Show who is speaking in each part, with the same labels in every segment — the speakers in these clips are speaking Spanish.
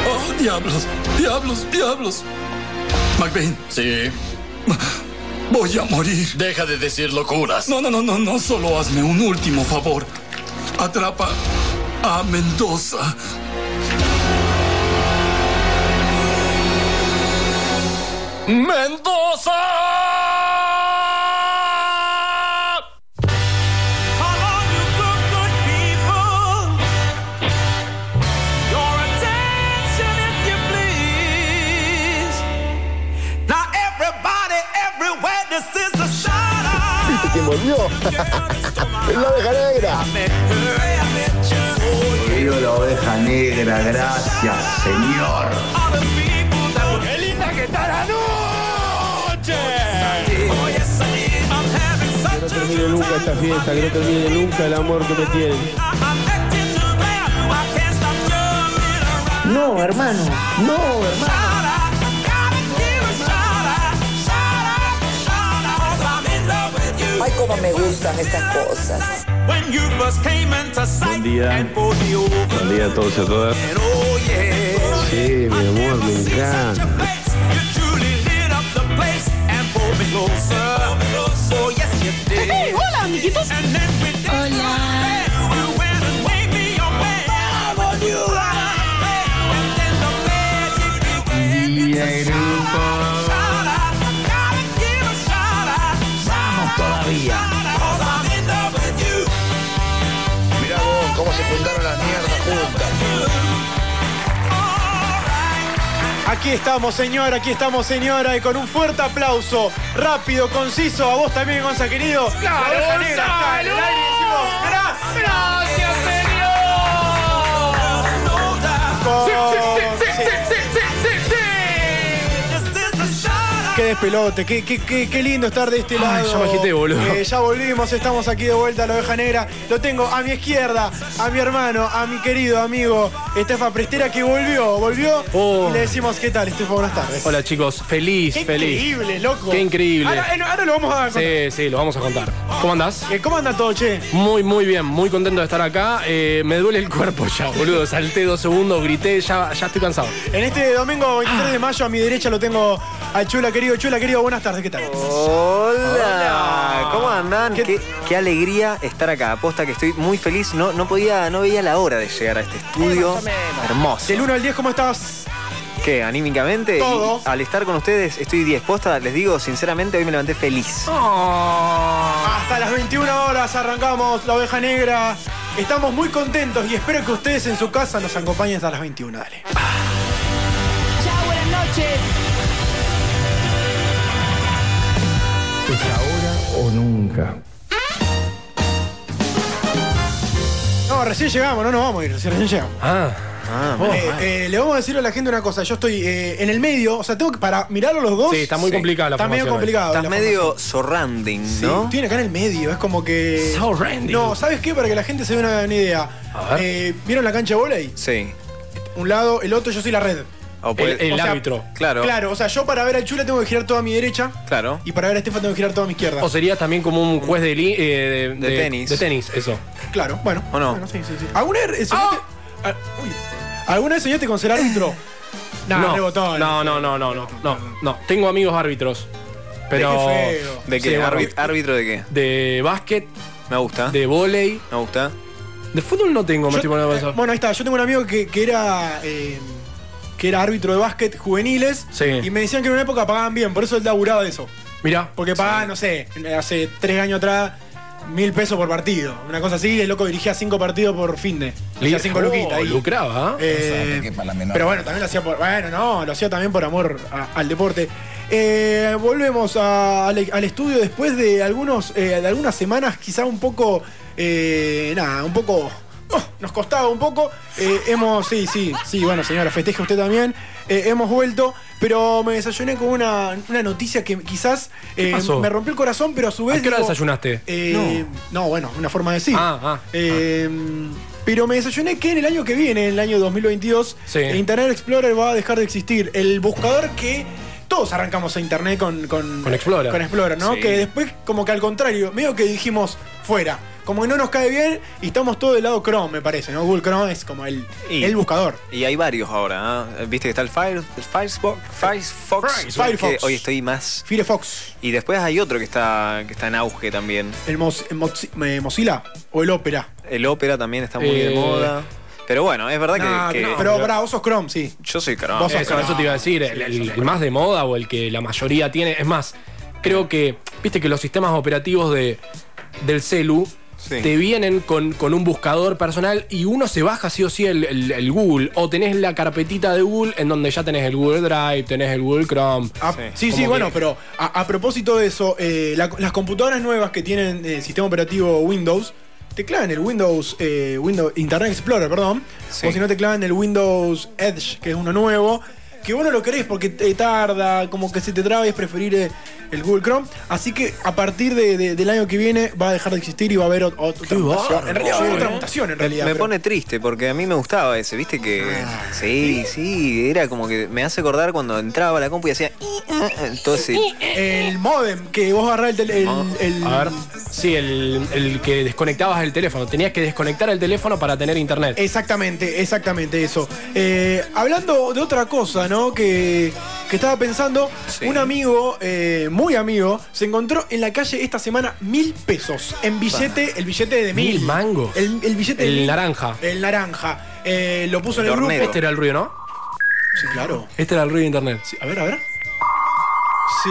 Speaker 1: Oh, Diablos, diablos, diablos. McBain,
Speaker 2: Sí.
Speaker 1: voy a morir.
Speaker 2: Deja de decir locuras.
Speaker 1: No, no, no, no, no, solo hazme un último favor. Atrapa a Mendoza.
Speaker 2: ¡Mendoza!
Speaker 3: ¿Viste quién volvió? la oveja negra.
Speaker 4: Volvió la oveja negra, gracias, señor.
Speaker 5: ¡Qué linda que está la noche!
Speaker 6: Oh,
Speaker 7: No termine nunca esta fiesta, que no termine nunca el amor que me tienen.
Speaker 8: No, hermano. No, hermano.
Speaker 9: Ay, cómo me gustan estas cosas.
Speaker 5: Buen día. Buen día a todos y a todas.
Speaker 6: oh,
Speaker 7: Sí, mi amor, me encanta.
Speaker 6: Oh,
Speaker 10: Hey, hola, amiguitos. Hola. Mm.
Speaker 4: Y el grupo.
Speaker 5: Vamos todavía.
Speaker 3: Mirá vos, cómo se juntaron las mierdas juntas.
Speaker 11: Aquí estamos, señor, aquí estamos, señora, y con un fuerte aplauso, rápido, conciso, a vos también, Gonza, querido. La oreja negra está en el aire y decimos, ¡Gracias! Qué despelote, qué, qué, qué, qué lindo estar de este lado.
Speaker 2: ya me agité, boludo.
Speaker 11: Eh, ya volvimos, estamos aquí de vuelta a la oveja negra. Lo tengo a mi izquierda, a mi hermano, a mi querido amigo Estefa Prestera que volvió, volvió.
Speaker 2: Oh.
Speaker 11: Y le decimos, ¿qué tal, Estefa? Buenas tardes.
Speaker 2: Hola chicos, feliz,
Speaker 11: Qué
Speaker 2: feliz.
Speaker 11: increíble, loco.
Speaker 2: Qué increíble.
Speaker 11: Ahora, eh, ahora lo vamos a contar.
Speaker 2: Sí, sí, lo vamos a contar. ¿Cómo andás?
Speaker 11: Eh, ¿Cómo anda todo, che?
Speaker 2: Muy, muy bien, muy contento de estar acá. Eh, me duele el cuerpo ya, boludo. Salté dos segundos, grité, ya, ya estoy cansado.
Speaker 11: En este domingo 23 de mayo a mi derecha lo tengo a Chula, querido. Chula, querido, buenas tardes, ¿qué tal?
Speaker 12: Hola, ¿cómo andan?
Speaker 11: ¿Qué-
Speaker 12: ¿Qué, qué alegría estar acá. Aposta que estoy muy feliz. No, no podía, no veía la hora de llegar a este estudio hermoso.
Speaker 11: Del 1 al 10, ¿cómo estás?
Speaker 12: ¿Qué? Anímicamente,
Speaker 11: Todo.
Speaker 12: Y al estar con ustedes, estoy 10 posta. Les digo, sinceramente, hoy me levanté feliz.
Speaker 11: Hasta las 21 horas arrancamos la oveja negra. Estamos muy contentos y espero que ustedes en su casa nos acompañen hasta las 21. Dale.
Speaker 10: Chao, buenas noches.
Speaker 4: O nunca.
Speaker 11: No, recién llegamos, no nos vamos a ir, recién llegamos.
Speaker 2: Ah,
Speaker 12: Ah,
Speaker 11: Eh, eh, le vamos a decir a la gente una cosa, yo estoy eh, en el medio, o sea, tengo que para mirar a los dos.
Speaker 2: Sí, está muy complicada la
Speaker 11: Está medio
Speaker 2: formación hoy.
Speaker 11: complicado.
Speaker 12: estás
Speaker 11: la
Speaker 12: medio surrounding,
Speaker 11: Sí,
Speaker 12: ¿no?
Speaker 11: Estoy acá en el medio, es como que.
Speaker 2: So random.
Speaker 11: No, ¿sabes qué? Para que la gente se dé una, una idea.
Speaker 2: A ver.
Speaker 11: Eh, ¿Vieron la cancha de volei?
Speaker 12: Sí.
Speaker 11: Un lado, el otro, yo soy la red.
Speaker 12: O
Speaker 2: el,
Speaker 12: puede-
Speaker 2: el
Speaker 11: o sea,
Speaker 2: árbitro.
Speaker 12: claro, claro.
Speaker 11: Claro, o sea, yo para ver a Chula tengo que girar toda mi derecha y para ver a Estefa tengo que girar toda mi izquierda.
Speaker 2: O serías también como un juez de, li- eh,
Speaker 12: De tenis.
Speaker 2: De tenis, eso.
Speaker 11: claro, bueno.
Speaker 12: ¿O no?
Speaker 11: Bueno, sí, sí, sí. ¿Alguna vez enseñaste, ah, uy. ¿Alguna vez soñaste con ser árbitro? Nah, rebotón.
Speaker 2: no, no, no, no, no, no, no. Tengo amigos árbitros. Pero.
Speaker 11: Qué feo.
Speaker 12: ¿De qué?
Speaker 2: Sí, bueno,
Speaker 12: Arbi- ¿Árbitro de qué?
Speaker 2: de básquet,
Speaker 12: Me gusta.
Speaker 2: de volei.
Speaker 12: Me gusta.
Speaker 2: De fútbol no tengo, me
Speaker 11: Yo-
Speaker 2: estoy poniendo a
Speaker 11: eh,
Speaker 2: pensar.
Speaker 11: bueno, ahí está. Yo tengo un amigo que, que era. eh, que era árbitro de básquet juveniles
Speaker 2: Sí.
Speaker 11: y me decían que en una época pagaban bien, por eso él laburaba de eso.
Speaker 2: Mirá.
Speaker 11: Porque pagaba, no sé, hace tres años atrás, mil pesos por partido. Una cosa así, el loco dirigía cinco partidos por fin de. Hacía cinco
Speaker 2: Oh,
Speaker 11: luquitas ahí.
Speaker 2: Lucraba. ¿eh?
Speaker 11: Eh, pero bueno, también lo hacía por. Bueno, no, lo hacía también por amor a- al deporte. Eh, volvemos a- al, al estudio después de algunos eh, de algunas semanas, quizá un poco. eh, nada, un poco. oh, nos costaba un poco. Eh, hemos. Sí, sí, sí, bueno, señora, festeje usted también. Eh, hemos vuelto, pero me desayuné con una, una noticia que quizás
Speaker 2: ¿Qué
Speaker 11: eh,
Speaker 2: pasó?
Speaker 11: me rompió el corazón, pero a su vez.
Speaker 2: ¿A qué hora
Speaker 11: digo,
Speaker 2: desayunaste?
Speaker 11: eh, no. bueno, una forma de decir.
Speaker 2: Ah, ah,
Speaker 11: Eh, Pero me desayuné que en el año que viene, en el año 2022,
Speaker 2: Sí.
Speaker 11: e Internet Explorer va a dejar de existir. El buscador que todos arrancamos a Internet con... Con,
Speaker 2: Con Explorer.
Speaker 11: Con Explorer, ¿no?
Speaker 12: Sí.
Speaker 11: Que después, como que al contrario, medio que dijimos, fuera. como que no nos cae bien y estamos todo del lado Chrome, me parece, ¿no? Google Chrome es como el, el buscador.
Speaker 12: Y hay varios ahora, ¿ah? Viste que está el, Fire, el Firefox, Firefox, que
Speaker 11: Firefox.
Speaker 12: hoy estoy más.
Speaker 11: Firefox.
Speaker 12: Y después hay otro que está, que está en auge también.
Speaker 11: El, Moz- el Mozi- eh, Mozilla o el Opera.
Speaker 12: El Opera también está muy
Speaker 11: Eh.
Speaker 12: de moda. Pero bueno, es verdad
Speaker 11: Nah,
Speaker 12: que. que-
Speaker 11: Ah, no, pero pará, vos sos Chrome, sí.
Speaker 12: Yo soy Chrome.
Speaker 2: Eso, eso te iba a decir, el, el- el más de moda o el que la mayoría tiene. Es más, creo que, viste que los sistemas operativos de, del celu te vienen con, con un buscador personal y uno se baja sí o sí el, el- el Google. O tenés la carpetita de Google en donde ya tenés el Google Drive, tenés el Google Chrome.
Speaker 11: Ah, sí, sí,
Speaker 2: Como
Speaker 11: bueno,
Speaker 2: que-
Speaker 11: pero a, a propósito de eso, eh, la- las computadoras nuevas que tienen eh, sistema operativo Windows, te clavan el Windows, eh, Windows Internet Explorer, perdón,
Speaker 12: Sí.
Speaker 11: o si no te clavan el Windows Edge, que es uno nuevo, que vos no lo querés porque te tarda, como que se te traba y es preferir eh, el Google Chrome. Así que a partir de- de- del año que viene va a dejar de existir y va a haber ot- ot- otra mutación. En realidad va a haber otra mutación, en
Speaker 12: Me-
Speaker 11: realidad.
Speaker 12: Me,
Speaker 11: pero- Ah.
Speaker 12: pone triste porque a mí me gustaba ese, viste que. sí, sí, era como que me hace acordar cuando entraba a la compu y ah, hacía. Entonces.
Speaker 11: El modem, que vos agarrás el, tel- el- el-
Speaker 2: A ver, sí, el, el que desconectabas el teléfono. Tenías que desconectar el teléfono para tener internet.
Speaker 11: Eh, Exactamente, exactamente eso. Eh, hablando de otra cosa, ¿no? Que, que estaba pensando, un amigo, eh, muy amigo, se encontró en la calle esta semana mil pesos en billete, el billete de mil.
Speaker 2: Mil mangos.
Speaker 11: El, el billete de
Speaker 2: El
Speaker 11: mil.
Speaker 2: naranja.
Speaker 11: El naranja. Eh, lo puso en el grupo.
Speaker 2: Este era el ruido, ¿no?
Speaker 11: Sí, claro.
Speaker 2: Este era el ruido de internet.
Speaker 11: Sí, a ver, a ver. Sí.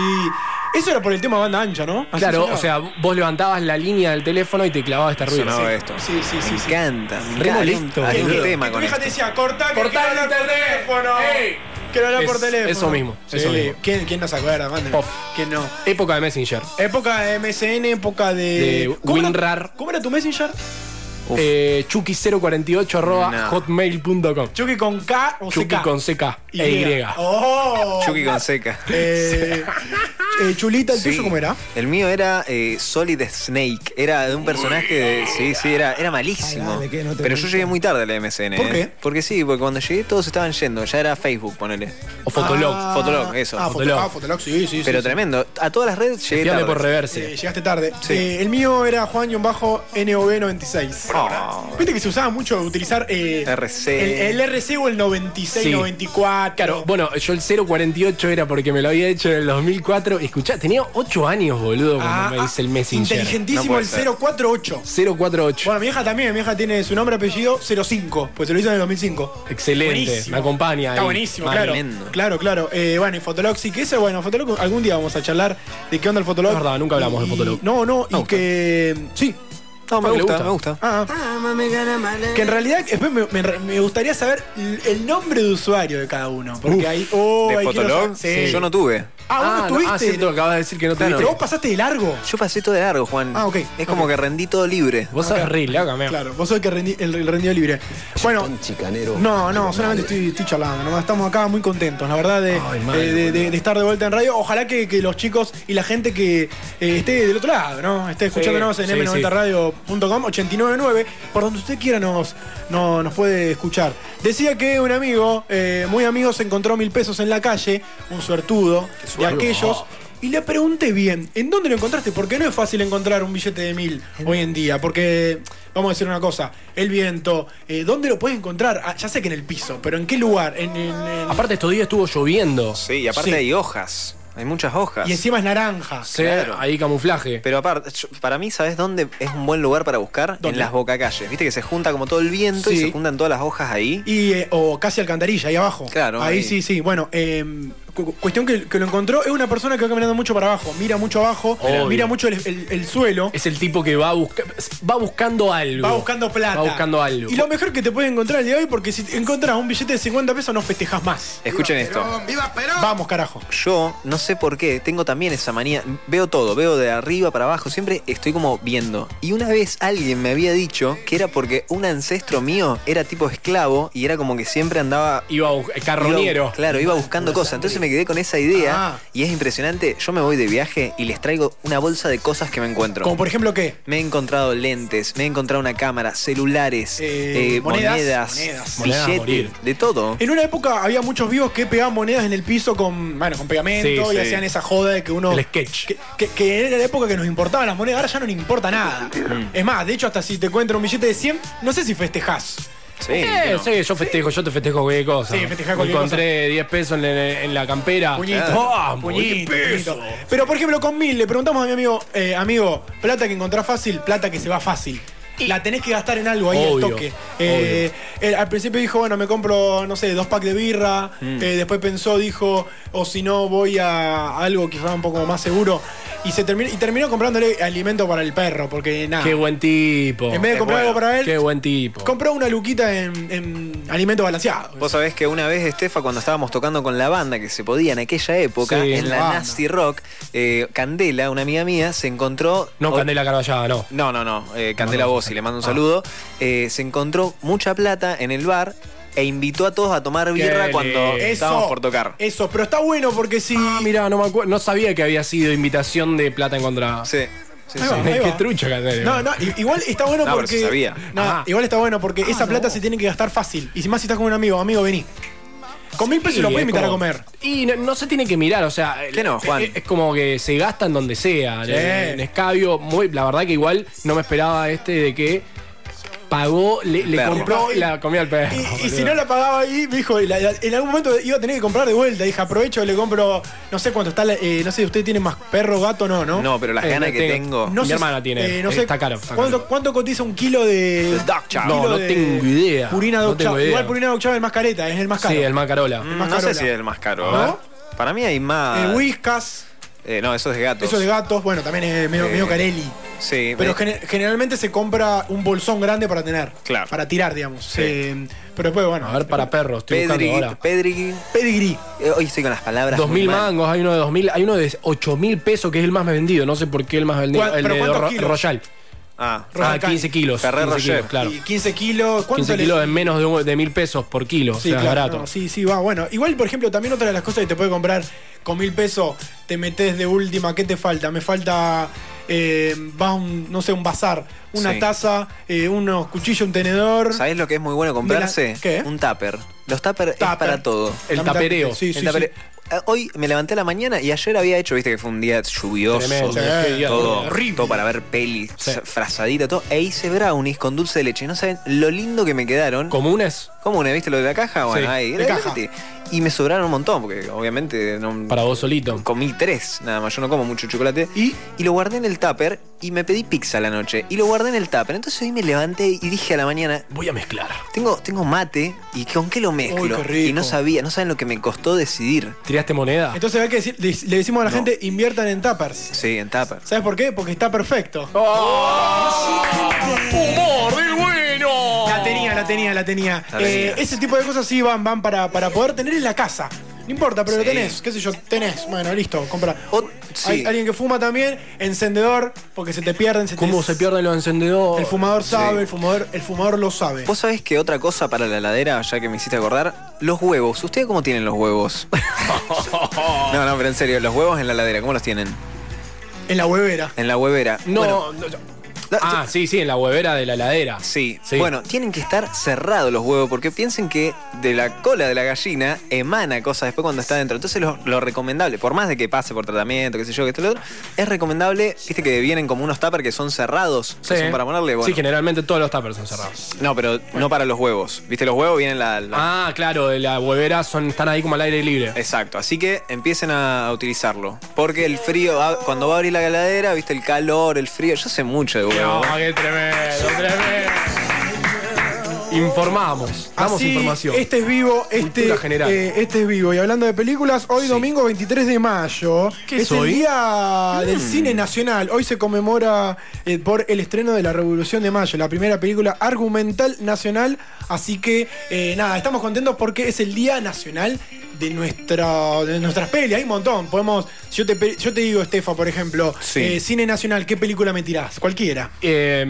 Speaker 11: Eso era por el tema banda ancha, ¿no? Así
Speaker 2: Claro,
Speaker 11: sonaba.
Speaker 2: o sea, vos levantabas la línea del teléfono y te clavaba este ruido.
Speaker 12: Sonaba esto.
Speaker 11: Sí, sí, sí.
Speaker 12: Me encanta, me
Speaker 2: Re
Speaker 12: encanta. Haría un-
Speaker 2: molesto,
Speaker 12: haría un
Speaker 2: boludo.
Speaker 12: tema
Speaker 11: Tu
Speaker 12: con
Speaker 11: vieja
Speaker 12: esto.
Speaker 11: te decía, corta, que
Speaker 2: Cortá
Speaker 11: quiero hablar por teléfono.
Speaker 2: Ey.
Speaker 11: Quiero hablar por
Speaker 2: Es-
Speaker 11: teléfono.
Speaker 2: eso mismo,
Speaker 11: Sí,
Speaker 2: eso mismo.
Speaker 11: ¿Quién, quién no se acuerda? Mándenme.
Speaker 2: Pof.
Speaker 11: ¿Quién no?
Speaker 2: Época de Messenger.
Speaker 11: Época de MSN, época de.
Speaker 2: De
Speaker 11: ¿Cómo era-
Speaker 2: WinRAR.
Speaker 11: ¿Cómo era tu Messenger?
Speaker 2: Eh, Chucky048 arroba
Speaker 12: No.
Speaker 2: hotmail.com.
Speaker 11: Chucky con K o
Speaker 2: Chucky
Speaker 11: CK.
Speaker 2: con CK e Y.
Speaker 11: Oh.
Speaker 12: Chucky con seca.
Speaker 11: Eh, eh, Chulita, ¿el
Speaker 12: Sí.
Speaker 11: tuyo cómo era?
Speaker 12: El mío era eh, Solid Snake. Era de un personaje de. Sí, sí, era, era malísimo. Pero yo llegué muy tarde a la MSN.
Speaker 11: ¿Por
Speaker 12: eh.
Speaker 11: qué?
Speaker 12: Porque sí, porque cuando llegué todos estaban yendo. Ya era Facebook, ponele.
Speaker 2: O Fotolog.
Speaker 11: Ah,
Speaker 12: Fotolog, eso.
Speaker 11: Ah,
Speaker 2: Fotolog.
Speaker 11: Fotolog. Ah, Fotolog, sí, sí.
Speaker 12: Pero
Speaker 11: sí, sí.
Speaker 12: tremendo. A todas las redes llegué
Speaker 2: Fiame
Speaker 12: tarde.
Speaker 2: por
Speaker 11: Eh,
Speaker 2: reverse.
Speaker 11: llegaste tarde.
Speaker 12: Sí.
Speaker 11: Eh, el mío era Juan-Bajo NOV96.
Speaker 2: Ah.
Speaker 12: Oh,
Speaker 11: Viste que se usaba mucho utilizar eh,
Speaker 12: RC.
Speaker 11: el, el RC o el 96,
Speaker 2: Sí.
Speaker 11: 94.
Speaker 2: Claro, bueno, yo el 048 era porque me lo había hecho en el 2004. Y escuchá, tenía 8 años, boludo, cuando
Speaker 11: Ah,
Speaker 2: me dice el Messenger.
Speaker 12: No
Speaker 11: Inteligentísimo
Speaker 12: puede
Speaker 11: el
Speaker 12: ser.
Speaker 11: 048.
Speaker 2: 048.
Speaker 11: Bueno, mi hija también, mi hija tiene su nombre, apellido 05, pues se lo hizo en el 2005.
Speaker 2: Excelente,
Speaker 11: Buenísimo.
Speaker 2: me acompaña.
Speaker 11: Está
Speaker 2: ahí.
Speaker 11: buenísimo,
Speaker 2: Mal.
Speaker 11: claro.
Speaker 12: tremendo.
Speaker 11: Claro, claro. Eh, bueno, y Fotolog sí que ese, bueno, Fotolog algún día vamos a charlar de qué onda el Fotolog.
Speaker 2: Es verdad, nunca hablamos de
Speaker 11: Y-
Speaker 2: Fotolog.
Speaker 11: No, no, y
Speaker 12: gusta.
Speaker 11: que. Sí.
Speaker 12: No, me
Speaker 2: le
Speaker 12: gusta,
Speaker 2: gusta.
Speaker 12: me gusta.
Speaker 11: Ah, ah. que en realidad después me, me- me gustaría saber l- el nombre de usuario de cada uno. Porque
Speaker 2: Uf.
Speaker 11: hay. Oh,
Speaker 12: de
Speaker 11: ahí quiero
Speaker 12: Fotolog,
Speaker 11: saber- sí.
Speaker 12: yo no tuve.
Speaker 2: Ah,
Speaker 11: Ah, vos no
Speaker 2: no, ah,
Speaker 11: tuviste.
Speaker 2: cierto, acabas de decir que no
Speaker 12: Claro.
Speaker 11: Pero
Speaker 2: tuviste.
Speaker 11: vos pasaste de largo.
Speaker 12: Yo pasé todo de largo, Juan.
Speaker 11: Ah, ok,
Speaker 12: Es como que rendí todo libre.
Speaker 2: Vos sos re loca, meo.
Speaker 11: Ah, Claro, vos sos el que rendi- el, el rendido libre. Bueno, no, no, solamente estoy, estoy charlando. nomás Estamos acá muy contentos, la verdad, de,
Speaker 2: Ay, mal,
Speaker 11: de- de- de- de estar de vuelta en radio. Ojalá que, que los chicos y la gente que eh, esté del otro lado, ¿no? Esté escuchándonos en
Speaker 2: sí, sí.
Speaker 11: m90radio.com 899, por donde usted quiera nos, no, nos puede escuchar. Decía que un amigo, eh, muy amigo, se encontró mil pesos en la calle, un suertudo de
Speaker 2: suerte.
Speaker 11: aquellos. Y le pregunté bien, ¿en dónde lo encontraste? Porque no es fácil encontrar un billete de mil hoy en día. Porque, vamos a decir una cosa, el viento, eh, ¿dónde lo puedes encontrar? Ah, ya sé que en el piso, pero ¿en qué lugar? En- en- en-
Speaker 2: Aparte, estos días estuvo lloviendo.
Speaker 12: Sí, y aparte
Speaker 11: Sí.
Speaker 12: hay hojas. Hay muchas hojas.
Speaker 11: Y encima es naranja.
Speaker 2: Sí, Ahí camuflaje.
Speaker 12: Pero aparte, yo- para mí, ¿sabes dónde es un buen lugar para buscar?
Speaker 11: ¿Dónde?
Speaker 12: En las bocacalles. Viste que se junta como todo el viento y
Speaker 11: Sí.
Speaker 12: se juntan todas las hojas ahí.
Speaker 11: Y, eh, o casi alcantarilla, ahí abajo.
Speaker 12: Claro,
Speaker 11: Ahí,
Speaker 12: ahí.
Speaker 11: sí, sí. Bueno, em, cu- cu- cuestión que, que lo encontró es una persona que va caminando mucho para abajo. Mira mucho abajo,
Speaker 2: Obvio.
Speaker 11: mira mucho el, el- el suelo.
Speaker 2: Es el tipo que va, a busca- va buscando algo.
Speaker 11: Va buscando plata.
Speaker 2: Va buscando algo.
Speaker 11: Y lo mejor que te puede encontrar el día de hoy, porque si te encontrás un billete de 50 pesos, no festejas más.
Speaker 12: Escuchen esto.
Speaker 11: Vamos, carajo.
Speaker 12: Yo, no sé por qué, tengo también esa manía. Veo todo, veo de arriba para abajo, siempre estoy como viendo. Y una vez alguien me había dicho que era porque un ancestro mío era tipo esclavo y era como que siempre andaba.
Speaker 2: Iba a bus- carroñero.
Speaker 12: Iba- claro, iba buscando cosas. Entonces me quedé con esa
Speaker 11: Ah.
Speaker 12: idea y es impresionante. Yo me voy de viaje y les traigo una bolsa de cosas que me encuentro.
Speaker 11: Como por ejemplo, ¿qué?
Speaker 12: Me he encontrado lentes, me he encontrado una cámara, celulares,
Speaker 11: Eh,
Speaker 12: eh,
Speaker 11: monedas,
Speaker 12: monedas,
Speaker 11: monedas. Monedas a morir.
Speaker 12: billetes, de todo.
Speaker 11: En una época había muchos vivos que pegaban monedas en el piso con, bueno, con pegamento
Speaker 12: Sí,
Speaker 11: y
Speaker 12: sí.
Speaker 11: hacían esa joda de que uno.
Speaker 12: El
Speaker 2: sketch.
Speaker 11: Que, que- que era la época que nos importaban las monedas, ahora ya no nos importa nada. Es más, de hecho, hasta si te encuentras un billete de 100, no sé si festejás.
Speaker 12: Sí,
Speaker 2: Eh, sí, yo festejo, yo te festejo cualquier cosa.
Speaker 11: Sí, festejá
Speaker 2: Me
Speaker 11: cualquier
Speaker 2: Encontré 10 pesos en, la- en la campera.
Speaker 11: Puñito,
Speaker 2: ¡Vamos,
Speaker 11: Ah, puñito,
Speaker 2: 10
Speaker 11: puñito.
Speaker 2: pesos!
Speaker 11: Pero por ejemplo, con mil le preguntamos a mi amigo, eh, amigo, plata que encontrás fácil, plata que se va fácil. La tenés que gastar en algo ahí
Speaker 2: Obvio,
Speaker 11: al toque. Eh, él al principio dijo, bueno, me compro, no sé, dos packs de birra.
Speaker 2: Mm.
Speaker 11: Eh, después pensó, dijo, o si no, voy a algo quizás un poco más seguro. Y, se terminó, y terminó comprándole alimento para el perro, porque nada.
Speaker 2: ¡Qué buen tipo!
Speaker 11: En vez de
Speaker 2: Qué
Speaker 11: comprar algo
Speaker 2: bueno.
Speaker 11: para él-
Speaker 2: ¡Qué buen tipo!
Speaker 11: Compró una luquita en, en alimento balanceado.
Speaker 12: Vos sabés que una vez, Estefa, cuando estábamos tocando con la banda que se podía en aquella época,
Speaker 2: Sí,
Speaker 12: en la
Speaker 2: la banda.
Speaker 12: Nasty Rock, eh, Candela, una amiga mía, se encontró.
Speaker 2: No,
Speaker 12: o-
Speaker 2: Candela Carballada, no.
Speaker 12: No, no, no. eh, Candela
Speaker 2: no, Ah.
Speaker 12: Bossi, le mando un saludo. Eh, se encontró mucha plata en el bar e invitó a todos a tomar birra cuando
Speaker 2: eh,
Speaker 11: lindo.
Speaker 12: estábamos
Speaker 11: Eso.
Speaker 12: por tocar.
Speaker 11: Eso, pero está bueno porque si. Ah,
Speaker 2: mirá, no me acuerdo. No sabía que había sido invitación de plata encontrada.
Speaker 12: Sí.
Speaker 11: Ahí va, ahí
Speaker 2: Qué
Speaker 11: va.
Speaker 2: trucha, Candela.
Speaker 11: No, no, i- igual está bueno
Speaker 2: No, pero
Speaker 11: porque.
Speaker 2: se sabía.
Speaker 11: No,
Speaker 2: Ah.
Speaker 11: igual está bueno porque esa plata se tiene que gastar fácil. Y si más si estás con un amigo, amigo, vení. Con mil pesos
Speaker 2: Sí,
Speaker 11: lo puedes
Speaker 2: es
Speaker 11: invitar
Speaker 2: como-
Speaker 11: a comer.
Speaker 2: Y no, no se tiene que mirar, o sea.
Speaker 12: ¿Qué no, Juan?
Speaker 2: Es, es como que se gasta en donde sea.
Speaker 12: Sí.
Speaker 2: En, en escabio, muy, la verdad que igual no me esperaba este de que pagó, le, le
Speaker 12: Perro.
Speaker 2: compró la comida al perro.
Speaker 11: Y si no
Speaker 2: boludo.
Speaker 11: la pagaba ahí, me dijo, la- la- en algún momento iba a tener que comprar de vuelta. Dije, aprovecho, le compro, no sé cuánto está, la- eh, no sé si usted tiene más perro, gato, no, ¿no?
Speaker 12: No, pero las
Speaker 2: Eh,
Speaker 12: ganas
Speaker 2: no
Speaker 12: que
Speaker 2: tengo.
Speaker 12: tengo.
Speaker 2: Mi hermana tiene,
Speaker 11: no
Speaker 2: eh,
Speaker 11: sé,
Speaker 2: está caro, está
Speaker 11: ¿cuánto, cuánto cotiza un kilo de.
Speaker 12: Dog Chow.
Speaker 11: un
Speaker 2: No,
Speaker 11: kilo
Speaker 2: no
Speaker 11: de
Speaker 2: tengo idea.
Speaker 11: Purina
Speaker 2: No
Speaker 11: Dog
Speaker 2: tengo
Speaker 11: Chow.
Speaker 2: idea.
Speaker 11: Igual Purina Dog Chow es el más careta, es el más caro. Eh,
Speaker 2: Sí, el Macarola.
Speaker 11: El
Speaker 12: Mm,
Speaker 11: más
Speaker 12: No sé
Speaker 11: carola.
Speaker 12: si es el más caro.
Speaker 11: ¿No?
Speaker 12: a ver. Para mí hay más.
Speaker 11: Eh, Whiskas,
Speaker 12: Eh, no, eso es de gatos.
Speaker 11: eso de gatos, bueno, también es medio,
Speaker 12: Eh,
Speaker 11: medio carelli.
Speaker 12: Sí, eh,
Speaker 11: Pero
Speaker 12: me-
Speaker 11: gener- generalmente se compra un bolsón grande para tener.
Speaker 12: Claro.
Speaker 11: Para tirar, digamos.
Speaker 12: Sí.
Speaker 11: Eh, pero después, bueno. eh,
Speaker 2: A ver, para perros, estoy
Speaker 12: Pedri,
Speaker 2: buscando ahora.
Speaker 12: Pedri.
Speaker 11: Pedigrí.
Speaker 12: Eh, hoy estoy con las palabras.
Speaker 2: Dos
Speaker 12: muy
Speaker 2: mil
Speaker 12: mal.
Speaker 2: mangos, hay uno de dos mil, hay uno de ocho mil pesos que es el más vendido, no sé por qué el más vendido,
Speaker 11: ¿Cuál-
Speaker 2: el
Speaker 11: pero
Speaker 2: de
Speaker 11: cuántos
Speaker 2: Ro-
Speaker 11: kilos?
Speaker 2: Royal.
Speaker 12: Ah,
Speaker 2: Ah,
Speaker 11: Royal Canin.
Speaker 2: 15 kilos.
Speaker 12: Ferrer
Speaker 2: 15
Speaker 12: Roger.
Speaker 2: kilos, claro.
Speaker 11: Y 15 kilos. ¿Cuánto
Speaker 2: 15
Speaker 11: le-
Speaker 2: kilos es menos de, un- de mil pesos por kilo,
Speaker 11: Sí,
Speaker 2: o sea, es
Speaker 11: claro,
Speaker 2: barato.
Speaker 11: no, sí, sí, va, bueno. Igual, por ejemplo, también otra de las cosas que te puede comprar con mil pesos, te metes de última, ¿qué te falta? Me falta, eh, vas a un, no sé, un bazar, una
Speaker 12: Sí.
Speaker 11: taza, eh, unos cuchillos, un tenedor.
Speaker 12: ah, ¿Sabés lo que es muy bueno comprarse?
Speaker 11: ¿Qué?
Speaker 12: Un tupper. Los tupper, es
Speaker 11: Tupper.
Speaker 12: para todo.
Speaker 2: El Lamentablemente, tapereo.
Speaker 11: sí,
Speaker 12: El
Speaker 11: sí,
Speaker 12: tapere- Ah, Hoy me levanté a la mañana y ayer había hecho, viste que fue un día lluvioso,
Speaker 2: Tremendo, qué día
Speaker 12: todo,
Speaker 2: horrible.
Speaker 12: todo para ver pelis, frazadita, todo, e hice brownies con dulce de leche. No saben lo lindo que me quedaron.
Speaker 2: ¿Comunes?
Speaker 12: Comunes, ¿viste lo de la caja? Bueno,
Speaker 2: Sí,
Speaker 12: ahí,
Speaker 2: de caja.
Speaker 12: Y me sobraron un montón, porque obviamente no,
Speaker 2: Para vos solito.
Speaker 12: comí tres, nada más, yo no como mucho chocolate. Y, lo guardé en el tupper y me pedí pizza a la noche. Y lo guardé en el tupper. Entonces hoy me levanté y dije a la mañana,
Speaker 2: Voy a mezclar.
Speaker 12: tengo, tengo mate y ¿con qué lo mezclo?
Speaker 11: Uy, qué rico.
Speaker 12: y no sabía, no saben lo que me costó decidir.
Speaker 2: ¿Tiraste moneda?
Speaker 11: Entonces hay que decir, le, le decimos a la
Speaker 12: No.
Speaker 11: gente, inviertan en tappers.
Speaker 12: Sí, en tupper.
Speaker 11: ¿Sabes por qué? Porque está perfecto.
Speaker 2: ¡Humor del bueno!
Speaker 11: La tenía, la tenía, la tenía.
Speaker 12: La
Speaker 11: Eh,
Speaker 12: tenía.
Speaker 11: ese tipo de cosas sí van, van para, para poder tener en la casa. No importa, pero
Speaker 12: Sí.
Speaker 11: lo tenés, qué sé yo, tenés. Bueno, listo, compra.
Speaker 12: O- sí.
Speaker 11: Hay alguien que fuma también, encendedor, porque se te pierden, se te-
Speaker 2: ¿Cómo se pierden los encendedores?
Speaker 11: El fumador sabe,
Speaker 12: Sí.
Speaker 11: el fumador, el fumador lo sabe.
Speaker 12: Vos sabés que otra cosa para la heladera, ya que me hiciste acordar, los huevos. ¿Ustedes cómo tienen los huevos? no, no, pero en serio, los huevos en la heladera, ¿cómo los tienen?
Speaker 11: En la huevera.
Speaker 12: En la huevera.
Speaker 2: No,
Speaker 12: Bueno,
Speaker 2: no, no. Ah, sí, sí, en la huevera de la heladera.
Speaker 12: Sí.
Speaker 2: Sí.
Speaker 12: Bueno, tienen que estar cerrados los huevos porque piensen que de la cola de la gallina emana cosas después cuando está dentro. Entonces lo, lo recomendable, por más de que pase por tratamiento, qué sé yo, que esto y lo otro, es recomendable, viste que vienen como unos tuppers que son cerrados, que
Speaker 2: Sí.
Speaker 12: son para ponerle, bueno.
Speaker 2: Sí, generalmente todos los tuppers son cerrados.
Speaker 12: no, pero no para los huevos. Viste, los huevos vienen la... la-
Speaker 2: Ah, claro, de la huevera son, están ahí como al aire libre.
Speaker 12: Exacto, así que empiecen a a utilizarlo. Porque el frío, va- cuando va a abrir la heladera, viste el calor, el frío. Yo sé mucho de huevos.
Speaker 2: No, qué tremendo, tremendo. Informamos, damos
Speaker 11: Así,
Speaker 2: información.
Speaker 11: Este es vivo, este,
Speaker 2: Cultura general.
Speaker 11: eh, este es vivo. Y hablando de películas, hoy domingo 23 de mayo
Speaker 2: ¿Qué
Speaker 11: es
Speaker 2: es hoy?
Speaker 11: el Día del
Speaker 2: Mm.
Speaker 11: Cine Nacional. Hoy se conmemora eh, por el estreno de La Revolución de Mayo, la primera película argumental nacional. Así que, eh, nada, estamos contentos porque es el Día Nacional de, nuestra, de nuestras pelis. Hay un montón. Podemos. si Yo te, pe- yo te digo, Estefa, por ejemplo,
Speaker 2: Sí.
Speaker 11: eh, cine nacional, ¿qué película me tirás? Cualquiera.
Speaker 2: Eh,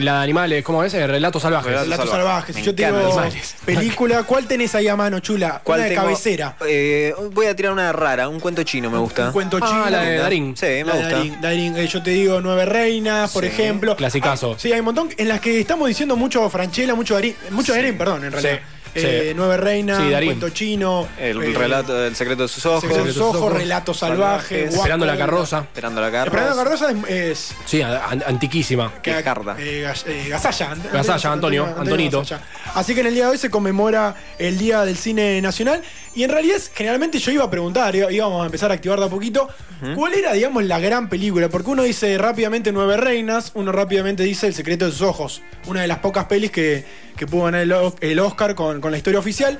Speaker 2: la de animales, ¿cómo es? Eh, Relatos salvajes.
Speaker 11: Relatos salvajes. Si Yo te digo, película, ¿cuál tenés ahí a mano, chula?
Speaker 12: ¿Cuál
Speaker 11: Una de
Speaker 12: tengo?
Speaker 11: cabecera.
Speaker 12: Eh, voy a tirar una rara, un cuento chino me gusta. Ah, Un
Speaker 11: cuento chino.
Speaker 12: Sí, me
Speaker 11: La de
Speaker 12: gusta.
Speaker 11: Eh, Darín, Darín, eh, yo te digo Nueve Reinas, por
Speaker 12: Sí.
Speaker 11: ejemplo.
Speaker 2: Clasicazo.
Speaker 11: Hay- sí, hay un montón en las que estamos diciendo mucho Franchella, mucho Darín, mucho Darín, perdón, en realidad.
Speaker 12: Sí, sí.
Speaker 11: Eh, Nueve Reinas,
Speaker 12: Sí, Darín.
Speaker 11: Cuento Chino,
Speaker 12: El
Speaker 11: eh,
Speaker 12: relato, el secreto de sus ojos.
Speaker 11: Secreto de sus ojos, relato salvaje, guaco. Esperando la carroza.
Speaker 12: Esperando la
Speaker 11: Fernando
Speaker 12: carroza.
Speaker 11: Cardosa es, es
Speaker 2: Sí, a- an- antiquísima.
Speaker 11: Que- eh, Gas- eh, Gasalla. Ant-
Speaker 2: Gasalla, Antonio, Antonito.
Speaker 11: Gasalla. Así que en el día de hoy se conmemora el Día del Cine Nacional. Y en realidad, es- generalmente yo iba a preguntar, iba- íbamos a empezar a activar de a poquito, ¿cuál era, digamos, la gran película? Porque uno dice rápidamente Nueve Reinas, uno rápidamente dice El Secreto de sus Ojos. Una de las pocas pelis que, que pudo ganar el, o- el Oscar con, con la historia oficial.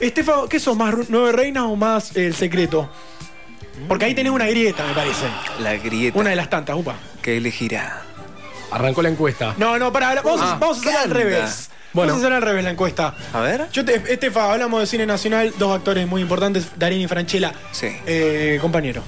Speaker 11: Estefan, ¿qué sos más, Ru- Nueve Reinas o más El Secreto? Porque ahí tenés una grieta, me parece.
Speaker 12: La grieta.
Speaker 11: Una de las tantas, upa.
Speaker 12: que elegirá.
Speaker 2: Arrancó la encuesta.
Speaker 11: No, no, pará, vamos, a-
Speaker 12: Ah,
Speaker 11: vamos a hacer al
Speaker 12: canta.
Speaker 11: revés.
Speaker 2: Bueno.
Speaker 11: Vamos a hacer al revés la encuesta.
Speaker 12: A ver.
Speaker 11: Yo te, Estefa, hablamos de cine nacional, dos actores muy importantes, Darín y Franchella.
Speaker 12: Sí.
Speaker 11: Eh, compañero.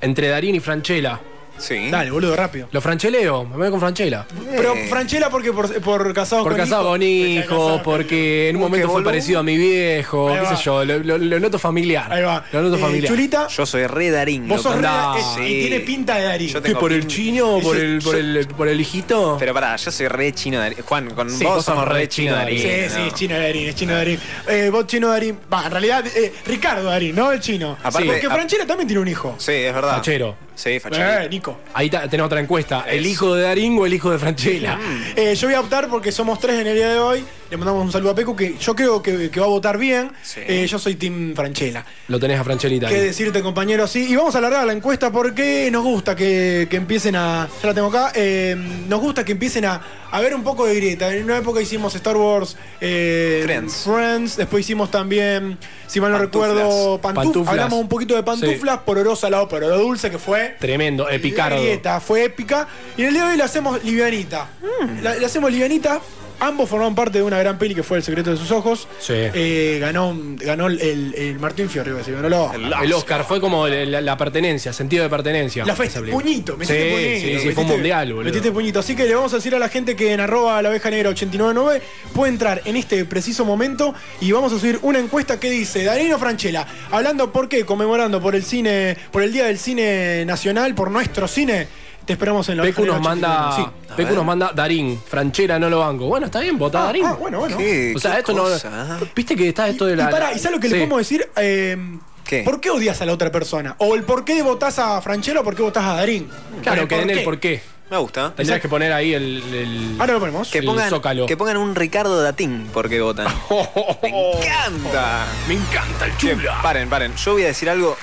Speaker 2: Entre Darín y Franchella.
Speaker 12: Sí.
Speaker 11: Dale, boludo, rápido.
Speaker 12: Eh.
Speaker 2: Lo francheleo, me voy con Franchella.
Speaker 11: Pero Franchella porque por, por casado
Speaker 2: Por
Speaker 11: con
Speaker 2: casado con hijo, porque en un
Speaker 11: Uh, qué
Speaker 2: momento fue
Speaker 11: boludo.
Speaker 2: parecido a mi viejo,
Speaker 11: Ahí
Speaker 2: qué
Speaker 11: va.
Speaker 2: sé yo, lo, lo- lo noto familiar. Ahí va. Lo noto
Speaker 11: Eh,
Speaker 2: familiar.
Speaker 11: Chulita.
Speaker 12: Yo soy re darín.
Speaker 11: Vos sos
Speaker 12: loco.
Speaker 11: re-
Speaker 12: Andá.
Speaker 11: eh, y tiene pinta de Darín.
Speaker 12: Yo
Speaker 2: ¿Qué,
Speaker 12: tengo
Speaker 2: por el
Speaker 12: pinta.
Speaker 2: chino o por el, por,
Speaker 12: Yo-
Speaker 2: el, por el hijito?
Speaker 12: Pero pará, yo soy re chino darín. Juan, con
Speaker 11: Sí,
Speaker 12: vos somos re chino darín.
Speaker 11: Sí, sí,
Speaker 12: ¿no?
Speaker 11: es chino Darín, es chino Darín. Eh, vos chino Darín. Va, en realidad, eh, Ricardo Darín, ¿no? El chino.
Speaker 12: Aparte-
Speaker 11: porque
Speaker 12: a-
Speaker 11: Franchella también tiene un hijo.
Speaker 12: Sí, es verdad.
Speaker 2: Fachero.
Speaker 12: Sí, fachero.
Speaker 11: Eh, Nico.
Speaker 2: Ahí ta- tenés otra encuesta. ¿El hijo de Darín o el hijo de Franchella?
Speaker 12: Mm.
Speaker 11: Eh, yo voy a optar porque somos tres en el día de hoy. Le mandamos un saludo a Pecu, que yo creo que, que va a votar bien. Eh, yo soy Team Franchella.
Speaker 2: Lo tenés a Franchella y
Speaker 11: ¿Qué
Speaker 2: Darín.
Speaker 11: decirte, compañero? Sí, y vamos a alargar la encuesta porque nos gusta que, que empiecen a. Ya la tengo acá. eh, nos gusta que empiecen a, a ver un poco de grieta. En una época hicimos Star Wars eh,
Speaker 12: Friends.
Speaker 11: Después hicimos también, si mal no
Speaker 12: Pantuflas.
Speaker 11: recuerdo, pantuflas.
Speaker 2: Pantuflas.
Speaker 11: Hablamos un poquito de pantuflas, pororosa la ópera, lo dulce que fue.
Speaker 2: Tremendo,
Speaker 11: La
Speaker 2: Epicardo.
Speaker 11: grieta fue épica. Y en el día de hoy la hacemos livianita.
Speaker 12: Mm.
Speaker 11: La, la hacemos livianita. Ambos formaron parte de una gran peli que fue El secreto de sus ojos.
Speaker 2: Sí.
Speaker 11: Eh, ganó ganó el, el Martín Fiorri, iba a decir, ganó el Oscar.
Speaker 2: El Oscar fue como la, la- la pertenencia, sentido de pertenencia.
Speaker 11: La fiesta,
Speaker 2: Esa película.
Speaker 11: puñito, metiste
Speaker 2: sí, sí,
Speaker 11: puñito.
Speaker 2: sí, fue un
Speaker 11: metiste-
Speaker 2: mundial, boludo.
Speaker 11: Metiste puñito. Así que le vamos a decir a la gente que en arroba la abeja negra 899 puede entrar en este preciso momento y vamos a subir una encuesta que dice Darino Franchella, hablando por qué, conmemorando por el cine, por el Día del Cine Nacional, por nuestro cine. Te esperamos en la
Speaker 2: Pecu
Speaker 11: Abeja
Speaker 2: nos
Speaker 11: Negra
Speaker 2: manda,
Speaker 11: 899. Sí.
Speaker 2: Pecu nos manda Darín, Franchera no lo banco. Bueno, está bien, votá
Speaker 11: Ah,
Speaker 2: Darín.
Speaker 11: ah, bueno, bueno.
Speaker 12: ¿Qué?
Speaker 2: O sea,
Speaker 12: ¿Qué
Speaker 2: esto
Speaker 12: cosa?
Speaker 2: no. Viste que está esto de la.
Speaker 11: y pará, ¿y sabes lo que
Speaker 2: Sí.
Speaker 11: le podemos decir? Eh,
Speaker 12: ¿Qué?
Speaker 11: ¿Por qué odias a la otra persona? O el por qué votás a Franchella o por qué votás a Darín.
Speaker 2: Claro,
Speaker 11: Pero
Speaker 2: que den el por qué. Ah,
Speaker 12: Me gusta.
Speaker 2: Tendrías que poner ahí el. el-
Speaker 11: Ahora lo ponemos.
Speaker 12: Que
Speaker 2: el
Speaker 12: pongan,
Speaker 2: Zócalo.
Speaker 12: que pongan un Ricardo Datín porque votan. Me encanta.
Speaker 2: Oh. Me encanta el
Speaker 12: Che,
Speaker 2: chula.
Speaker 12: paren, paren. Yo voy a decir algo.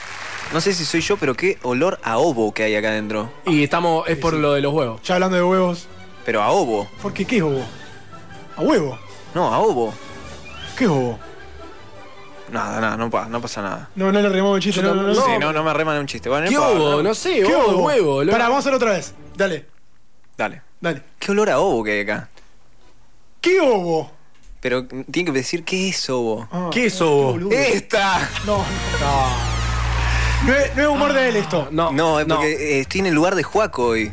Speaker 12: No sé si soy yo, pero qué olor a ovo que hay acá adentro.
Speaker 2: Y estamos. Es por lo de los huevos.
Speaker 11: Ya hablando de huevos.
Speaker 12: Pero a ovo.
Speaker 11: ¿Por qué? ¿Qué es bobo? ¿A huevo?
Speaker 12: No, a ovo.
Speaker 11: ¿Qué es bobo?
Speaker 12: Nada, nada, no, pa- no pasa nada.
Speaker 11: No, no le remamos el chiste. No, no, no.
Speaker 12: Sí, no, no me reman un chiste. Bueno, no
Speaker 2: ¿Qué
Speaker 12: importa,
Speaker 2: hubo?
Speaker 12: no-
Speaker 2: No sé,
Speaker 11: ¿Qué
Speaker 2: huevo,
Speaker 11: bobo?
Speaker 2: huevo. lo-
Speaker 11: Pará, vamos a hacerlo otra vez. Dale,
Speaker 12: Dale.
Speaker 11: dale.
Speaker 12: ¿Qué olor a ovo que hay acá?
Speaker 11: ¿Qué bobo?
Speaker 12: Pero tienen que decir qué es ovo.
Speaker 11: Ah,
Speaker 2: ¿Qué es Eh, ovo?
Speaker 11: boludo.
Speaker 12: ¡Esta!
Speaker 11: No, no. No es, no es humor de él esto.
Speaker 2: No,
Speaker 12: No, es porque eh, estoy en el lugar de Juaco hoy.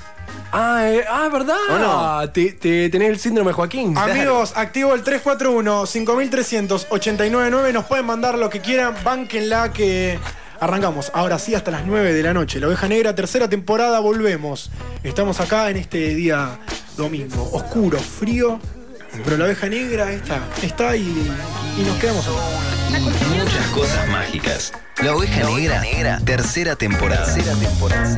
Speaker 2: Ah, eh, ah, ¿verdad?
Speaker 12: ¿O no?
Speaker 2: Te, te- tenés el síndrome de Joaquín.
Speaker 11: Amigos, activo el 341-5389-9. Nos pueden mandar lo que quieran. Bánquenla que arrancamos. Ahora sí, hasta las 9 de la noche. La Oveja Negra, tercera temporada, volvemos. Estamos acá en este día domingo. Oscuro, frío. Pero la Oveja Negra está, está y, y nos quedamos acá.
Speaker 13: Muchas cosas mágicas. La oveja, negra, tercera temporada. Tercera temporada.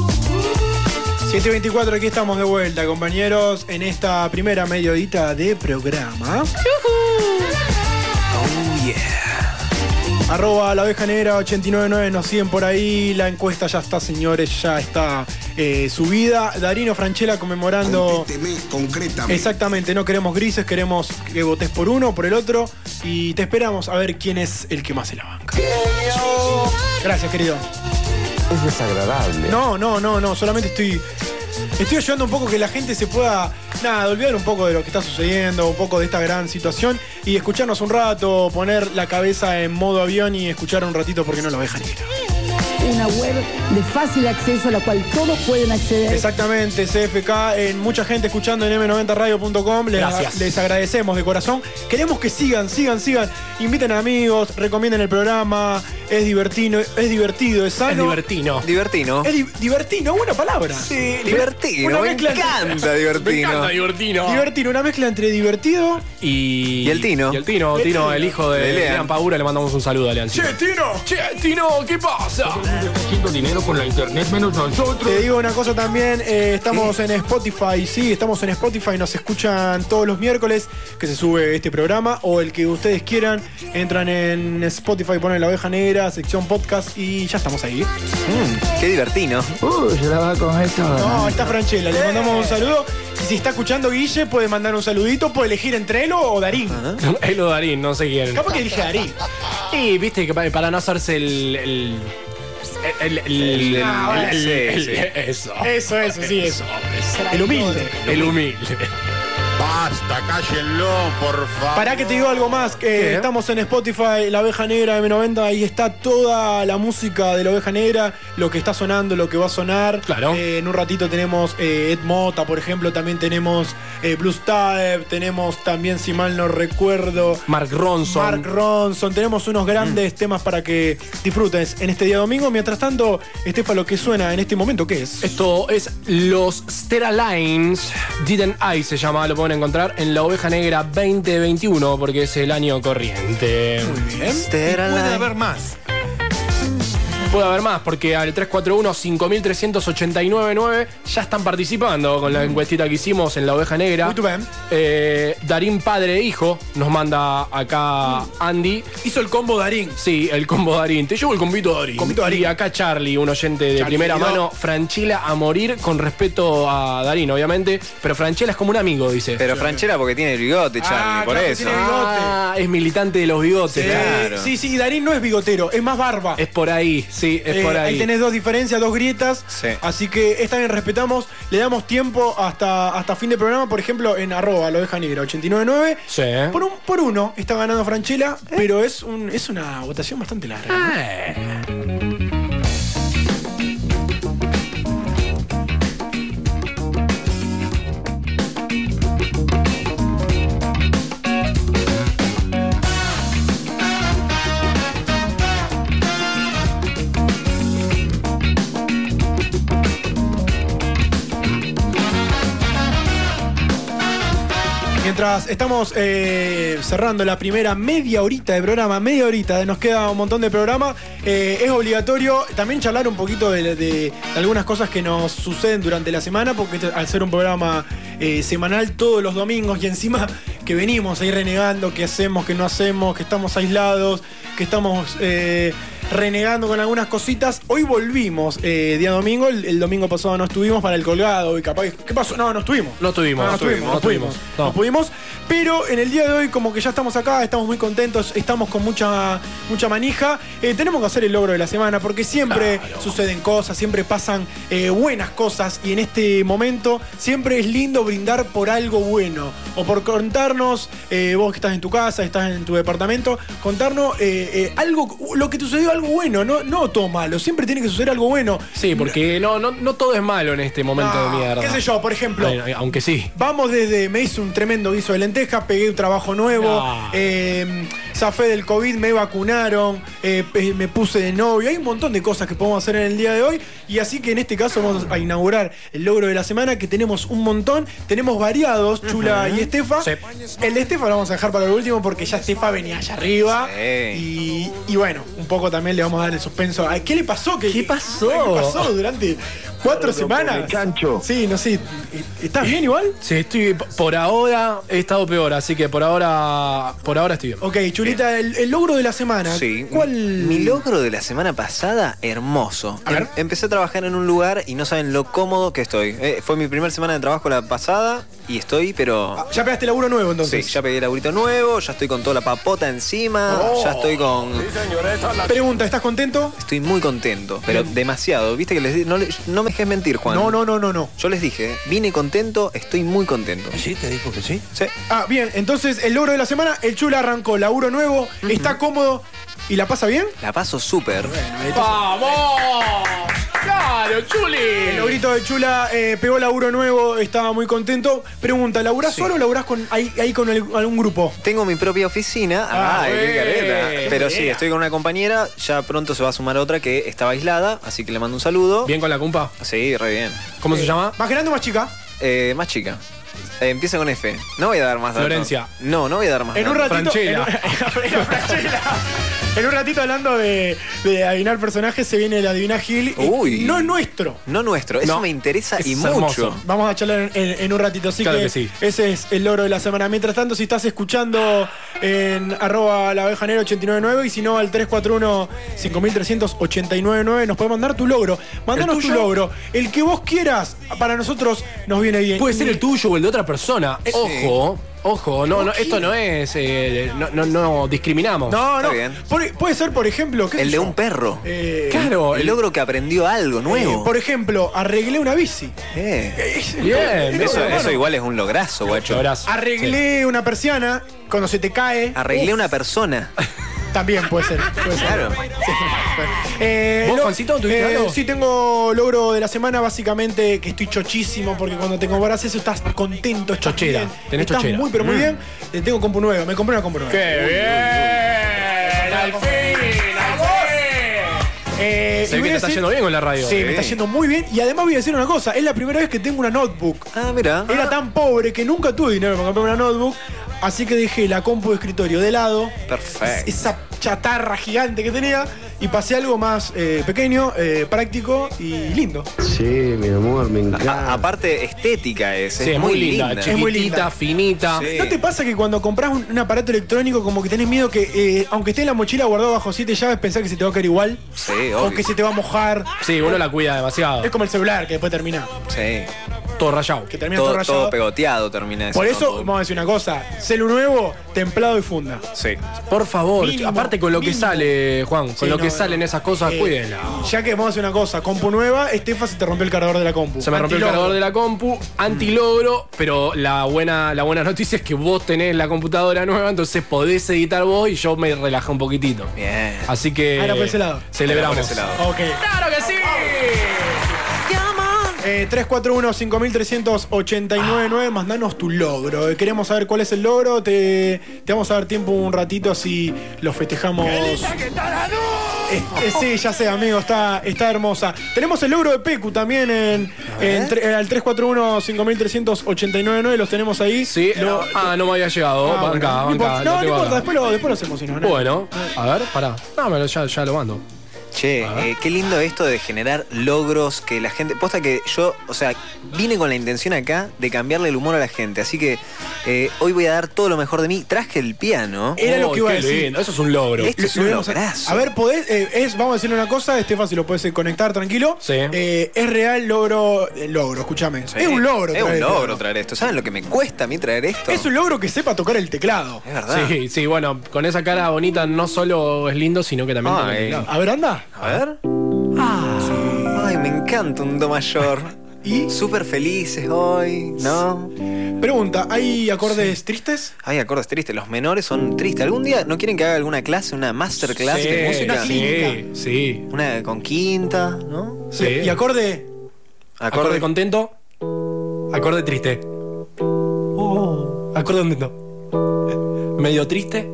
Speaker 11: Uh. 7.24, aquí estamos de vuelta, compañeros, en esta primera mediodita de programa.
Speaker 12: Oh yeah.
Speaker 11: Arroba la oveja negra 899 nos siguen por ahí. La encuesta ya está, señores, ya está eh, subida. Darino Franchella conmemorando.
Speaker 14: Concretamente.
Speaker 11: Exactamente, no queremos grises, queremos que votes por uno, por el otro. Y te esperamos a ver quién es el que más se la banca. Gracias, querido.
Speaker 15: Es desagradable.
Speaker 11: No, no, no, no. Solamente estoy. Estoy ayudando un poco que la gente se pueda. Nada, olvidar un poco de lo que está sucediendo, un poco de esta gran situación. Y escucharnos un rato, poner la cabeza en modo avión y escuchar un ratito porque no lo dejan ir.
Speaker 16: Una web de fácil acceso a la cual todos pueden acceder.
Speaker 11: Exactamente, CFK, en mucha gente escuchando en m90radio.com. Les,
Speaker 2: Gracias.
Speaker 11: les agradecemos de corazón. Queremos que sigan, sigan, sigan. Inviten a amigos, recomienden el programa. Es divertido, es divertido, es sano.
Speaker 2: divertino.
Speaker 12: Divertino.
Speaker 11: Es di- divertino, buena palabra.
Speaker 12: Sí, divertino,
Speaker 11: Una
Speaker 12: me
Speaker 11: mezcla entre-
Speaker 12: encanta divertino. Me encanta divertino.
Speaker 11: Divertino, una mezcla entre divertido.
Speaker 2: Y,
Speaker 12: Y el Tino.
Speaker 2: Y el Tino, Tino, el hijo de,
Speaker 12: De Lean.
Speaker 2: Lean Paura, le mandamos un saludo a Lean.
Speaker 11: Tino!
Speaker 2: ¡Che, Tino! ¿Qué pasa?
Speaker 11: Haciendo dinero con la internet menos nosotros. Te digo una cosa también, eh, estamos en Spotify, sí, estamos en Spotify, nos escuchan todos los miércoles que se sube este programa o el que ustedes quieran. Entran en Spotify, ponen la oveja negra, sección podcast y ya estamos ahí.
Speaker 12: Qué divertido.
Speaker 4: Uh, yo la va con eso.
Speaker 11: No, está Franchella, le mandamos un saludo. Y si está escuchando Guille, puede mandar un saludito, puede elegir entre él o Darín.
Speaker 2: Elo Darín, no sé quién.
Speaker 11: Capaz que elige a Darín.
Speaker 2: Y viste que para para no hacerse el. el el, el- el-
Speaker 11: Ah, bueno,
Speaker 2: el- el-
Speaker 11: sí,
Speaker 2: el-
Speaker 11: sí.
Speaker 2: Eso.
Speaker 11: Eso, eso, sí, eso. El humilde.
Speaker 2: El humilde.
Speaker 14: Basta, cállenlo, por favor.
Speaker 11: Pará que te digo algo más, que
Speaker 14: ¿Qué?
Speaker 11: estamos en Spotify, La Oveja Negra M90, ahí está toda la música de La Oveja Negra, lo que está sonando, lo que va a sonar. Claro. en un ratito tenemos eh, Ed Mota, por ejemplo, también tenemos eh, Blues Type, tenemos también, si mal no recuerdo,
Speaker 2: Mark Ronson. Mm.
Speaker 11: Mark Ronson. Tenemos unos grandes temas para que disfrutes en este día domingo. Mientras tanto, Estefa, lo que suena en este momento, ¿qué es?
Speaker 2: Esto es los Stera Lines Didn't I se llama, lo pueden encontrar en la oveja negra 2021 porque es el año corriente. Muy
Speaker 11: bien.
Speaker 2: Puede haber
Speaker 11: más.
Speaker 2: Puede haber más porque al 341 5389 ya están participando con la encuestita que hicimos en la oveja negra. Eh, Darín padre e hijo nos manda acá Andy. Mm. Hizo el combo Darín. Sí, el combo Darín. Te llevo el combito Darín. Y acá Charlie, un oyente de
Speaker 11: Charlie
Speaker 2: primera
Speaker 11: Guido.
Speaker 2: mano, Franchela a morir con respeto a Darín, obviamente. Pero Franchela es como un amigo, dice.
Speaker 12: Pero Franchella porque tiene el bigote, Charlie, por
Speaker 2: claro que
Speaker 12: eso.
Speaker 2: tiene bigote. Ah, es militante de los bigotes.
Speaker 12: Claro.
Speaker 11: Eh, Sí, sí, Darín no es bigotero, es más barba.
Speaker 2: Es por ahí, sí, es
Speaker 11: Eh,
Speaker 2: por ahí.
Speaker 11: tenés dos diferencias, dos grietas.
Speaker 12: Sí.
Speaker 11: Así que esta bien respetamos, le damos tiempo hasta, hasta fin de programa, por ejemplo, en arroba, lo deja negra, 899.
Speaker 2: Sí.
Speaker 11: Por, un, por uno está ganando Franchella, pero es, un, es una votación bastante larga. ¿no?
Speaker 2: Eh.
Speaker 11: Mientras estamos eh, cerrando la primera media horita de programa, media horita, nos queda un montón de programa, eh, es obligatorio también charlar un poquito de, de- de algunas cosas que nos suceden durante la semana, porque este- al ser un programa eh, semanal todos los domingos y encima que venimos ahí renegando, que hacemos, que no hacemos, que estamos aislados, que estamos... eh, renegando con algunas cositas. Hoy volvimos eh, día domingo. El, el domingo pasado no estuvimos para el colgado. Y capaz, ¿Qué pasó? No, no estuvimos. Ah,
Speaker 2: No tuvimos,
Speaker 11: No,
Speaker 2: no
Speaker 11: no tuvimos,
Speaker 2: tuvimos,
Speaker 11: no
Speaker 2: no
Speaker 11: tuvimos.
Speaker 2: tuvimos,
Speaker 11: No
Speaker 2: no.
Speaker 11: pudimos. Pero en el día de hoy, como que ya estamos acá, estamos muy contentos, estamos con mucha, mucha manija. Eh, tenemos que hacer el logro de la semana porque siempre suceden cosas, siempre pasan eh, buenas cosas. Y en este momento siempre es lindo brindar por algo bueno. O por contarnos, eh, vos que estás en tu casa, estás en tu departamento, contarnos eh, eh, algo, lo que te sucedió algo bueno, no, no todo malo. Siempre tiene que suceder algo bueno. Ah,
Speaker 2: Sí, porque no, no, no todo es malo en este momento de mierda.
Speaker 11: ¿Qué sé yo? Por ejemplo,
Speaker 2: Bueno, aunque sí.
Speaker 11: Vamos desde, me hice un tremendo guiso de lentejas, pegué un trabajo nuevo,
Speaker 2: Ah.
Speaker 11: eh, zafé del COVID, me vacunaron, eh, pe- me puse de novio, hay un montón de cosas que podemos hacer en el día de hoy y así que en este caso vamos a inaugurar el logro de la semana que tenemos un montón, tenemos variados, Chula y Estefa.
Speaker 2: Sí.
Speaker 11: El de Estefa lo vamos a dejar para el último porque ya Estefa venía allá arriba y, y bueno, un poco también le vamos a dar el suspenso. Ay, ¿Qué le pasó? ¿Qué, ¿Qué pasó? ¿Qué pasó durante ¿Cuatro semanas?
Speaker 2: Chancho.
Speaker 11: Sí, no sé. ¿Estás bien igual?
Speaker 2: Sí, estoy. Por ahora he estado peor, así que por ahora. Por ahora estoy bien.
Speaker 11: Ok, Chulita, el, el logro de la semana.
Speaker 12: Sí.
Speaker 11: ¿Cuál?
Speaker 12: Mi logro de la semana pasada, hermoso.
Speaker 11: A ver.
Speaker 12: Em- Empecé a trabajar en un lugar y no saben lo cómodo que estoy. Eh, fue mi primera semana de trabajo la pasada y estoy, pero.
Speaker 11: Ya pegaste laburo nuevo
Speaker 12: Sí,
Speaker 11: Ah, entonces.
Speaker 12: ya pegué el laburito nuevo, ya estoy con toda la papota encima,
Speaker 11: Oh.
Speaker 12: ya estoy con...
Speaker 11: Pregunta, ¿estás contento?
Speaker 12: Estoy muy contento, pero demasiado. Viste que les di- no, le- no me dejes mentir, Juan.
Speaker 11: No, no, no, no, no.
Speaker 12: Yo les dije, vine contento, estoy muy contento. ¿Sí? ¿Te dijo que sí? Sí.
Speaker 11: Ah, bien, entonces el logro de la semana, el Chula arrancó, laburo nuevo, está cómodo y la pasa bien.
Speaker 12: La paso súper.
Speaker 2: ¡Vamos! ¡Claro,
Speaker 11: El
Speaker 2: Chuli!
Speaker 11: logrito de Chula eh, pegó laburo nuevo, estaba muy contento. Pregunta, ¿laburás
Speaker 12: Sí.
Speaker 11: solo o laburás con, ahí, ahí con el- algún grupo?
Speaker 12: Tengo mi propia oficina.
Speaker 11: Ah,
Speaker 12: Ay, qué
Speaker 11: eh.
Speaker 12: careta. Pero sí,
Speaker 11: Mira.
Speaker 12: estoy con una compañera. Ya pronto se va a sumar otra que estaba aislada, así que le mando un saludo.
Speaker 2: ¿Bien con la cumpa?
Speaker 12: Sí, re bien.
Speaker 2: ¿Cómo se llama?
Speaker 11: ¿Más grande o más chica?
Speaker 12: Eh, más chica. Eh, empieza con F. No voy a dar más datos.
Speaker 2: Florencia.
Speaker 12: No, no voy a dar más
Speaker 11: En un
Speaker 12: datos.
Speaker 11: ratito. En un, era Franchella. En un ratito hablando de, de adivinar personajes, se viene el adivina Gil. y
Speaker 12: Uy.
Speaker 11: No es nuestro.
Speaker 12: No nuestro. Eso
Speaker 2: No.
Speaker 12: me interesa y
Speaker 2: Es
Speaker 12: mucho.
Speaker 2: hermoso.
Speaker 11: Vamos a charlar en, en un ratito, así
Speaker 2: Claro
Speaker 11: que,
Speaker 2: que sí.
Speaker 11: ese es el logro de la semana. Mientras tanto, si estás escuchando en arroba la abeja negra 899 y si no al 341-53899 nos puedes mandar tu logro. Mandanos tu
Speaker 2: tuyo?
Speaker 11: logro. El que vos quieras, para nosotros nos viene bien.
Speaker 2: Puede ser el tuyo o el de otra persona.
Speaker 12: Sí.
Speaker 2: Ojo, ojo, no, no, esto no es. eh, no, no, no discriminamos.
Speaker 11: No, no.
Speaker 12: Está bien.
Speaker 11: Por- puede ser, por ejemplo, qué sé
Speaker 12: El de
Speaker 11: yo,
Speaker 12: un perro.
Speaker 11: eh,
Speaker 2: Claro,
Speaker 12: El
Speaker 2: el-
Speaker 12: logro que aprendió algo
Speaker 11: Eh,
Speaker 12: nuevo.
Speaker 11: por ejemplo, arreglé una bici.
Speaker 12: Eh,
Speaker 2: Bien,
Speaker 11: no,
Speaker 12: Eso,
Speaker 11: hermano.
Speaker 12: eso igual es un lograzo, guacho.
Speaker 2: Abrazo.
Speaker 11: Arreglé una persiana cuando se te cae.
Speaker 12: Arreglé una persona.
Speaker 11: También puede ser. puede ser.
Speaker 12: Claro.
Speaker 11: Eh,
Speaker 2: ¿Vos,
Speaker 11: lo-
Speaker 2: Juancito, tuviste algo?
Speaker 11: Sí, tengo logro de la semana, básicamente que estoy chochísimo, porque cuando te compras eso estás contento, estás
Speaker 2: Chochera,
Speaker 11: bien,
Speaker 2: tenés
Speaker 11: estás
Speaker 2: chochera.
Speaker 11: muy, pero muy
Speaker 2: Mm.
Speaker 11: bien. Eh, Tengo compu nueva, me compré una compu nueva.
Speaker 2: bien! ¡Al fin!
Speaker 11: Eh,
Speaker 2: Se
Speaker 11: y
Speaker 2: ve
Speaker 11: voy
Speaker 2: que
Speaker 11: a
Speaker 2: te está
Speaker 11: decir-
Speaker 2: yendo bien con la radio. eh.
Speaker 11: Sí, me está yendo muy bien. Y además voy a decir una cosa, es la primera vez que tengo una notebook.
Speaker 12: Ah, mira.
Speaker 11: Era tan pobre que nunca tuve dinero para comprarme una notebook, así que dejé la compu de escritorio de lado,
Speaker 12: Perfecto.
Speaker 11: esa chatarra gigante que tenía, y pasé a algo más eh, pequeño, eh, práctico y lindo.
Speaker 7: Sí, mi amor, me
Speaker 12: A-
Speaker 7: encanta.
Speaker 12: aparte, estética es.
Speaker 2: Sí, es muy linda,
Speaker 11: Es muy
Speaker 2: chiquitita,
Speaker 11: linda.
Speaker 2: finita.
Speaker 12: Sí.
Speaker 11: ¿No te pasa que cuando compras un, un aparato electrónico como que tenés miedo que, eh, aunque esté en la mochila guardado bajo siete llaves, pensás que se te va a caer igual?
Speaker 12: Sí,
Speaker 11: O
Speaker 12: obvio.
Speaker 11: que se te va a mojar.
Speaker 2: Sí, uno la cuida demasiado.
Speaker 11: Es como el celular que después termina.
Speaker 12: Sí.
Speaker 2: Todo rayado.
Speaker 11: Que termina todo,
Speaker 12: Todo,
Speaker 11: rayado.
Speaker 12: todo pegoteado termina ese
Speaker 11: Por eso,
Speaker 12: notebook.
Speaker 11: vamos a decir una cosa: celu nuevo, templado y funda.
Speaker 12: Sí.
Speaker 2: Por favor,
Speaker 11: Mínimo,
Speaker 2: aparte con lo que
Speaker 11: mínimo.
Speaker 2: sale, Juan, con
Speaker 11: Sí,
Speaker 2: lo
Speaker 11: no,
Speaker 2: que
Speaker 11: no.
Speaker 2: salen esas cosas,
Speaker 11: Eh,
Speaker 2: cuídenla.
Speaker 11: Ya que vamos a decir una cosa, compu nueva, Estefa se te rompió el cargador de la compu.
Speaker 2: Se me rompió el
Speaker 11: Antilogro.
Speaker 2: cargador de la compu, antilogro, pero la buena, la buena noticia es que vos tenés la computadora nueva, entonces podés editar vos y yo me relajé un poquitito.
Speaker 12: Bien.
Speaker 11: Ah,
Speaker 2: Así que.
Speaker 11: Ahora por ese lado.
Speaker 2: Celebramos.
Speaker 12: Ahora por ese lado.
Speaker 11: Ok.
Speaker 2: ¡Claro que sí!
Speaker 11: Eh, 341-5389-9, mandanos tu logro. Eh, Queremos saber cuál es el logro. Te, te vamos a dar tiempo un ratito así lo festejamos. Eh, eh, sí, ya sé, amigo, está, está hermosa. Tenemos el logro de Pecu también en, en tre- eh, al 341-5389-9. Los tenemos ahí.
Speaker 2: Sí,
Speaker 11: Lo-
Speaker 2: no- ah, no me había llegado.
Speaker 11: Ah, bueno,
Speaker 2: bancá,
Speaker 11: no
Speaker 2: bancá,
Speaker 11: importa.
Speaker 2: lo
Speaker 11: No, no
Speaker 2: tengo
Speaker 11: importa,
Speaker 2: acá.
Speaker 11: después lo, después lo hacemos. Si no, no.
Speaker 2: Bueno, a ver, pará. No, me lo- ya, ya lo mando.
Speaker 12: Che, eh, qué lindo esto de generar logros que la gente. Posta que yo, o sea, vine con la intención acá de cambiarle el humor a la gente. Así que eh, hoy voy a dar todo lo mejor de mí. Traje el piano.
Speaker 11: Era lo
Speaker 2: Oh,
Speaker 11: que iba a
Speaker 2: qué
Speaker 11: decir.
Speaker 2: lindo, Eso es un logro.
Speaker 12: Esto es un
Speaker 11: Lo vemos a-
Speaker 12: lograzo.
Speaker 11: A ver, podés, eh, es, vamos a decirle una cosa, Estefa, si lo puedes eh, conectar tranquilo.
Speaker 2: Sí.
Speaker 11: Eh, es real logro, eh, logro, escúchame.
Speaker 12: Sí.
Speaker 11: Es un logro.
Speaker 12: Es
Speaker 11: traer
Speaker 12: un
Speaker 11: el
Speaker 12: logro
Speaker 11: programa.
Speaker 12: traer esto. ¿Saben lo que me cuesta a mí traer esto?
Speaker 11: Es un logro que sepa tocar el teclado.
Speaker 12: Es verdad.
Speaker 2: Sí, sí, bueno, con esa cara bonita no solo es lindo, sino que también.
Speaker 12: Ay.
Speaker 2: tiene-
Speaker 11: A ver, anda.
Speaker 12: A ver.
Speaker 11: Ah.
Speaker 12: Ay, me encanta un do mayor.
Speaker 11: Y
Speaker 12: Súper felices hoy, ¿no?
Speaker 11: pregunta, ¿hay acordes tristes?
Speaker 12: Ay, acordes tristes. Los menores son tristes. ¿Algún día no quieren que haga alguna clase, una masterclass
Speaker 2: Sí,
Speaker 12: de música?
Speaker 2: Sí, sí.
Speaker 12: Una con quinta, ¿no?
Speaker 2: Sí.
Speaker 11: ¿Y acorde?
Speaker 2: Acorde, contento. Acorde triste. Acorde contento. Oh. Medio triste.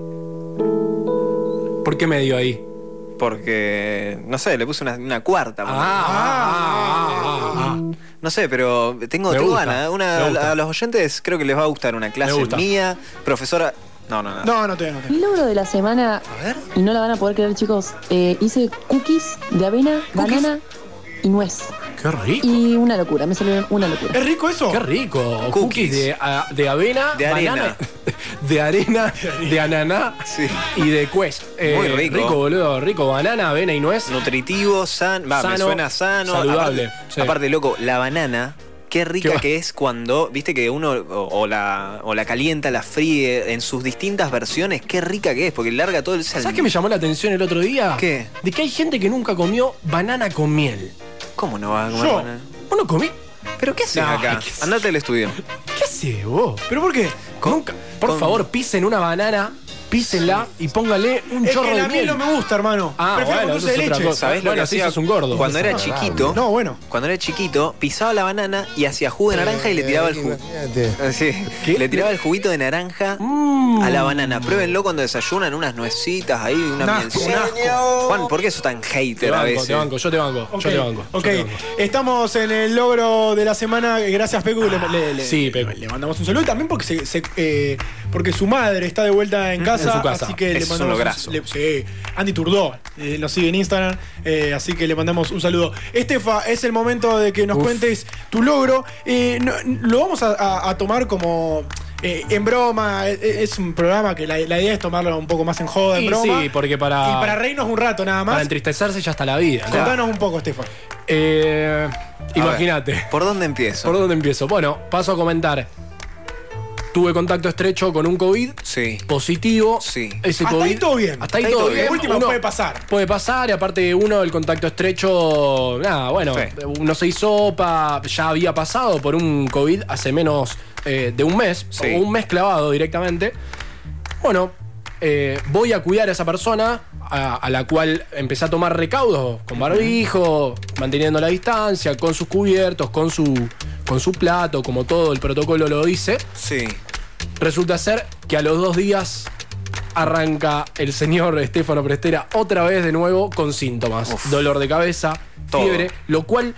Speaker 2: ¿Por qué medio ahí?
Speaker 12: Porque, no sé, le puse una, una cuarta. ponele.
Speaker 2: Ah, ah, ah, ah,
Speaker 12: No sé, pero tengo,
Speaker 2: Me
Speaker 12: tengo
Speaker 2: gusta,
Speaker 12: ganas. ¿eh?
Speaker 2: me
Speaker 12: Una,
Speaker 2: gusta.
Speaker 12: a los oyentes creo que les va a gustar una clase
Speaker 2: Me gusta.
Speaker 12: mía. Profesora... No, no, no.
Speaker 11: No, no te no te-
Speaker 17: Mi logro de la semana,
Speaker 12: A ver.
Speaker 17: y no la van a poder creer chicos, eh, hice cookies de avena, banana y nuez.
Speaker 2: ah. Qué rico.
Speaker 16: Y una locura, me salió una locura.
Speaker 11: ¿Es rico eso?
Speaker 2: Qué rico. Cookies, de, a- de avena,
Speaker 12: De arena.
Speaker 2: banana, de arena, de ananá y de quest.
Speaker 12: Muy rico.
Speaker 2: Rico, boludo. Rico. Banana, avena y nuez.
Speaker 12: Nutritivo, sano. Va, me
Speaker 2: Sano,
Speaker 12: suena sano.
Speaker 2: saludable,
Speaker 12: Aparte,
Speaker 2: sí.
Speaker 12: aparte, loco, la banana. Qué rica
Speaker 2: Qué va-
Speaker 12: que es cuando, viste que uno o, o la, o la calienta, la fríe en sus distintas versiones. Qué rica que es, porque larga todo el sal.
Speaker 2: ¿Sabes qué me llamó la atención el otro día?
Speaker 12: ¿Qué?
Speaker 2: De que hay gente que nunca comió banana con miel.
Speaker 12: ¿Cómo no va a comer
Speaker 2: Yo.
Speaker 12: banana?
Speaker 2: ¿Vos no comí?
Speaker 12: ¿Eh? ¿Pero qué haces
Speaker 2: No,
Speaker 12: acá?
Speaker 2: ¿qué haces?
Speaker 12: Andate al estudio.
Speaker 2: ¿Qué haces vos?
Speaker 11: ¿Pero por qué?
Speaker 2: Nunca. Por
Speaker 12: con-
Speaker 2: favor, pisen una banana, písenla y póngale un
Speaker 11: Es
Speaker 2: chorro
Speaker 11: que la
Speaker 2: de miel.
Speaker 11: miel no me gusta, hermano.
Speaker 2: Ah,
Speaker 11: Prefiero
Speaker 2: bueno,
Speaker 11: con
Speaker 2: eso
Speaker 11: dulce
Speaker 2: es
Speaker 11: de
Speaker 2: otra
Speaker 11: leche.
Speaker 2: cosa. ¿Sabés lo
Speaker 12: Bueno,
Speaker 2: que
Speaker 12: hacía
Speaker 2: hacías? Es un gordo.
Speaker 12: Cuando era
Speaker 2: Es
Speaker 12: chiquito.
Speaker 11: No, bueno.
Speaker 12: Cuando era chiquito, pisaba la banana y hacía jugo de naranja y le tiraba el jugo. Sí, le tiraba el juguito de naranja
Speaker 2: Mm.
Speaker 12: a la banana. Pruébenlo cuando desayunan unas nuecitas ahí, una
Speaker 11: Un asco,
Speaker 12: mielcita. Juan, ¿por qué sos tan hater
Speaker 2: Te
Speaker 12: a
Speaker 2: banco,
Speaker 12: veces?
Speaker 2: te banco, yo te banco,
Speaker 11: Ok,
Speaker 2: yo te banco. yo
Speaker 11: ok.
Speaker 2: te banco.
Speaker 11: estamos en el logro de la semana. Gracias, Pecu. Le, le- le-
Speaker 2: Sí, Pecu.
Speaker 11: le mandamos un saludo. Y También porque, se, se- eh, porque su madre está de vuelta en casa.
Speaker 2: Mm, en su casa.
Speaker 11: Así que
Speaker 12: Ese
Speaker 11: le
Speaker 12: es un
Speaker 11: mandamos.
Speaker 12: lograzo.
Speaker 11: le- sí, Andy Turdó eh, nos sigue en Instagram. eh, así que le mandamos un saludo. Estefa, es el momento de que nos
Speaker 2: Uf.
Speaker 11: cuentes tu logro. Eh, no- lo vamos a, a- a tomar como. eh, en broma, Eh, eh, es un programa que la, la idea es tomarlo un poco más en joda, en
Speaker 2: Y
Speaker 11: broma.
Speaker 2: sí, porque para,
Speaker 11: y para reírnos un rato nada
Speaker 2: para
Speaker 11: más.
Speaker 2: entristecerse ya está la vida. ¿no?
Speaker 11: Contanos un poco, Estefa.
Speaker 2: Eh,
Speaker 12: A
Speaker 2: Imagínate.
Speaker 12: ver, ¿Por dónde empiezo?
Speaker 2: ¿Por dónde empiezo? Bueno, paso a comentar. Tuve contacto estrecho con un COVID
Speaker 12: Sí,
Speaker 2: positivo.
Speaker 12: sí.
Speaker 2: Ese
Speaker 11: Hasta
Speaker 2: COVID.
Speaker 11: ahí todo bien.
Speaker 2: Hasta ahí todo bien.
Speaker 11: Última
Speaker 2: Uno-
Speaker 11: puede pasar.
Speaker 2: Puede pasar, y aparte uno, el contacto estrecho, nada, bueno,
Speaker 12: Sí.
Speaker 2: no se hizo sopa, ya había pasado por un COVID hace menos eh, de un mes,
Speaker 12: Sí.
Speaker 2: o un mes clavado directamente. Bueno, eh, voy a cuidar a esa persona a, a la cual empecé a tomar recaudos con barbijo, manteniendo la distancia, con sus cubiertos, con su, con su plato, como todo el protocolo lo dice.
Speaker 12: Sí.
Speaker 2: Resulta ser que a los dos días arranca el señor Estefano Prestera otra vez de nuevo con síntomas.
Speaker 12: Uf.
Speaker 2: Dolor de cabeza,
Speaker 12: Todo.
Speaker 2: fiebre, lo cual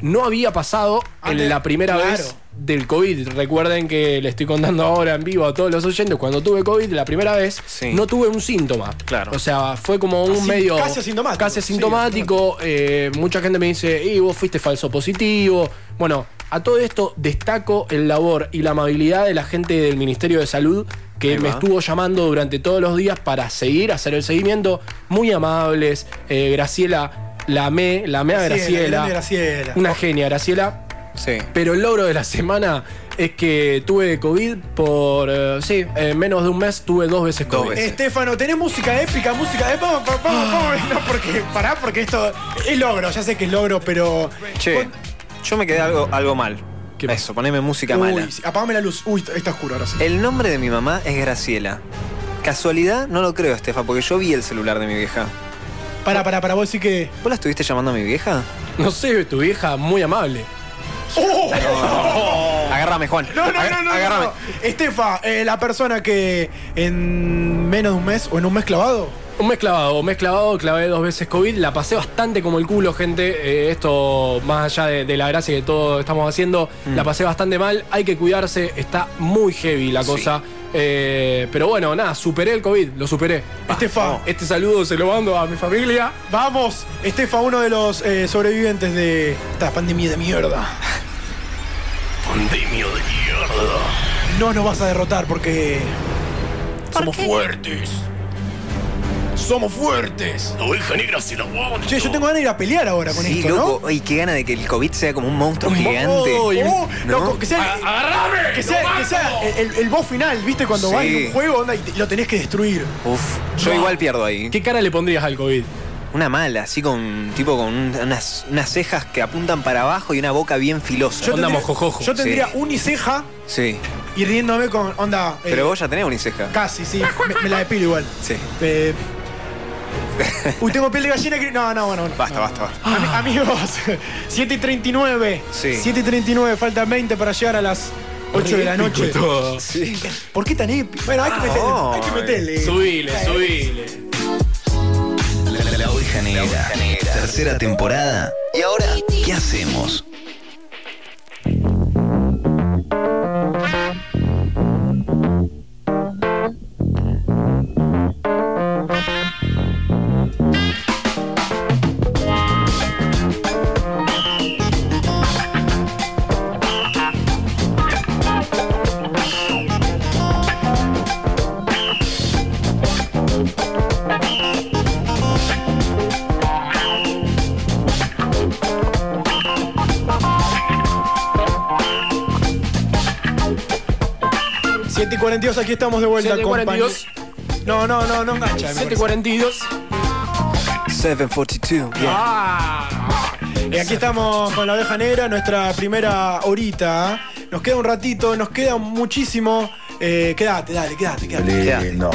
Speaker 2: no había pasado
Speaker 11: Antes,
Speaker 2: en la primera
Speaker 11: claro.
Speaker 2: vez del COVID. Recuerden que le estoy contando ahora en vivo a todos los oyentes, cuando tuve COVID la primera vez,
Speaker 12: Sí.
Speaker 2: no tuve un síntoma.
Speaker 12: Claro.
Speaker 2: O sea, fue como un
Speaker 11: Así,
Speaker 2: medio...
Speaker 11: casi asintomático.
Speaker 2: Casi
Speaker 11: Sí,
Speaker 2: asintomático. eh, mucha gente me dice, y vos fuiste falso positivo. Bueno, a todo esto destaco el labor y la amabilidad de la gente del Ministerio de Salud
Speaker 12: Ahí
Speaker 2: que me
Speaker 12: va.
Speaker 2: estuvo llamando durante todos los días para seguir, hacer el seguimiento. Muy amables. Eh, Graciela, la amé, la amé a
Speaker 11: Graciela,
Speaker 2: Graciela.
Speaker 11: grande Graciela.
Speaker 2: Una genia, Graciela.
Speaker 12: Sí.
Speaker 2: Pero el logro de la semana es que tuve COVID por, eh, sí, en menos de un mes tuve dos veces
Speaker 12: Dos
Speaker 2: COVID.
Speaker 12: veces.
Speaker 11: Estefano, tenés música épica, música épica. Vamos, vamos, vamos, vamos. No, porque, pará, porque esto es logro, ya sé que es logro, pero.
Speaker 12: Che, yo me quedé algo, algo mal.
Speaker 2: ¿Qué pasó?
Speaker 12: Eso, poneme música mala.
Speaker 11: Uy, sí, apagame la luz. Uy, está oscuro ahora sí.
Speaker 12: El nombre de mi mamá es Graciela. ¿Casualidad? No lo creo, Estefa, porque yo vi el celular de mi vieja.
Speaker 11: Pará, pará, pará, vos decís que.
Speaker 12: ¿Vos la estuviste llamando a mi vieja?
Speaker 2: No sé, tu vieja muy amable.
Speaker 11: ¡Oh!
Speaker 12: Agárrame, Juan.
Speaker 11: No, no,
Speaker 12: Aga-
Speaker 11: no, no, no,
Speaker 12: Agárrame.
Speaker 11: no. Estefa, eh, la persona que en menos de un mes o en un mes clavado.
Speaker 2: Un mes clavado, un mes clavado, clavé dos veces COVID, la pasé bastante como el culo, gente. eh, esto, más allá de, de la gracia que todos estamos haciendo,
Speaker 11: Mm.
Speaker 2: la pasé bastante mal. Hay que cuidarse, está muy heavy la
Speaker 12: Sí.
Speaker 2: cosa. Eh, pero bueno, nada, superé el COVID, lo superé.
Speaker 11: Estefa.
Speaker 2: Este saludo se lo mando a mi familia.
Speaker 11: Vamos, Estefa, uno de los eh, sobrevivientes de esta pandemia de mierda.
Speaker 5: Pandemia de mierda.
Speaker 11: No nos vas a derrotar porque
Speaker 5: Somos fuertes.
Speaker 11: somos fuertes.
Speaker 5: La oveja negra se la aguanta.
Speaker 11: Che, yo tengo ganas de ir a pelear ahora con
Speaker 12: Sí,
Speaker 11: esto,
Speaker 12: loco. Ay, qué gana de que el COVID sea como un monstruo
Speaker 11: ¿no?
Speaker 12: gigante.
Speaker 11: Oh, oh,
Speaker 12: ¿No?
Speaker 11: loco, que sea,
Speaker 2: Ah,
Speaker 5: ¡Agarrame!
Speaker 11: que sea, que sea eh, el, el boss final, ¿viste? Cuando
Speaker 12: Sí.
Speaker 11: va en un juego onda, y te- lo tenés que destruir.
Speaker 12: Uf, yo igual pierdo ahí.
Speaker 2: ¿Qué cara le pondrías al COVID?
Speaker 12: Una mala, así con tipo con un- unas, unas cejas que apuntan para abajo y una boca bien filosa.
Speaker 11: Yo
Speaker 2: Onda
Speaker 11: tendría,
Speaker 2: mojojojo.
Speaker 11: yo tendría
Speaker 12: Sí.
Speaker 11: uniceja
Speaker 12: Sí.
Speaker 11: y riéndome con onda. eh,
Speaker 12: Pero vos ya tenés uniceja.
Speaker 11: Casi, sí. Me, me la depilo igual.
Speaker 12: Sí.
Speaker 11: Eh, uy, tengo piel de gallina que. No, no, bueno, bueno.
Speaker 12: Basta,
Speaker 11: No.
Speaker 12: basta, basta.
Speaker 11: Ami- amigos, 7 y 39.
Speaker 12: Sí.
Speaker 11: 7 y 39, faltan 20 para llegar a las 8 de la
Speaker 2: Épico
Speaker 11: noche.
Speaker 2: todo.
Speaker 12: Sí.
Speaker 11: ¿Por qué tan épico? Bueno, hay que meterle.
Speaker 12: Ah, no.
Speaker 11: hay que meterle.
Speaker 2: Subile, subile.
Speaker 13: La, la- la oveja negra. Tercera temporada. ¿Y ahora qué hacemos?
Speaker 11: 7 y 42, aquí estamos de vuelta,
Speaker 2: 7 y 42.
Speaker 11: compañe- No, no, no, no engancha.
Speaker 2: 742.
Speaker 12: 742. bien.
Speaker 11: Ah.
Speaker 2: Ah.
Speaker 11: Y aquí estamos con la oveja negra, nuestra primera horita. ¿eh? Nos queda un ratito, nos queda muchísimo. Eh, quédate, dale, quédate,
Speaker 3: Qué
Speaker 11: quédate.
Speaker 13: Eh,
Speaker 3: lindo.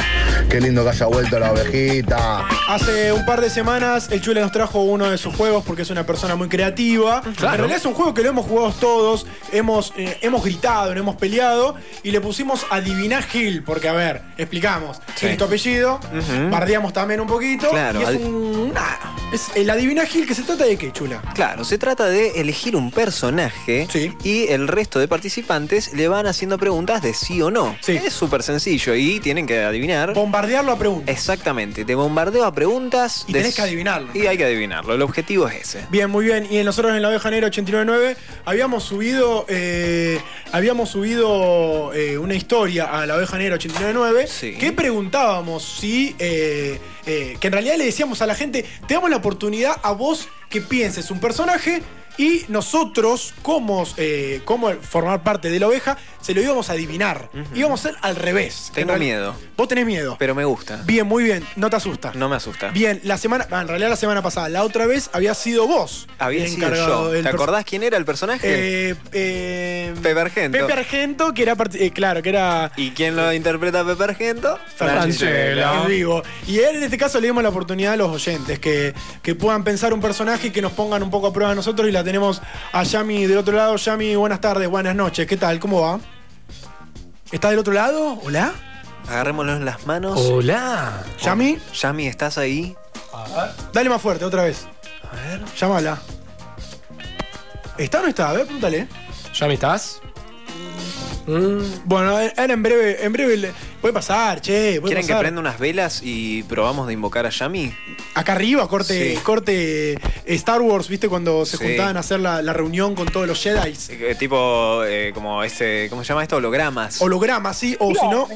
Speaker 3: Qué lindo que haya vuelto la ovejita.
Speaker 11: Hace un par de semanas el Chule nos trajo uno de sus juegos porque es una persona muy creativa. En realidad es un juego que lo hemos jugado todos, hemos, eh, hemos gritado, lo hemos peleado y le pusimos adiviná Gil, porque a ver, explicamos.
Speaker 12: Sí.
Speaker 11: Gil es tu apellido,
Speaker 12: Ujú.
Speaker 11: bardeamos también un poquito.
Speaker 12: Claro,
Speaker 11: y es
Speaker 12: al-
Speaker 11: un- nada, es el adiviná Gil que se trata de qué, Chula.
Speaker 12: Claro, se trata de elegir un personaje y el resto de participantes le van haciendo preguntas de sí o no. Es súper sencillo y tienen que adivinar.
Speaker 11: Bombardearlo a preguntas.
Speaker 12: Exactamente, te bombardeo a preguntas.
Speaker 11: Y
Speaker 12: de-
Speaker 11: tenés que adivinarlo.
Speaker 12: Y hay que adivinarlo, el objetivo es ese.
Speaker 11: Bien, muy bien. Y nosotros en la Oveja Negra 899 habíamos subido, eh, habíamos subido eh, una historia a la Oveja Negra 899 que preguntábamos si, eh, eh, que en realidad le decíamos a la gente, te damos la oportunidad a vos que pienses un personaje y nosotros, como, eh, como formar parte de la oveja, se lo íbamos a adivinar. Íbamos a hacer al revés. En
Speaker 12: Tengo
Speaker 11: real-
Speaker 12: miedo,
Speaker 11: Vos tenés miedo.
Speaker 12: pero me gusta.
Speaker 11: Bien, muy bien. No te asusta.
Speaker 12: No me asusta.
Speaker 11: Bien, la semana, ah, en realidad la semana pasada, la otra vez había sido vos.
Speaker 12: Había
Speaker 11: el
Speaker 12: sido
Speaker 11: encargado
Speaker 12: yo.
Speaker 11: del
Speaker 12: ¿Te
Speaker 11: perso-
Speaker 12: acordás quién era el personaje?
Speaker 11: Eh, eh,
Speaker 12: Pepe Argento.
Speaker 11: Pepe Argento, que era, part- eh, claro, que era
Speaker 12: ¿Y quién lo interpreta a Pepe Argento?
Speaker 11: en vivo. Y él, en este caso le dimos la oportunidad a los oyentes que, que puedan pensar un personaje y que nos pongan un poco a prueba a nosotros. Y la tenemos a Yami del otro lado. Yami, buenas tardes, buenas noches. ¿Qué tal? ¿Cómo va? ¿Estás del otro lado? ¿Hola?
Speaker 12: Agarrémoslo en las manos.
Speaker 2: Hola.
Speaker 11: Oh, ¿Yami?
Speaker 12: Yami, ¿estás ahí?
Speaker 11: Dale más fuerte, otra vez. A ver. Llámala. ¿Está o no está? A ver, pregúntale.
Speaker 2: ¿Yami estás?
Speaker 11: Bueno, ahora en breve, en breve le- puede pasar, che, puede
Speaker 12: ¿Quieren que
Speaker 11: pasar.
Speaker 12: prenda unas velas y probamos de invocar a Yami?
Speaker 11: Acá arriba, corte,
Speaker 12: Sí.
Speaker 11: corte eh, Star Wars, ¿viste? Cuando se
Speaker 12: Sí.
Speaker 11: juntaban a hacer la, la reunión con todos los Jedi.
Speaker 12: Eh, Tipo, eh, como este, ¿cómo se llama esto? Hologramas.
Speaker 11: Hologramas, sí, o si no.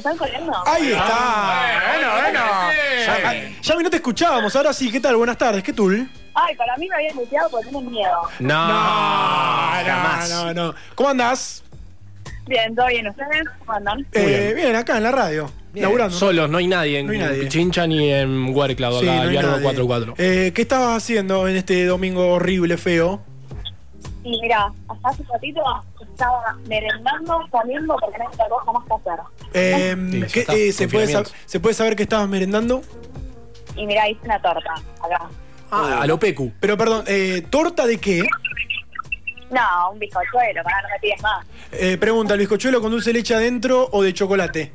Speaker 11: Ahí
Speaker 12: Ah,
Speaker 11: está. Bueno, bueno. Yami. Yami, no te escuchábamos. Ahora sí, ¿qué tal? Buenas tardes, ¿qué tul?
Speaker 17: Ay, para mí me había muteado porque tienen miedo.
Speaker 2: No,
Speaker 11: no, no, no. ¿Cómo andás?
Speaker 17: Bien, todo bien. ¿Ustedes cómo andan?
Speaker 11: Eh, bien. acá en la radio. Laburando.
Speaker 2: Solos, no hay nadie en
Speaker 11: No hay nadie.
Speaker 2: Pichincha ni en Wareclado,
Speaker 11: Sí, no
Speaker 2: acá,
Speaker 11: hay
Speaker 2: Aliar
Speaker 11: nadie.
Speaker 2: 244.
Speaker 11: Eh, ¿Qué estabas haciendo en este domingo horrible, feo?
Speaker 17: Y mira, hasta hace un ratito estaba merendando, comiendo porque no otra cosa más que hacer.
Speaker 11: Eh,
Speaker 2: Sí, ya
Speaker 11: ¿qué-
Speaker 2: está,
Speaker 11: eh, se, puede sab-
Speaker 2: confinamiento.
Speaker 11: ¿Se puede saber que estabas merendando?
Speaker 17: Y mira, hice una torta acá.
Speaker 11: Eh,
Speaker 2: Ah, a lo Pecu.
Speaker 11: Pero perdón, eh, ¿torta de qué?
Speaker 17: No, un bizcochuelo, para no me pides más.
Speaker 11: Eh, pregunta, ¿el bizcochuelo con dulce de leche adentro o de chocolate?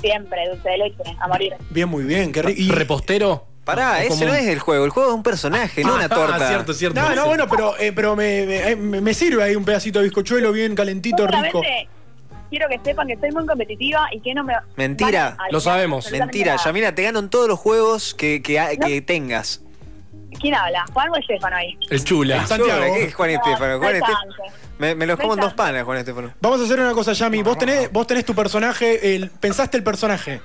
Speaker 17: Siempre, dulce de leche, a morir.
Speaker 11: Bien, muy bien. Qué rico.
Speaker 2: ¿Repostero?
Speaker 12: Pará, ese no es el juego. El juego es un personaje,
Speaker 2: Ah,
Speaker 12: no una torta.
Speaker 11: No, no, bueno, pero, eh, pero me, me- eh, me- me sirve ahí un pedacito de bizcochuelo bien calentito, rico.
Speaker 17: Solamente quiero que sepan que soy muy competitiva y que no me...
Speaker 12: Mentira.
Speaker 17: van a- absolutamente
Speaker 12: Mentira,
Speaker 17: nada.
Speaker 12: Yamina, te ganan todos los juegos que, que, que tengas.
Speaker 17: ¿Quién habla? Juan o Estefano ahí.
Speaker 2: El chula. Eh,
Speaker 12: El Santiago. ¿Qué es Juan Estefano? Juan
Speaker 17: No hay
Speaker 12: Estefano.
Speaker 17: chance.
Speaker 12: Me, me los
Speaker 17: No
Speaker 12: como en
Speaker 17: hay
Speaker 12: dos panas, Juan Estefano.
Speaker 11: Vamos a hacer una cosa, Yami. Vos tenés, vos tenés tu personaje, el, pensaste el personaje.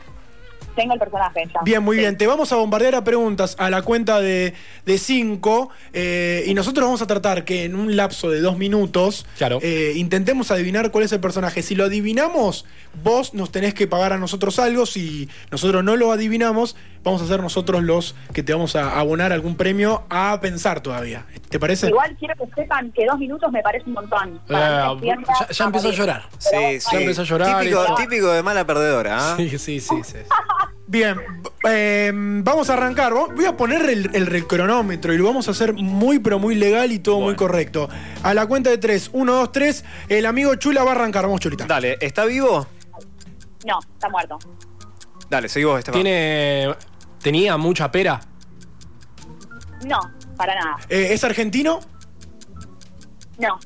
Speaker 17: Tengo el personaje ya.
Speaker 11: Bien, muy bien. Te vamos a bombardear a preguntas a la cuenta de 5 y nosotros vamos a tratar que en un lapso de dos minutos eh, intentemos adivinar cuál es el personaje. Si lo adivinamos, vos nos tenés que pagar a nosotros algo. Si nosotros no lo adivinamos, vamos a ser nosotros los que te vamos a abonar algún premio a pensar todavía. ¿Te parece?
Speaker 17: Igual quiero que sepan que dos minutos me parece un montón. Para mí se sienta morir.
Speaker 12: Sí, sí.
Speaker 2: Ya empezó a llorar y
Speaker 12: Típico,
Speaker 2: todo.
Speaker 12: típico de mala perdedora. ¿ah?
Speaker 2: Sí, sí, sí. sí.
Speaker 11: Bien, eh, vamos a arrancar. Vo- Voy a poner el, el- el cronómetro y lo vamos a hacer muy, pero muy legal y todo muy correcto. A la cuenta de 3, 1, 2, 3, el amigo Chula va a arrancar. Vamos, Chulita.
Speaker 12: Dale, ¿está vivo?
Speaker 17: No, está muerto.
Speaker 12: Dale, seguí vos, Estefano.
Speaker 2: Tiene. Tenía mucha pera.
Speaker 17: No, para nada.
Speaker 11: Eh, ¿Es argentino?
Speaker 17: No,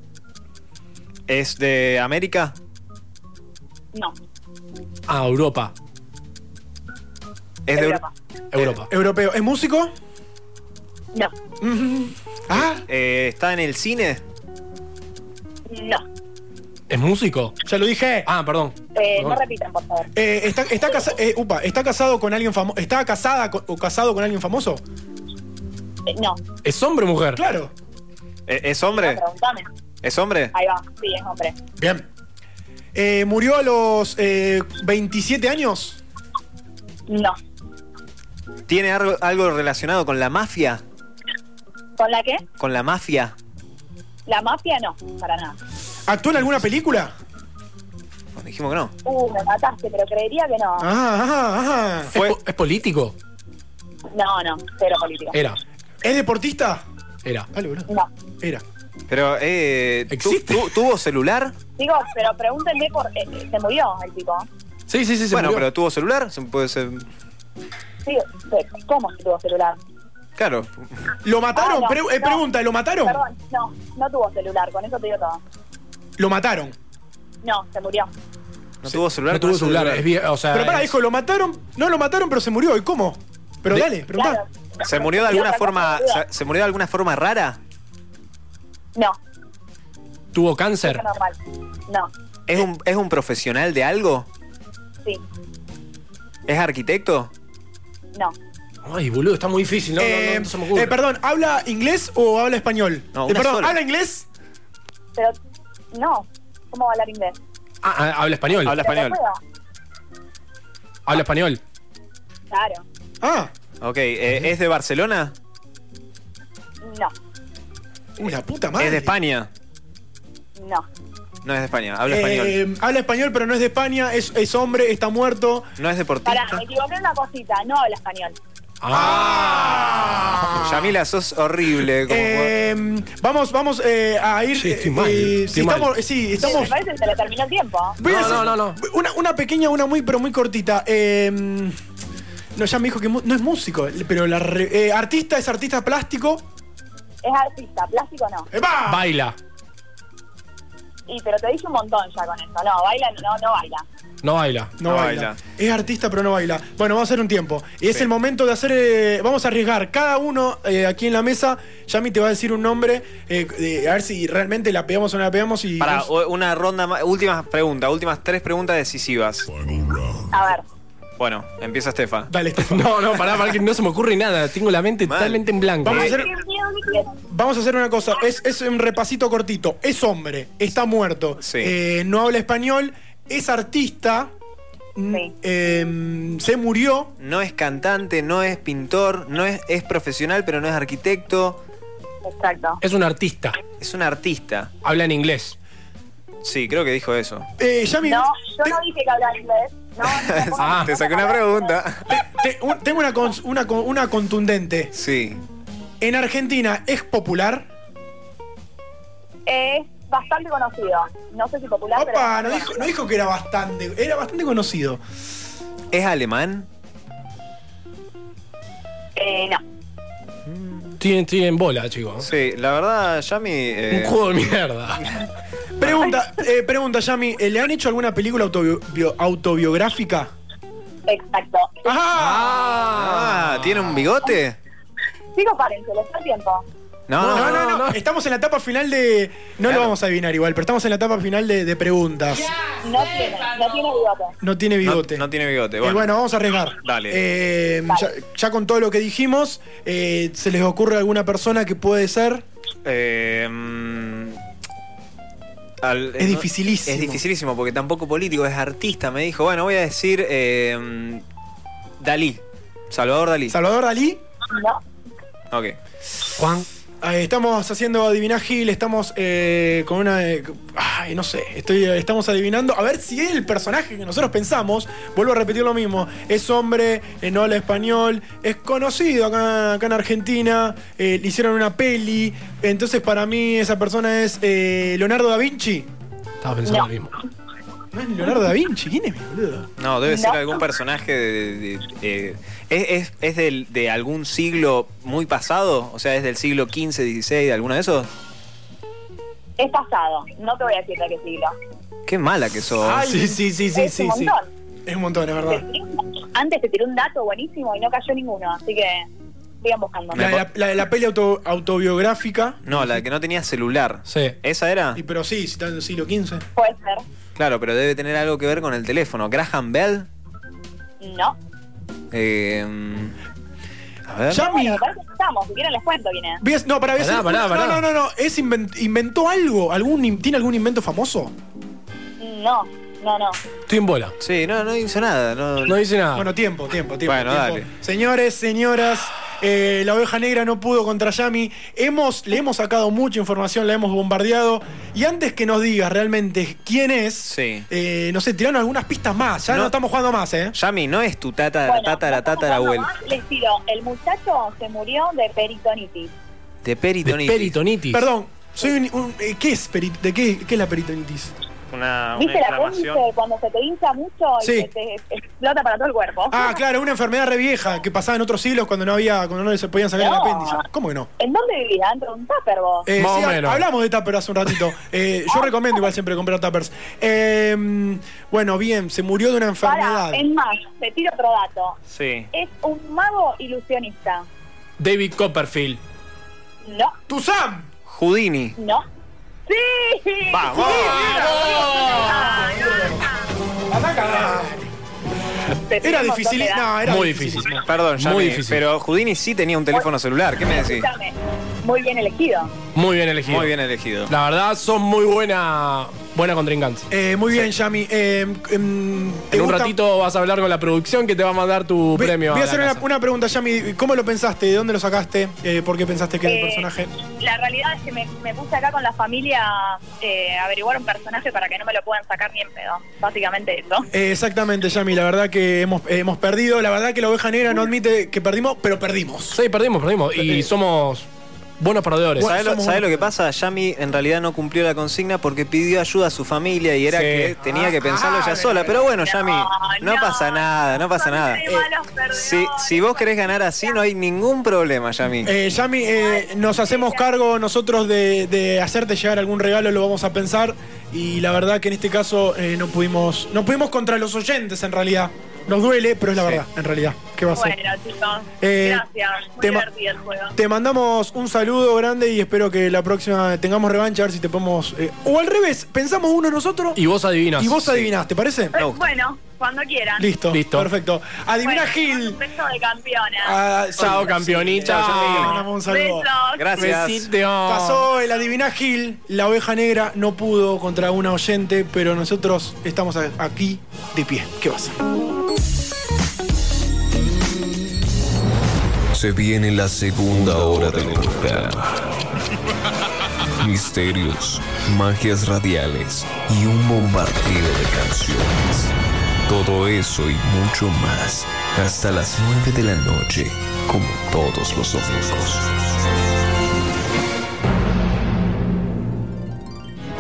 Speaker 12: ¿Es de América?
Speaker 17: no.
Speaker 2: Ah, Europa.
Speaker 12: Es de Europa.
Speaker 2: Europa.
Speaker 11: Europeo. ¿Es músico?
Speaker 17: No.
Speaker 11: Ah.
Speaker 12: Eh, ¿Está en el cine?
Speaker 17: No.
Speaker 11: Eh.
Speaker 2: ¿Es músico?
Speaker 11: Ya lo dije.
Speaker 2: Ah, perdón.
Speaker 17: Eh, no
Speaker 2: Perdón.
Speaker 17: repitan, por favor.
Speaker 11: Eh, está, está, casa- eh, upa, ¿Está casado con alguien famoso? ¿Está casada co- o casado con alguien famoso?
Speaker 17: Eh, no,
Speaker 2: ¿Es hombre o mujer?
Speaker 11: Claro.
Speaker 12: Eh, ¿Es hombre?
Speaker 17: preguntame.
Speaker 12: ¿Es hombre?
Speaker 17: Ahí va. Sí, es hombre.
Speaker 11: Bien. Eh, ¿Murió a los eh, 27 años?
Speaker 6: No.
Speaker 12: ¿Tiene algo, algo relacionado con la mafia?
Speaker 6: ¿Con la qué?
Speaker 12: ¿Con la mafia?
Speaker 6: La mafia no, para nada.
Speaker 11: ¿Actuó en alguna película?
Speaker 12: Bueno, dijimos que no.
Speaker 6: Uh, me mataste, pero creería que no.
Speaker 11: Ah, ah, ah.
Speaker 2: ¿Es, po- es político?
Speaker 6: No, no, cero política.
Speaker 11: Eh.
Speaker 2: Era.
Speaker 11: ¿Es deportista?
Speaker 2: Era.
Speaker 11: Dale, boludo.
Speaker 6: No.
Speaker 11: Era.
Speaker 12: Pero, eh, ¿tu- tu- ¿tuvo celular?
Speaker 6: Digo, pero pregúntenle por. eh, eh, se murió el tipo.
Speaker 2: Sí, sí, sí. se
Speaker 12: bueno,
Speaker 2: murió.
Speaker 12: pero ¿tuvo celular? Se puede ser-
Speaker 6: Sí, pe- ¿cómo se tuvo celular?
Speaker 12: Claro.
Speaker 11: ¿Lo mataron?
Speaker 6: Ah, no,
Speaker 11: Pre- eh,
Speaker 6: no.
Speaker 11: Pregunta, ¿lo mataron?
Speaker 6: Perdón, no, no tuvo celular, con eso te digo todo.
Speaker 11: Lo mataron.
Speaker 6: No, se murió.
Speaker 12: No tuvo celular.
Speaker 2: No tuvo celular, es bien, o sea, eh,
Speaker 11: pero pará,
Speaker 2: Ah, es-
Speaker 11: dijo, lo mataron. No lo mataron, pero se murió. ¿Y cómo? Pero
Speaker 12: De-
Speaker 11: dale, preguntá.
Speaker 6: Claro.
Speaker 12: ¿Se murió de
Speaker 6: Sí,
Speaker 12: alguna
Speaker 6: otra cosa,
Speaker 12: forma
Speaker 6: boluda.
Speaker 12: se, se murió de alguna forma rara?
Speaker 6: No,
Speaker 2: ¿Tuvo cáncer?
Speaker 6: fue normal. No,
Speaker 12: ¿Es un, ¿Es un profesional de algo?
Speaker 6: sí,
Speaker 12: ¿Es arquitecto?
Speaker 6: no.
Speaker 2: Ay, boludo, está muy difícil. No, no, no,
Speaker 11: Eh,
Speaker 2: no se me ocurre.
Speaker 11: eh, perdón, ¿habla inglés o habla español?
Speaker 12: No,
Speaker 11: Eh,
Speaker 12: una
Speaker 11: perdón,
Speaker 12: sola.
Speaker 11: ¿habla inglés?
Speaker 6: Pero, no. ¿Cómo va a hablar inglés?
Speaker 2: Ah, ah, habla español.
Speaker 12: Habla español.
Speaker 6: Pero,
Speaker 2: Habla español.
Speaker 6: Claro.
Speaker 11: Ah,
Speaker 12: Ok, eh, ¿es de Barcelona?
Speaker 6: No,
Speaker 11: uh, la puta madre.
Speaker 12: ¿Es de España?
Speaker 6: no.
Speaker 12: No es de España, habla español.
Speaker 11: Eh, habla español, pero no es de España, es, es hombre, está muerto.
Speaker 12: ¿No es deportista?
Speaker 6: Pará, eh. me equivoqué en una cosita. No habla español.
Speaker 2: Ah,
Speaker 12: Yamila, sos horrible. como jugador.
Speaker 11: Eh, vamos, vamos eh, a ir.
Speaker 2: Sí, estoy
Speaker 11: eh,
Speaker 2: mal,
Speaker 11: eh,
Speaker 2: estoy
Speaker 11: si
Speaker 2: mal.
Speaker 11: estamos, sí,
Speaker 6: Me
Speaker 11: estamos.
Speaker 6: parece que se le terminó el tiempo.
Speaker 11: Voy a
Speaker 2: No,
Speaker 11: hacer
Speaker 2: no, no, no.
Speaker 11: Una, una pequeña, una muy, pero muy cortita. Eh, no, ya me dijo que mu- no es músico, pero la re- eh, artista es artista plástico.
Speaker 6: Es artista, plástico no.
Speaker 11: ¡Epa!
Speaker 2: Baila.
Speaker 6: Y pero te dije un montón ya con eso. No, baila, no, no baila.
Speaker 2: No baila.
Speaker 11: No,
Speaker 12: No
Speaker 11: baila.
Speaker 12: baila.
Speaker 11: Es artista, pero no baila. Bueno, vamos a hacer un tiempo. Y es el momento de hacer. eh, vamos a arriesgar. Cada uno eh, aquí en la mesa, Yami te va a decir un nombre. eh, eh, a ver si realmente la pegamos o no la pegamos. Y
Speaker 12: Pará, o- una ronda más. Últimas preguntas, últimas tres preguntas decisivas.
Speaker 6: A ver.
Speaker 12: Bueno, empieza Estefa.
Speaker 11: Dale, Estefa.
Speaker 2: No, no, pará, pará, que no se me ocurre nada. Tengo la mente
Speaker 12: Mal.
Speaker 2: totalmente en blanco.
Speaker 11: Vamos a
Speaker 6: Ay,
Speaker 11: hacer-
Speaker 6: qué miedo que quiero.
Speaker 11: Vamos a hacer una cosa, es, es un repasito cortito. Es hombre, está muerto,
Speaker 12: Sí.
Speaker 11: eh, no habla español, es artista, mm,
Speaker 6: Sí.
Speaker 11: eh, se murió.
Speaker 12: No es cantante, no es pintor, no es, es profesional, pero no es arquitecto.
Speaker 6: Exacto.
Speaker 2: Es un artista.
Speaker 12: Es un artista.
Speaker 2: Habla en inglés.
Speaker 12: Sí, creo que dijo eso.
Speaker 11: Eh, Yami,
Speaker 6: No, yo
Speaker 11: te-
Speaker 6: no dije que hablar inglés. No, no, no,
Speaker 2: Ah,
Speaker 6: no,
Speaker 12: Te
Speaker 6: no,
Speaker 12: saqué
Speaker 6: no,
Speaker 12: una
Speaker 6: no,
Speaker 12: pregunta.
Speaker 11: te- un- tengo una, cons- una, con- una contundente.
Speaker 12: Sí.
Speaker 11: En Argentina es popular.
Speaker 6: Es bastante conocido. No sé si popular, pero.
Speaker 11: Opa, no dijo, no dijo que era bastante, era bastante conocido.
Speaker 12: ¿Es alemán?
Speaker 6: Eh, no.
Speaker 2: Tienen, tienen bola, chicos.
Speaker 12: Sí, la verdad, Yami.
Speaker 2: Un
Speaker 12: eh,
Speaker 2: juego de mierda.
Speaker 11: Pregunta, eh, pregunta Yami, ¿eh, ¿le han hecho alguna película autobio- bio- autobiográfica?
Speaker 6: Exacto.
Speaker 11: ¡Ajá!
Speaker 12: Ah, ¿tiene un bigote?
Speaker 6: Chicos, párense, les da tiempo.
Speaker 12: Ah, No,
Speaker 11: No, no, no, Estamos en la etapa final de. No
Speaker 12: Claro.
Speaker 11: lo vamos a adivinar igual, pero estamos en la etapa final de, de preguntas.
Speaker 6: No tiene, no tiene bigote.
Speaker 11: No tiene bigote.
Speaker 12: No, no tiene bigote.
Speaker 11: Eh,
Speaker 12: Bueno,
Speaker 11: Bueno. vamos a arriesgar.
Speaker 12: Dale.
Speaker 11: Eh, ya, ya con todo lo que dijimos, eh, ¿se les ocurre alguna persona que puede ser?
Speaker 12: Eh, mm, al-
Speaker 11: Es dificilísimo.
Speaker 12: Es dificilísimo porque tampoco político, es artista. Me dijo, bueno, voy a decir eh, mm, Dalí. Salvador Dalí.
Speaker 11: Salvador Dalí.
Speaker 6: No.
Speaker 12: ok.
Speaker 2: Juan.
Speaker 11: Eh, estamos haciendo adivinagil, estamos eh, con una. eh, ay, no sé. Estoy, eh, estamos adivinando. A ver si es el personaje que nosotros pensamos. Vuelvo a repetir lo mismo. Es hombre, eh, no habla español, es conocido acá, acá en Argentina. eh, le hicieron una peli. Entonces, para mí, esa persona es eh, Leonardo da Vinci.
Speaker 2: Estaba pensando
Speaker 6: No.
Speaker 2: lo mismo.
Speaker 11: ¿No es Leonardo da Vinci? ¿Quién es mi boludo?
Speaker 12: No, debe ser
Speaker 6: No.
Speaker 12: algún personaje de. de- de- eh, ¿Es, es- es del- de, algún siglo muy pasado? O sea, ¿es del siglo XV, XVI, de alguno de esos?
Speaker 6: Es pasado. No te voy a decir de qué siglo.
Speaker 12: Qué mala que sos.
Speaker 11: Ah, sí, sí, sí,
Speaker 6: es un montón.
Speaker 11: Es un montón, es verdad.
Speaker 6: Antes te tiré un dato buenísimo y no cayó ninguno, así que sigan buscando.
Speaker 11: La, de la, la de la peli auto- autobiográfica.
Speaker 12: No, la que no tenía celular.
Speaker 2: Sí.
Speaker 12: ¿Esa era?
Speaker 11: Y, pero sí, si está en el siglo XV.
Speaker 6: Puede ser.
Speaker 12: Claro, pero debe tener algo que ver con el teléfono. Graham Bell.
Speaker 6: No.
Speaker 12: Eh, mm, a ver.
Speaker 11: Ya-
Speaker 6: Bueno, me parece que estamos. Si quieren les cuento quién es.
Speaker 11: Vies- no, para
Speaker 2: Pará, pará,
Speaker 11: no,
Speaker 2: pará.
Speaker 11: no, no, no, es inven- inventó algo, algún in- tiene algún invento famoso.
Speaker 6: No.
Speaker 17: No, no.
Speaker 2: Estoy en bola.
Speaker 12: Sí, no, no hizo nada. No,
Speaker 2: No hice nada.
Speaker 11: Bueno, tiempo, tiempo, tiempo.
Speaker 12: Ah. Bueno,
Speaker 11: tiempo.
Speaker 12: dale.
Speaker 11: Señores, señoras, eh, la oveja negra no pudo contra Yami. Hemos, le hemos sacado mucha información, la hemos bombardeado. Y antes que nos digas realmente quién es, eh, no sé, tiraron algunas pistas más. Ya no,
Speaker 12: No.
Speaker 11: estamos jugando más, ¿eh?
Speaker 12: Yami, no es tu tata,
Speaker 17: Bueno,
Speaker 12: tata,
Speaker 17: vamos
Speaker 12: tata, abuelo.
Speaker 17: nomás, Les tiro, el muchacho se murió de peritonitis.
Speaker 12: De peritonitis.
Speaker 2: peritonitis.
Speaker 11: Perdón, soy un, un- eh, ¿qué es peri- de qué, qué es la peritonitis?
Speaker 6: Ah, Una, una
Speaker 17: ¿Viste la
Speaker 6: inflamación.
Speaker 17: apéndice cuando se te hincha mucho y
Speaker 11: Sí.
Speaker 17: se te explota para todo el cuerpo?
Speaker 11: Ah, claro, una enfermedad re vieja que pasaba en otros siglos cuando no había, cuando no se podían sacar
Speaker 17: No.
Speaker 11: el apéndice. ¿Cómo que no?
Speaker 17: ¿En dónde vivía? ¿Dentro de un tupper vos?
Speaker 11: Eh, sí, ha- Hablamos de Tupper hace un ratito. Eh,
Speaker 17: Ah.
Speaker 11: yo recomiendo igual siempre comprar Tuppers. Eh, bueno, bien, se murió de una enfermedad.
Speaker 17: Pará, es más, te tiro otro dato.
Speaker 12: Sí.
Speaker 17: Es un mago ilusionista.
Speaker 2: David Copperfield.
Speaker 17: No,
Speaker 11: ¡Tusam!
Speaker 12: Houdini.
Speaker 17: no. ¡Sí!
Speaker 12: ¡Vamos!
Speaker 17: Ah,
Speaker 11: Era difícil. No, era
Speaker 12: Muy
Speaker 11: difícil.
Speaker 12: Perdón, Yami,
Speaker 2: Muy difícil.
Speaker 12: pero Houdini sí tenía un teléfono celular, ¿qué me decís?
Speaker 17: Escúchame, Muy bien elegido.
Speaker 2: Muy bien elegido.
Speaker 12: Muy bien elegido.
Speaker 2: La verdad, son muy buena, buena contrincante.
Speaker 11: Eh, muy bien, Yami. Eh, em, ¿te
Speaker 2: En un
Speaker 11: gusta?
Speaker 2: ratito vas a hablar con la producción que te va a mandar tu
Speaker 11: Ve-
Speaker 2: premio.
Speaker 11: Voy a
Speaker 2: la
Speaker 11: hacer una,
Speaker 2: casa.
Speaker 11: una pregunta, Yami. ¿Cómo lo pensaste? ¿De dónde lo sacaste? Eh, ¿Por qué pensaste que era el
Speaker 17: Eh,
Speaker 11: personaje?
Speaker 17: La realidad es que me, me puse acá con la familia eh, a averiguar un personaje para que no me lo puedan sacar ni en pedo. Básicamente eso.
Speaker 11: Eh, exactamente, Yami. La verdad que hemos, eh, hemos perdido. La verdad que la oveja negra no admite que perdimos, pero perdimos.
Speaker 2: Sí, perdimos, perdimos.
Speaker 11: Eh.
Speaker 2: Y somos buenos perdedores.
Speaker 12: ¿Sabes lo, sabés lo que pasa? Yami en realidad no cumplió la consigna porque pidió ayuda a su familia y era
Speaker 2: Sí.
Speaker 12: que tenía que pensarlo ella sola. Pero bueno, Yami, no, pasa nada, no pasa nada. Eh, Si, si vos querés ganar así, no hay ningún problema, Yami.
Speaker 11: Eh, Yami, eh, nos hacemos cargo nosotros de, de hacerte llegar algún regalo, lo vamos a pensar. Y la verdad que en este caso eh, no pudimos, no pudimos contra los oyentes en realidad. Nos duele, pero es la verdad, en realidad. ¿Qué va a ser?
Speaker 17: Bueno, chicos.
Speaker 11: Eh,
Speaker 17: gracias. Muy
Speaker 11: te ma-
Speaker 17: divertido el juego.
Speaker 11: Te mandamos un saludo grande y espero que la próxima tengamos revancha, a ver si te podemos. eh, o al revés, pensamos uno nosotros.
Speaker 2: Y vos adivinás.
Speaker 11: Y vos adivinás, ¿te parece?
Speaker 17: Eh, bueno, cuando quieran.
Speaker 11: Listo,
Speaker 2: Listo.
Speaker 11: Perfecto. Adivina
Speaker 17: Bueno,
Speaker 11: Gil.
Speaker 17: Un beso de campeona.
Speaker 11: Ah,
Speaker 2: Chao,
Speaker 11: sí,
Speaker 2: campeonita.
Speaker 11: sí, le mandamos un saludo.
Speaker 17: Besos.
Speaker 12: Gracias.
Speaker 2: Besito.
Speaker 11: Pasó el adiviná Gil, la oveja negra no pudo contra una oyente, pero nosotros estamos a- aquí de pie. ¿Qué va a ser?
Speaker 18: Se viene la segunda hora del programa. Misterios, magias radiales y un bombardeo de canciones. Todo eso y mucho más hasta las 9 de la noche, como todos los domingos.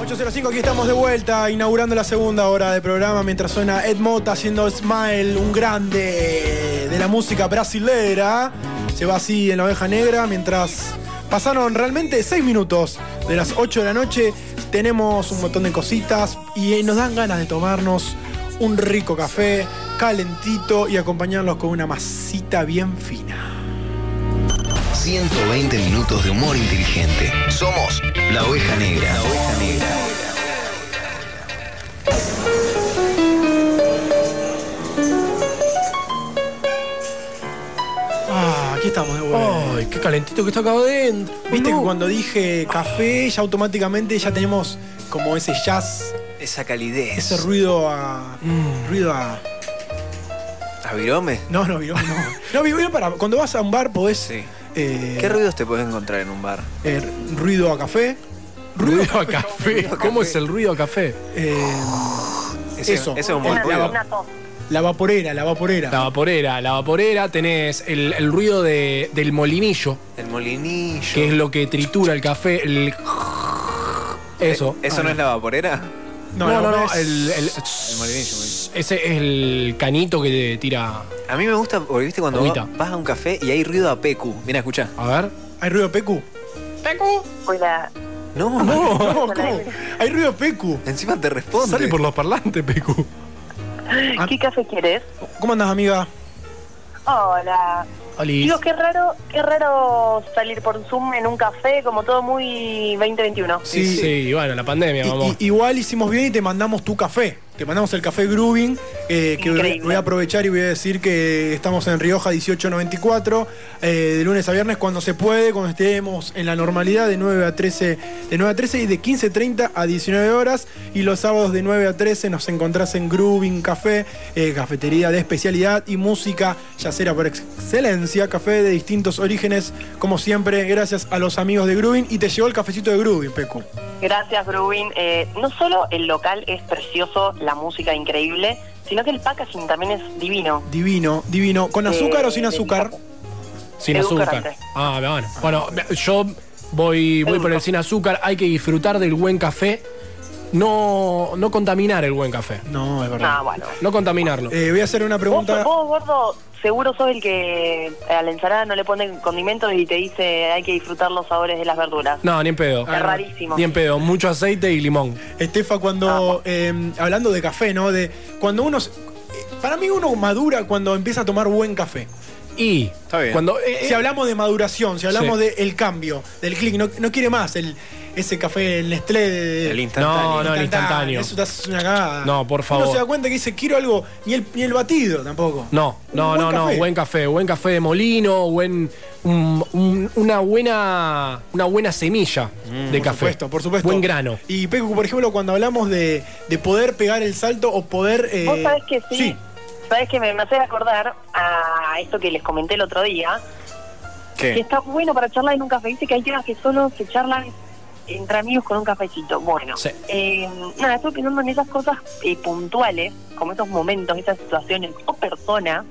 Speaker 11: 805, aquí estamos de vuelta, inaugurando la segunda hora del programa, mientras suena Ed Mota haciendo Smile, un grande de la música brasilera. Se va así en la oveja negra, mientras pasaron realmente 6 minutos de las 8 de la noche. Tenemos un montón de cositas y eh, nos dan ganas de tomarnos un rico café calentito y acompañarlos con una masita bien fina.
Speaker 13: 120 minutos de humor inteligente. Somos La Oveja Negra.
Speaker 11: Ah, aquí estamos de vuelta.
Speaker 2: Ay, qué calentito que está acá adentro.
Speaker 11: Viste que cuando dije café, ya automáticamente ya tenemos como ese jazz,
Speaker 12: Esa calidez.
Speaker 11: ese ruido a.
Speaker 2: Mm.
Speaker 11: ruido a.
Speaker 12: ¿A virome?
Speaker 11: No, no, virón, no. No, virón para. Cuando vas a un bar podés. eh,
Speaker 12: ¿Qué ruidos te puedes encontrar en un bar?
Speaker 11: eh, ruido a café.
Speaker 2: Ruido a café. ¿Cómo es el ruido a café?
Speaker 11: eh,
Speaker 2: Ese-
Speaker 11: eso.
Speaker 2: ese es un
Speaker 11: el-
Speaker 2: buen ruido.
Speaker 11: la, la vaporera, la vaporera.
Speaker 2: La vaporera, la vaporera, tenés el, el ruido de- del molinillo,
Speaker 12: El molinillo.
Speaker 2: que es lo que tritura el café. el- Eso.
Speaker 12: Eh,
Speaker 2: Ah.
Speaker 12: ¿Eso no es la vaporera?
Speaker 2: No, no, no,
Speaker 12: es-
Speaker 2: el- el-
Speaker 12: el molinillo, molinillo.
Speaker 2: Ese es el canito que te tira.
Speaker 12: A mí me gusta, porque viste cuando
Speaker 2: Agüita.
Speaker 12: vas- vas a un café y hay ruido a pecu. Mira, escucha.
Speaker 2: A ver.
Speaker 11: ¿Hay ruido pecu?
Speaker 2: ¡Pecu!
Speaker 17: Hola.
Speaker 12: Ah, No,
Speaker 2: Oh.
Speaker 11: No, no, ¿cómo? Hay ruido pecu.
Speaker 12: Encima te responde.
Speaker 2: Sale por los parlantes, Pecu.
Speaker 17: ¿Qué café quieres?
Speaker 11: ¿Cómo andás, amiga?
Speaker 17: Hola.
Speaker 2: Oli.
Speaker 17: Digo, qué raro, qué raro salir por Zoom en un café, como todo muy 2021.
Speaker 2: Sí, sí, bueno, la pandemia,
Speaker 11: Y-
Speaker 2: vamos.
Speaker 11: igual hicimos bien y te mandamos tu café. Te mandamos el café Grooving, eh, que voy- voy a aprovechar y voy a decir que estamos en Rioja 1894, eh, de lunes a viernes, cuando se puede, cuando estemos en la normalidad, de 9 a 13, de 9 a 13 y de 15.30 a 19 horas. Y los sábados de 9 a 13 nos encontrás en Grooving Café, eh, cafetería de especialidad y música yacera por excelencia, café de distintos orígenes, como siempre, gracias a los amigos de Grooving. Y te llegó el cafecito de Grooving, Pecu.
Speaker 6: Gracias, Bruin. Eh, no solo el local es precioso, la música increíble, sino que el packaging también es divino.
Speaker 11: Divino, divino. ¿Con azúcar
Speaker 6: Eh,
Speaker 11: o sin azúcar?
Speaker 2: Sin
Speaker 6: Edulcorante.
Speaker 2: azúcar. Ah, bueno. Bueno, yo voy, voy por el sin azúcar. Hay que disfrutar del buen café. No, no contaminar el buen café.
Speaker 11: No, es Eh,
Speaker 6: verdad. Ah, bueno.
Speaker 2: No contaminarlo.
Speaker 11: voy a hacer una
Speaker 6: Vos, vos, gordo, seguro sos el que a la ensalada no le ponen condimentos y te dice hay que disfrutar los sabores de las verduras.
Speaker 2: No, ni en pedo.
Speaker 6: Es rarísimo.
Speaker 2: Ni en pedo. Mucho aceite y limón.
Speaker 11: Estefa, cuando eh, hablando de café, ¿no? De cuando uno se- eh, para mí uno madura cuando empieza a tomar buen café. Eh,
Speaker 2: Y cuando- eh,
Speaker 11: si
Speaker 2: eh,
Speaker 11: hablamos de maduración, si hablamos
Speaker 2: Sí.
Speaker 11: del cambio, del clic, no, no quiere más el ese café el Nestlé de-
Speaker 2: El instantáneo. No, no, el instantáneo.
Speaker 11: Eso es una cagada.
Speaker 2: No, por
Speaker 11: Uno
Speaker 2: favor.
Speaker 11: se da cuenta que dice quiero algo ni el ni el batido tampoco.
Speaker 2: eh, No, no,
Speaker 11: buen
Speaker 2: no, no.
Speaker 11: café.
Speaker 2: Buen café, buen café de molino, buen, un- un- una buena, una buena semilla de
Speaker 11: Mm, por
Speaker 2: café.
Speaker 11: supuesto, por supuesto.
Speaker 2: Buen grano.
Speaker 11: Y Pecu, por ejemplo, cuando hablamos de, de poder pegar el salto o poder eh,
Speaker 6: Vos sabés que sí. Sabés que me, me haces acordar a esto que les comenté el otro día. Que está bueno para charlar en un café. Dice que hay temas que solo se charlan entre amigos con un cafecito. Bueno,
Speaker 10: Sí.
Speaker 6: eh, nada, estoy pensando en esas cosas eh, puntuales, como esos momentos, esas situaciones o personas,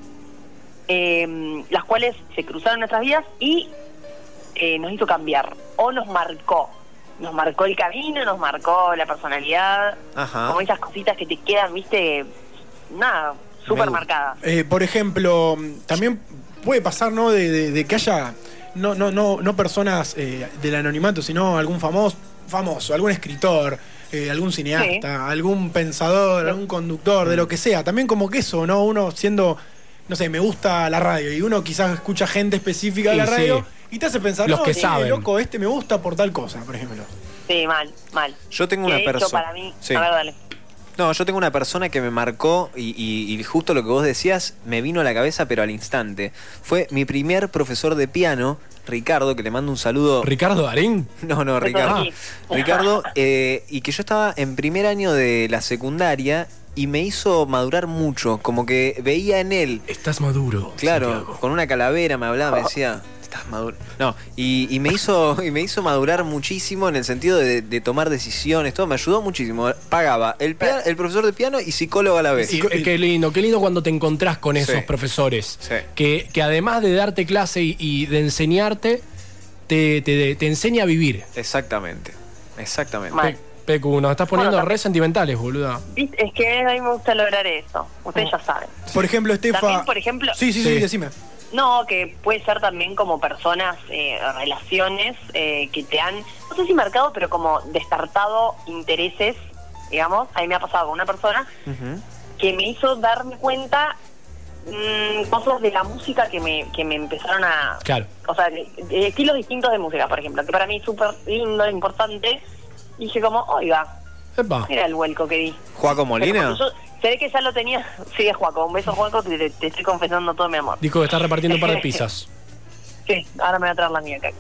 Speaker 6: eh, las cuales se cruzaron en nuestras vidas y eh, nos hizo cambiar o nos marcó. Nos marcó el camino, nos marcó la personalidad,
Speaker 12: Ajá.
Speaker 6: como esas cositas que te quedan, viste, nada, súper marcada.
Speaker 11: Eh, por ejemplo, también puede pasar, ¿no? De, de- de que haya no, no, no, no personas eh, del anonimato, sino algún famoso, famoso, algún escritor, eh, algún cineasta, algún pensador, algún conductor, de lo que sea. También como que eso, ¿no? Uno siendo, no sé, me gusta la radio y uno quizás escucha gente específica de
Speaker 2: Y
Speaker 11: la
Speaker 2: sí.
Speaker 11: radio y te hace pensar,
Speaker 2: Los
Speaker 11: no,
Speaker 2: que
Speaker 11: che,
Speaker 2: saben.
Speaker 11: loco, este me gusta por tal cosa, por ejemplo.
Speaker 6: Sí, mal, mal.
Speaker 12: Yo tengo
Speaker 6: Que
Speaker 12: una
Speaker 6: de hecho,
Speaker 12: persona.
Speaker 6: para mí,
Speaker 12: Sí.
Speaker 6: a ver, dale.
Speaker 12: No, yo tengo una persona que me marcó y, y- y justo lo que vos decías me vino a la cabeza, pero al instante. Fue mi primer profesor de piano, Ricardo, que le mando un saludo.
Speaker 2: ¿Ricardo Darín?
Speaker 12: No, no, Ricardo. Ricardo, eh, y que yo estaba en primer año de la secundaria y me hizo madurar mucho. Como que veía en él
Speaker 2: Estás maduro.
Speaker 12: Claro, con una calavera me hablaba, me decía, estás maduro. No, y, y me hizo, y me hizo madurar muchísimo en el sentido de, de tomar decisiones, todo, me ayudó muchísimo. Pagaba el, pia- el profesor de piano y psicólogo a la vez.
Speaker 2: Sí, eh, qué lindo, qué lindo cuando te encontrás con esos
Speaker 12: Sí.
Speaker 2: profesores.
Speaker 12: Sí.
Speaker 2: Que, que además de darte clase y, y de enseñarte, te, te- te enseña a vivir.
Speaker 12: Exactamente, exactamente.
Speaker 2: Pe- Pecu, nos estás poniendo re sentimentales, boluda.
Speaker 6: Viste, Es que a mí me gusta lograr eso, ustedes ya saben.
Speaker 11: Por ejemplo, Estefa.
Speaker 6: También, por ejemplo-
Speaker 11: Sí, sí, sí,
Speaker 6: Sí.
Speaker 11: decime.
Speaker 6: No, que puede ser también como personas, eh, relaciones eh, que te han, no sé si marcado, pero como despertado intereses, digamos. A mí me ha pasado con una persona que me hizo darme cuenta mm, cosas de la música que me, que me empezaron a...
Speaker 2: Claro.
Speaker 6: O sea, de, de estilos distintos de música, por ejemplo, que para mí es súper lindo, importante. Y dije como, oiga,
Speaker 2: Epa.
Speaker 6: mira el vuelco que di.
Speaker 12: ¿Juaco
Speaker 6: Pero cuando yo- Se ve que ya lo tenía. Sí, Juaco, un beso, Juaco, te, te- te estoy confesando todo mi amor.
Speaker 2: Dijo que estás repartiendo un par de pizzas.
Speaker 6: Sí, ahora me voy a traer la mía acá.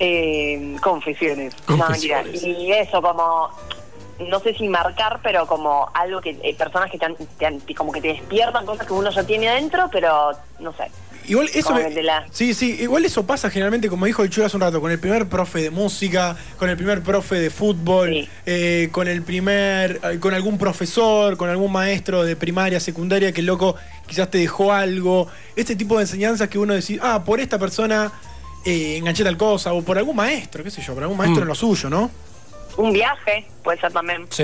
Speaker 6: Eh, confesiones.
Speaker 2: Confesiones.
Speaker 6: No, mentira. Y eso, como. No sé si marcar, pero como algo que. eh, personas que te han- te han- como que te despiertan cosas que uno ya tiene adentro, pero no sé.
Speaker 11: Igual eso
Speaker 6: Como
Speaker 11: me-
Speaker 6: que te la-
Speaker 11: Sí, sí, igual eso pasa generalmente, como dijo el Chula hace un rato, con el primer profe de música, con el primer profe de fútbol, eh, con el primer, eh, con algún profesor, con algún maestro de primaria, secundaria, que el loco quizás te dejó algo. Este tipo de enseñanzas que uno decía, ah, por esta persona eh, enganché tal cosa, o por algún maestro, qué sé yo, por algún
Speaker 2: Mm.
Speaker 11: maestro en lo suyo, ¿no?
Speaker 6: Un viaje, puede ser también.
Speaker 2: Sí.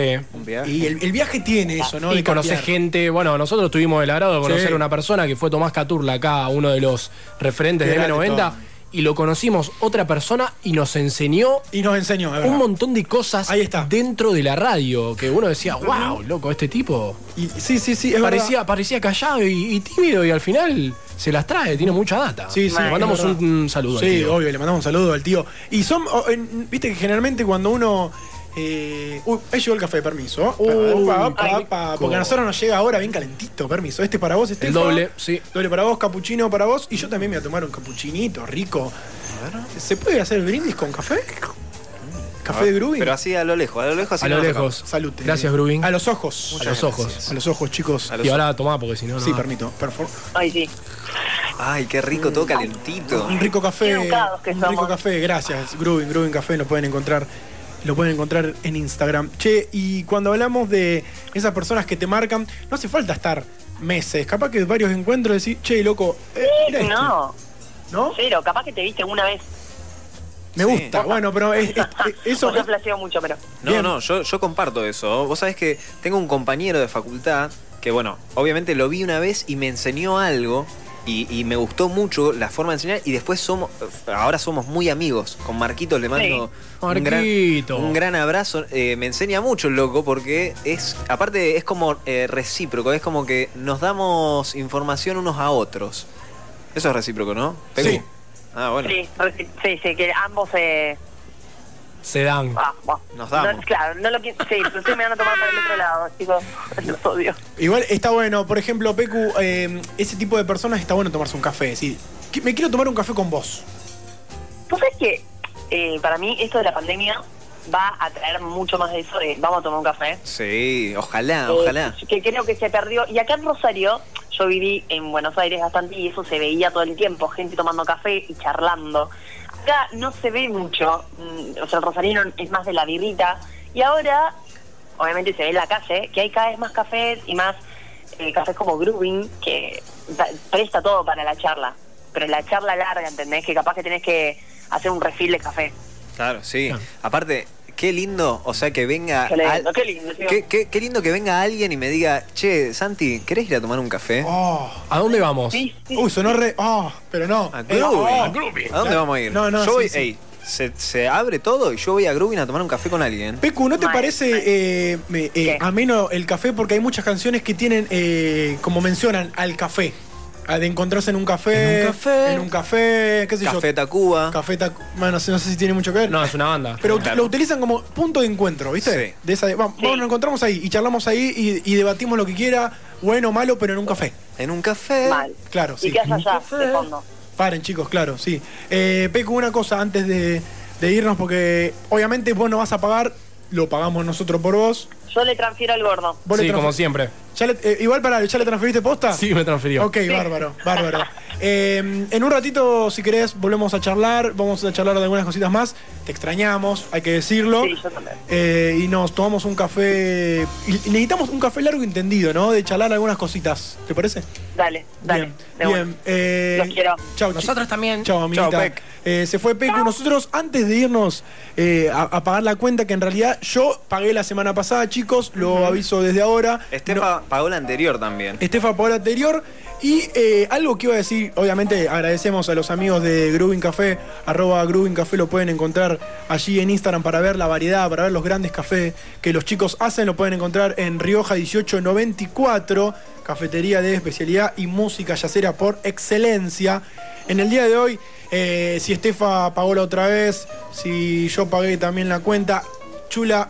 Speaker 11: Y el, el viaje tiene eso, ¿no?
Speaker 2: Y
Speaker 11: De
Speaker 2: conoces
Speaker 11: cambiar.
Speaker 2: gente, bueno, nosotros tuvimos el agrado de conocer
Speaker 11: Sí.
Speaker 2: a una persona que fue Tomás Caturla acá, uno de los referentes de
Speaker 11: Grande,
Speaker 2: M90,
Speaker 11: Tom.
Speaker 2: y lo conocimos otra persona y nos enseñó
Speaker 11: y nos enseñó
Speaker 2: un montón de cosas dentro de la radio, que uno decía, wow, loco, este tipo
Speaker 11: Y- sí, sí, sí, es
Speaker 2: parecía, parecía callado y, y tímido y al final se las trae, tiene mucha data.
Speaker 11: Sí, sí,
Speaker 2: Le
Speaker 11: es
Speaker 2: mandamos
Speaker 11: verdad.
Speaker 2: un, un saludo. al
Speaker 11: Sí,
Speaker 2: tío.
Speaker 11: obvio, le mandamos un saludo al tío. Y son, o- en- viste que generalmente cuando uno Eh, uy, ahí llegó el café, permiso.
Speaker 2: Uy,
Speaker 11: Upa,
Speaker 2: qué
Speaker 11: upa, upa, porque a nosotros nos llega ahora bien calentito, permiso. Este para vos, este
Speaker 2: El doble, sí.
Speaker 11: Doble para vos, capuchino para vos. Y yo también me voy a tomar un capuchinito rico. ¿Se puede hacer brindis con café? ¿Café de Grubin?
Speaker 12: Ah, Pero así a lo lejos, a lo lejos. así
Speaker 2: A lo
Speaker 12: no
Speaker 2: lejos.
Speaker 12: tocamos.
Speaker 11: Salute.
Speaker 2: Gracias, Grubin.
Speaker 11: A los ojos.
Speaker 2: A los ojos.
Speaker 11: A los ojos, chicos.
Speaker 2: Y ahora tomá, porque si no.
Speaker 11: Sí,
Speaker 2: no.
Speaker 11: permito. Por favor.
Speaker 6: Ay, sí.
Speaker 12: Ay, qué rico, todo calentito.
Speaker 11: Un rico café.
Speaker 6: Qué educados que
Speaker 11: un
Speaker 6: somos.
Speaker 11: rico café, gracias. Grubin, Grubin Café, lo pueden encontrar. Lo pueden encontrar en Instagram. Che, y cuando hablamos de esas personas que te marcan, no hace falta estar meses. Capaz que varios encuentros decís, che, loco, eh, mira este.
Speaker 6: No.
Speaker 11: ¿No?
Speaker 6: Cero, capaz que te viste una vez.
Speaker 11: me gusta. Bueno, pero es- es-
Speaker 6: Eso. No flasheo mucho, pero.
Speaker 12: No, no, yo, yo comparto eso. Vos sabés que tengo un compañero de facultad que, bueno, obviamente lo vi una vez y me enseñó algo y, y me gustó mucho la forma de enseñar y después somos, ahora somos muy amigos. Con Marquitos le mando
Speaker 2: Sí.
Speaker 12: un, gran,
Speaker 2: Marquito.
Speaker 12: un gran abrazo. Eh, me enseña mucho el loco porque es, aparte es como eh, recíproco, es como que nos damos información unos a otros. Eso es recíproco, ¿no? Sí. Ah, bueno.
Speaker 6: Sí, re- sí, sí, que ambos eh,
Speaker 2: Se dan.
Speaker 6: ah, bueno.
Speaker 12: Nos
Speaker 6: No, claro, no lo quiero. Sí, lo estoy mirando a tomar para el otro lado, chicos. Los odio.
Speaker 11: Igual está bueno, por ejemplo, Pecu, eh, ese tipo de personas está bueno tomarse un café. Decir, "Qui- me quiero tomar un café con vos.
Speaker 6: ¿Tú sabes que eh, para mí esto de la pandemia va a traer mucho más de eso de vamos a tomar un café?
Speaker 12: Sí, ojalá,
Speaker 6: Eh,
Speaker 12: Ah, ojalá.
Speaker 6: Que creo que se perdió. Y acá en Rosario, yo viví en Buenos Aires bastante y eso se veía todo el tiempo, gente tomando café y charlando. Acá no se ve mucho, mm, o sea, el rosarino es más de la birrita. Y ahora, obviamente se ve en la calle, que hay cada vez más cafés y más eh, cafés como Brewing, que da- presta todo para la charla. Pero la charla larga, ¿entendés? Que capaz que tenés que hacer un refil de café.
Speaker 12: Claro, sí. Aparte, qué lindo, o sea, que venga.
Speaker 6: Qué lindo,
Speaker 12: al-
Speaker 6: qué lindo, sí.
Speaker 12: qué- qué- qué lindo que venga alguien y me diga, che, Santi, ¿querés ir a tomar un café?
Speaker 11: Oh,
Speaker 2: ¿A dónde vamos?
Speaker 11: Uy, sonó re. Oh, pero no.
Speaker 12: A
Speaker 11: Eh,
Speaker 12: Groovy.
Speaker 11: oh.
Speaker 12: ¿A dónde vamos a ir?
Speaker 11: No, no,
Speaker 12: Yo
Speaker 11: sí,
Speaker 12: voy,
Speaker 11: sí.
Speaker 12: ey, se, se abre todo y yo voy a Groovin a tomar un café con alguien.
Speaker 11: Pecu, ¿no te parece eh, me- eh, ameno el café? Porque hay muchas canciones que tienen, eh, como mencionan, al café. A De encontrarse en un café. En un café. qué sé yo.
Speaker 12: Café Tacuba.
Speaker 11: Café Tacuba. Bueno, no sé, no sé si tiene mucho que ver.
Speaker 2: No, es una banda.
Speaker 11: Pero ut-
Speaker 2: Claro.
Speaker 11: lo utilizan como punto de encuentro, ¿viste?
Speaker 2: Sí.
Speaker 11: De esa de, vamos, vamos, nos encontramos ahí y charlamos ahí y, y debatimos lo que quiera, bueno o malo, pero en un café.
Speaker 12: En un café.
Speaker 6: Mal.
Speaker 11: Claro,
Speaker 6: ¿Y
Speaker 11: sí.
Speaker 6: qué haces
Speaker 11: En un
Speaker 6: allá,
Speaker 11: café.
Speaker 6: de fondo?
Speaker 11: Paren, chicos, claro, sí. Eh, Pecu, una cosa antes de, de irnos, porque obviamente vos no vas a pagar, lo pagamos nosotros por vos.
Speaker 6: Yo le transfiero al gordo.
Speaker 11: Vos le
Speaker 2: Sí, como
Speaker 11: transfer-
Speaker 2: siempre.
Speaker 11: Ya le- eh, igual para, ¿ya le transferiste posta?
Speaker 2: Sí, me transfirió.
Speaker 11: Ok, bárbaro, bárbaro. Eh, en un ratito, si querés, volvemos a charlar, vamos a charlar de algunas cositas más. Te extrañamos, hay que decirlo.
Speaker 6: Sí, yo también.
Speaker 11: Eh, y nos tomamos un café. y necesitamos un café largo y entendido, ¿no? De charlar algunas cositas. ¿Te parece?
Speaker 6: Dale, dale. de
Speaker 11: Bien.
Speaker 6: una.
Speaker 11: bien. eh,
Speaker 6: Los quiero.
Speaker 11: Chao,
Speaker 2: Nosotros también.
Speaker 11: Chao, amiguita.
Speaker 2: Chao, Pec.
Speaker 11: Eh, se fue Pecu. Nosotros, antes de irnos eh, a, a pagar la cuenta, que en realidad yo pagué la semana pasada, chicos, lo aviso desde ahora.
Speaker 12: Estefa pagó la anterior también.
Speaker 11: Estefa por anterior. Y eh, algo que iba a decir, obviamente agradecemos a los amigos de Groovin Café, arroba Groovin Café, lo pueden encontrar allí en Instagram para ver la variedad, para ver los grandes cafés que los chicos hacen, lo pueden encontrar en Rioja 1894, cafetería de especialidad y música yacera por excelencia. En el día de hoy, eh, si Estefa pagó la otra vez, si yo pagué también la cuenta, chula,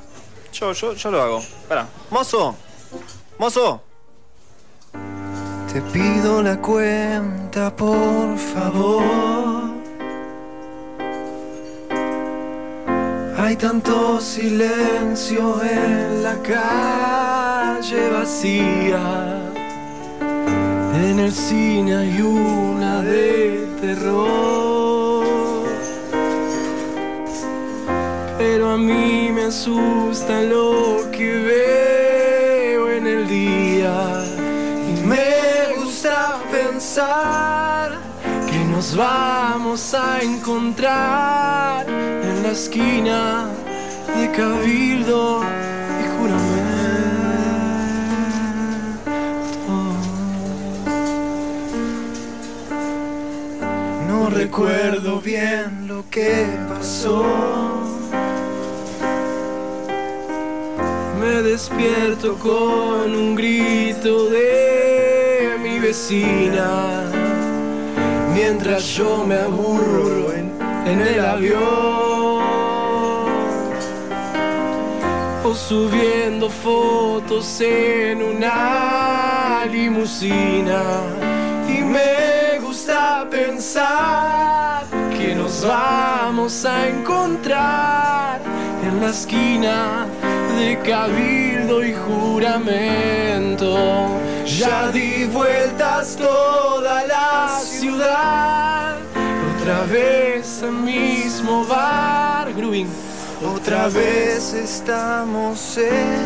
Speaker 12: Yo, yo, yo lo hago. Pará. Mozo. Mozo.
Speaker 19: Te pido la cuenta, por favor. Hay tanto silencio en la calle vacía. En el cine hay una de terror. Pero a mí me asusta lo que veo en el día. Y me gusta pensar que nos vamos a encontrar en la esquina de Cabildo y Juramento. No recuerdo bien lo que pasó. Me despierto con un grito de mi vecina Mientras yo me aburro en, en el avión o subiendo fotos en una limusina. Y me gusta pensar que nos vamos a encontrar en la esquina de Cabildo y Juramento. Ya di vueltas toda la ciudad, otra vez al mismo bar, Grubin. Otra vez estamos en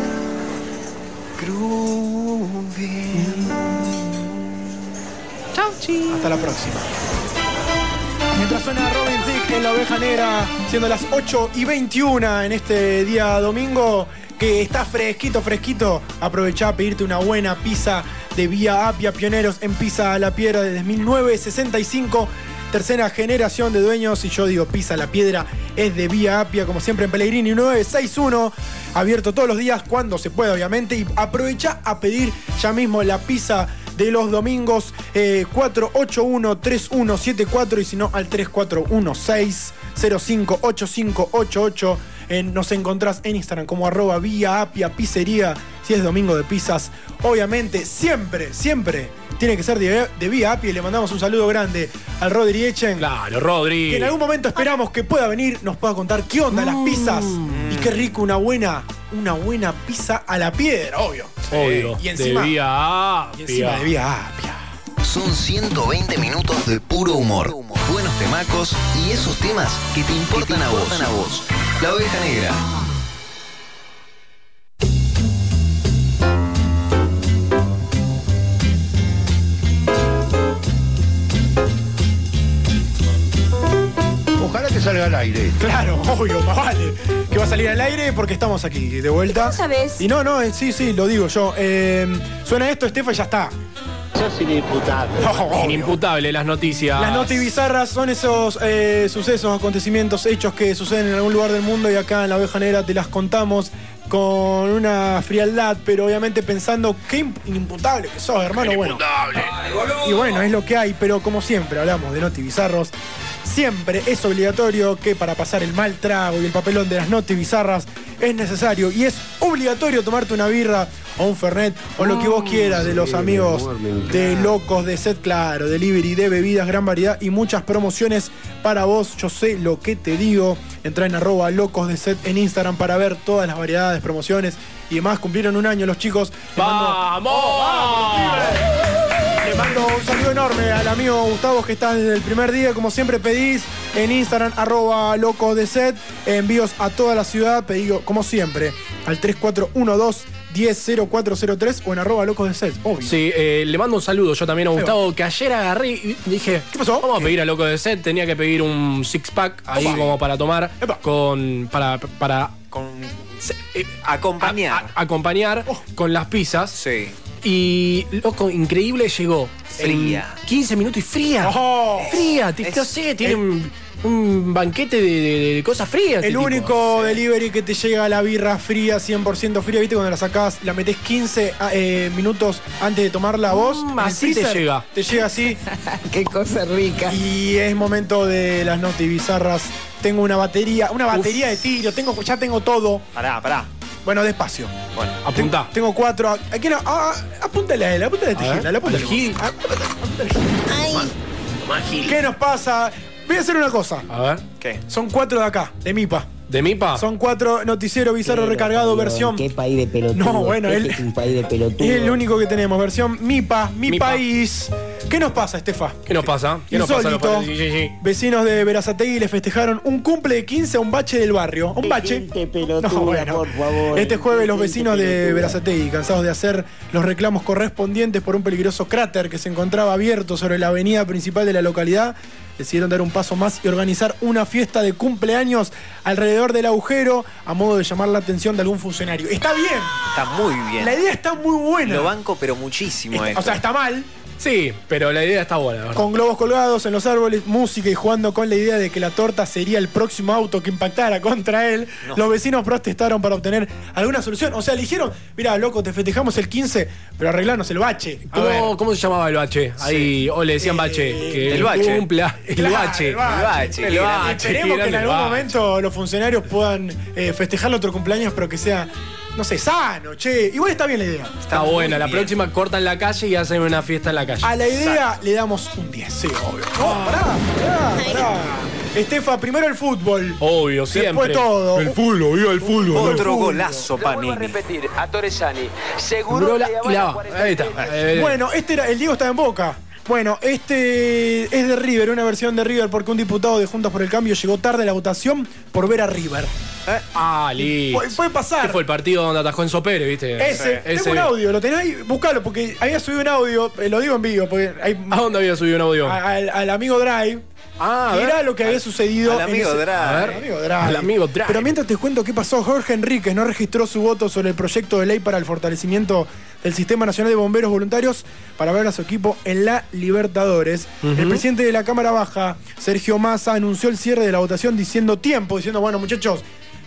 Speaker 11: Chau, chi. Hasta la próxima. Mientras suena Robin Thicke en la oveja negra, siendo las 8 y 21 en este día domingo, que está fresquito, fresquito, aprovechá a pedirte una buena pizza de Vía Apia Pioneros en Pizza a la Piedra desde 1965. Tercera generación de dueños, y yo digo Pizza a la Piedra, es de Vía Apia, como siempre en Pellegrini 961, abierto todos los días, cuando se pueda, obviamente, y aprovechá a pedir ya mismo la pizza de los domingos eh, 481-3174 y si no al 3416-058588. Eh, nos encontrás en Instagram como arroba vía apia pizzería. Si es domingo de pizzas, obviamente siempre, siempre tiene que ser de, de vía apia. Y le mandamos un saludo grande al Rodri Echen.
Speaker 2: Claro, Rodri.
Speaker 11: Que en algún momento esperamos que pueda venir, nos pueda contar qué onda
Speaker 2: Mm.
Speaker 11: las pizzas y qué rico una buena, una buena pizza a la piedra, obvio.
Speaker 2: Obvio.
Speaker 11: Y encima-
Speaker 2: de vía
Speaker 11: y encima de vía
Speaker 13: Son 120 minutos de puro humor, buenos temacos y esos temas que te importan, a, vos. La oveja negra.
Speaker 11: Ojalá que salga al aire. Claro, obvio, más vale. Que va a salir al aire porque estamos aquí de vuelta.
Speaker 8: sabes?
Speaker 11: Y no, no, eh, sí, sí, lo digo yo. Eh, suena esto, Estefa, y ya está.
Speaker 2: Sos inimputable. inimputable las noticias.
Speaker 11: Las notibizarras son esos eh, sucesos, acontecimientos, hechos que suceden en algún lugar del mundo y acá en la oveja negra te las contamos con una frialdad, pero obviamente pensando qué imp- inimputable que sos, hermano. Bueno. Y bueno, es lo que hay, pero como siempre hablamos de notibizarros, siempre es obligatorio que para pasar el mal trago y el papelón de las notibizarras es necesario y es obligatorio tomarte una birra o un fernet o lo que vos quieras de los amigos de Locos, de Set Claro, Delivery, de bebidas, gran variedad y muchas promociones para vos. Yo sé lo que te digo. Entra en arroba locos de set en Instagram para ver todas las variedades, promociones y demás. Cumplieron un año los chicos. Les mando- le mando un saludo enorme al amigo Gustavo que está desde el primer día. Como siempre pedís en Instagram, arroba loco de set. Envíos a toda la ciudad. Pedido, como siempre, al 3412 100403 o en arroba locos de set. Obvio.
Speaker 2: Sí, eh, le mando un saludo yo también a
Speaker 11: va.
Speaker 2: Gustavo, que ayer agarré y dije, ¿qué pasó? Vamos a pedir a Loco de Set, tenía que pedir un six-pack ahí
Speaker 12: Opa.
Speaker 2: como para tomar, con para, para
Speaker 12: eh,
Speaker 2: acompañar. acompañar
Speaker 11: Oh.
Speaker 2: con las pizzas.
Speaker 12: Sí.
Speaker 2: Y, loco, increíble, llegó.
Speaker 12: Fría.
Speaker 2: en 15 minutos y fría.
Speaker 11: Oh.
Speaker 2: fría, te,
Speaker 11: Es-
Speaker 2: no sé, tiene
Speaker 11: el-
Speaker 2: un, un banquete de, de- de cosas frías. este
Speaker 11: El
Speaker 2: tipo.
Speaker 11: único delivery que te llega la birra fría, 100% fría, ¿viste? Cuando la sacás, la metés 15 a- eh, minutos antes de tomarla vos. en el
Speaker 2: Mm, así te
Speaker 11: freezer,
Speaker 2: llega.
Speaker 11: Te llega así. Qué cosa rica. Y es momento de las notis bizarras. Tengo una batería, una
Speaker 12: Uf.
Speaker 11: batería de tiro, tengo, ya tengo todo.
Speaker 12: Pará, pará.
Speaker 11: Bueno, despacio.
Speaker 12: Bueno,
Speaker 11: Apuntá. Tengo cuatro. ah, ¿A a quién? a- a- Apúntale a él, apúntale a Tijela, le apúntale. A- ¿Qué nos pasa? Voy a hacer una cosa.
Speaker 2: A ver.
Speaker 12: ¿Qué?
Speaker 11: Son cuatro de acá, de MIPA.
Speaker 2: ¿De MIPA?
Speaker 11: Son cuatro noticiero bizarro recargado versión.
Speaker 20: Qué país de pelotudo.
Speaker 11: No, bueno,
Speaker 20: Este
Speaker 11: él-
Speaker 20: es un país de pelotudo.
Speaker 11: Es el único que tenemos, versión MIPA, mi
Speaker 20: MIPA.
Speaker 11: país. ¿Qué nos pasa, Estefa?
Speaker 2: ¿Qué nos pasa? ¿Qué nos pasa?
Speaker 11: Insólito.
Speaker 2: Sí, sí, sí.
Speaker 11: Vecinos de Verazategui le festejaron un cumple de 15 a un bache del barrio. Un bache. No, bueno. Este jueves los vecinos de Verazategui, cansados de hacer los reclamos correspondientes por un peligroso cráter que se encontraba abierto sobre la avenida principal de la localidad, decidieron dar un paso más y organizar una fiesta de cumpleaños alrededor del agujero a modo de llamar la atención de algún funcionario. Está bien,
Speaker 12: Está muy bien.
Speaker 11: la idea está muy buena.
Speaker 12: Lo banco, pero muchísimo
Speaker 11: Está-
Speaker 12: esto.
Speaker 11: O sea, está mal.
Speaker 2: Sí, pero la idea está buena, ¿verdad?
Speaker 11: Con globos colgados en los árboles, música y jugando con la idea de que la torta sería el próximo auto que impactara contra él,
Speaker 12: No.
Speaker 11: los vecinos protestaron para obtener alguna solución. O sea, le dijeron, mira, loco, te festejamos el 15, pero arreglanos el bache. A ver.
Speaker 2: ¿Cómo, cómo se llamaba el bache? Ahí, o le decían Eh, bache. Que
Speaker 12: el bache.
Speaker 2: cumpla- Ah, el
Speaker 11: Claro,
Speaker 2: bache.
Speaker 11: el bache.
Speaker 2: El bache. Ah,
Speaker 11: Esperemos que en
Speaker 2: grande
Speaker 11: algún
Speaker 2: bache.
Speaker 11: momento los funcionarios puedan eh, festejar otro cumpleaños, pero que sea, no sé, sano, che. Igual está bien la idea.
Speaker 2: Está buena. La próxima cortan la calle y hacen una fiesta en la calle.
Speaker 11: A la idea le damos un 10, sí, obvio.
Speaker 2: Ah.
Speaker 11: No, pará, pará, pará. Estefa, primero el fútbol.
Speaker 2: Obvio,
Speaker 11: Después todo.
Speaker 2: El fútbol, viva el fútbol.
Speaker 11: Otro
Speaker 12: golazo,
Speaker 20: Voy a repetir, a Torresani. Seguro
Speaker 11: Seguro
Speaker 20: que
Speaker 11: la-
Speaker 20: van
Speaker 11: la-
Speaker 20: a 40.
Speaker 2: Ahí está. Eh,
Speaker 11: Bueno, este era, el Diego está en Boca. Bueno, este es de River, una versión de River, porque un diputado de Juntos por el Cambio llegó tarde a la votación por ver a River.
Speaker 2: Ah, listo.
Speaker 11: Puede- puede pasar.
Speaker 2: Este fue el partido donde atajó Enzo Pérez, ¿viste?
Speaker 11: Ese, tengo un audio, lo tenés ahí, buscalo, porque había subido un audio, eh, lo digo en vivo, porque hay
Speaker 2: ¿A dónde había subido un audio?
Speaker 11: a- al, al amigo Drive.
Speaker 2: Ah,
Speaker 11: que era lo que había sucedido.
Speaker 12: al amigo Drive.
Speaker 11: Al amigo Drive.
Speaker 12: Al amigo Drive.
Speaker 11: Pero mientras te cuento qué pasó, Jorge Enríquez no registró su voto sobre el proyecto de ley para el fortalecimiento del Sistema Nacional de Bomberos Voluntarios para ver a su equipo en la Libertadores.
Speaker 2: Ujú.
Speaker 11: El presidente de la Cámara Baja, Sergio Massa, anunció el cierre de la votación diciendo tiempo, diciendo, bueno, muchachos.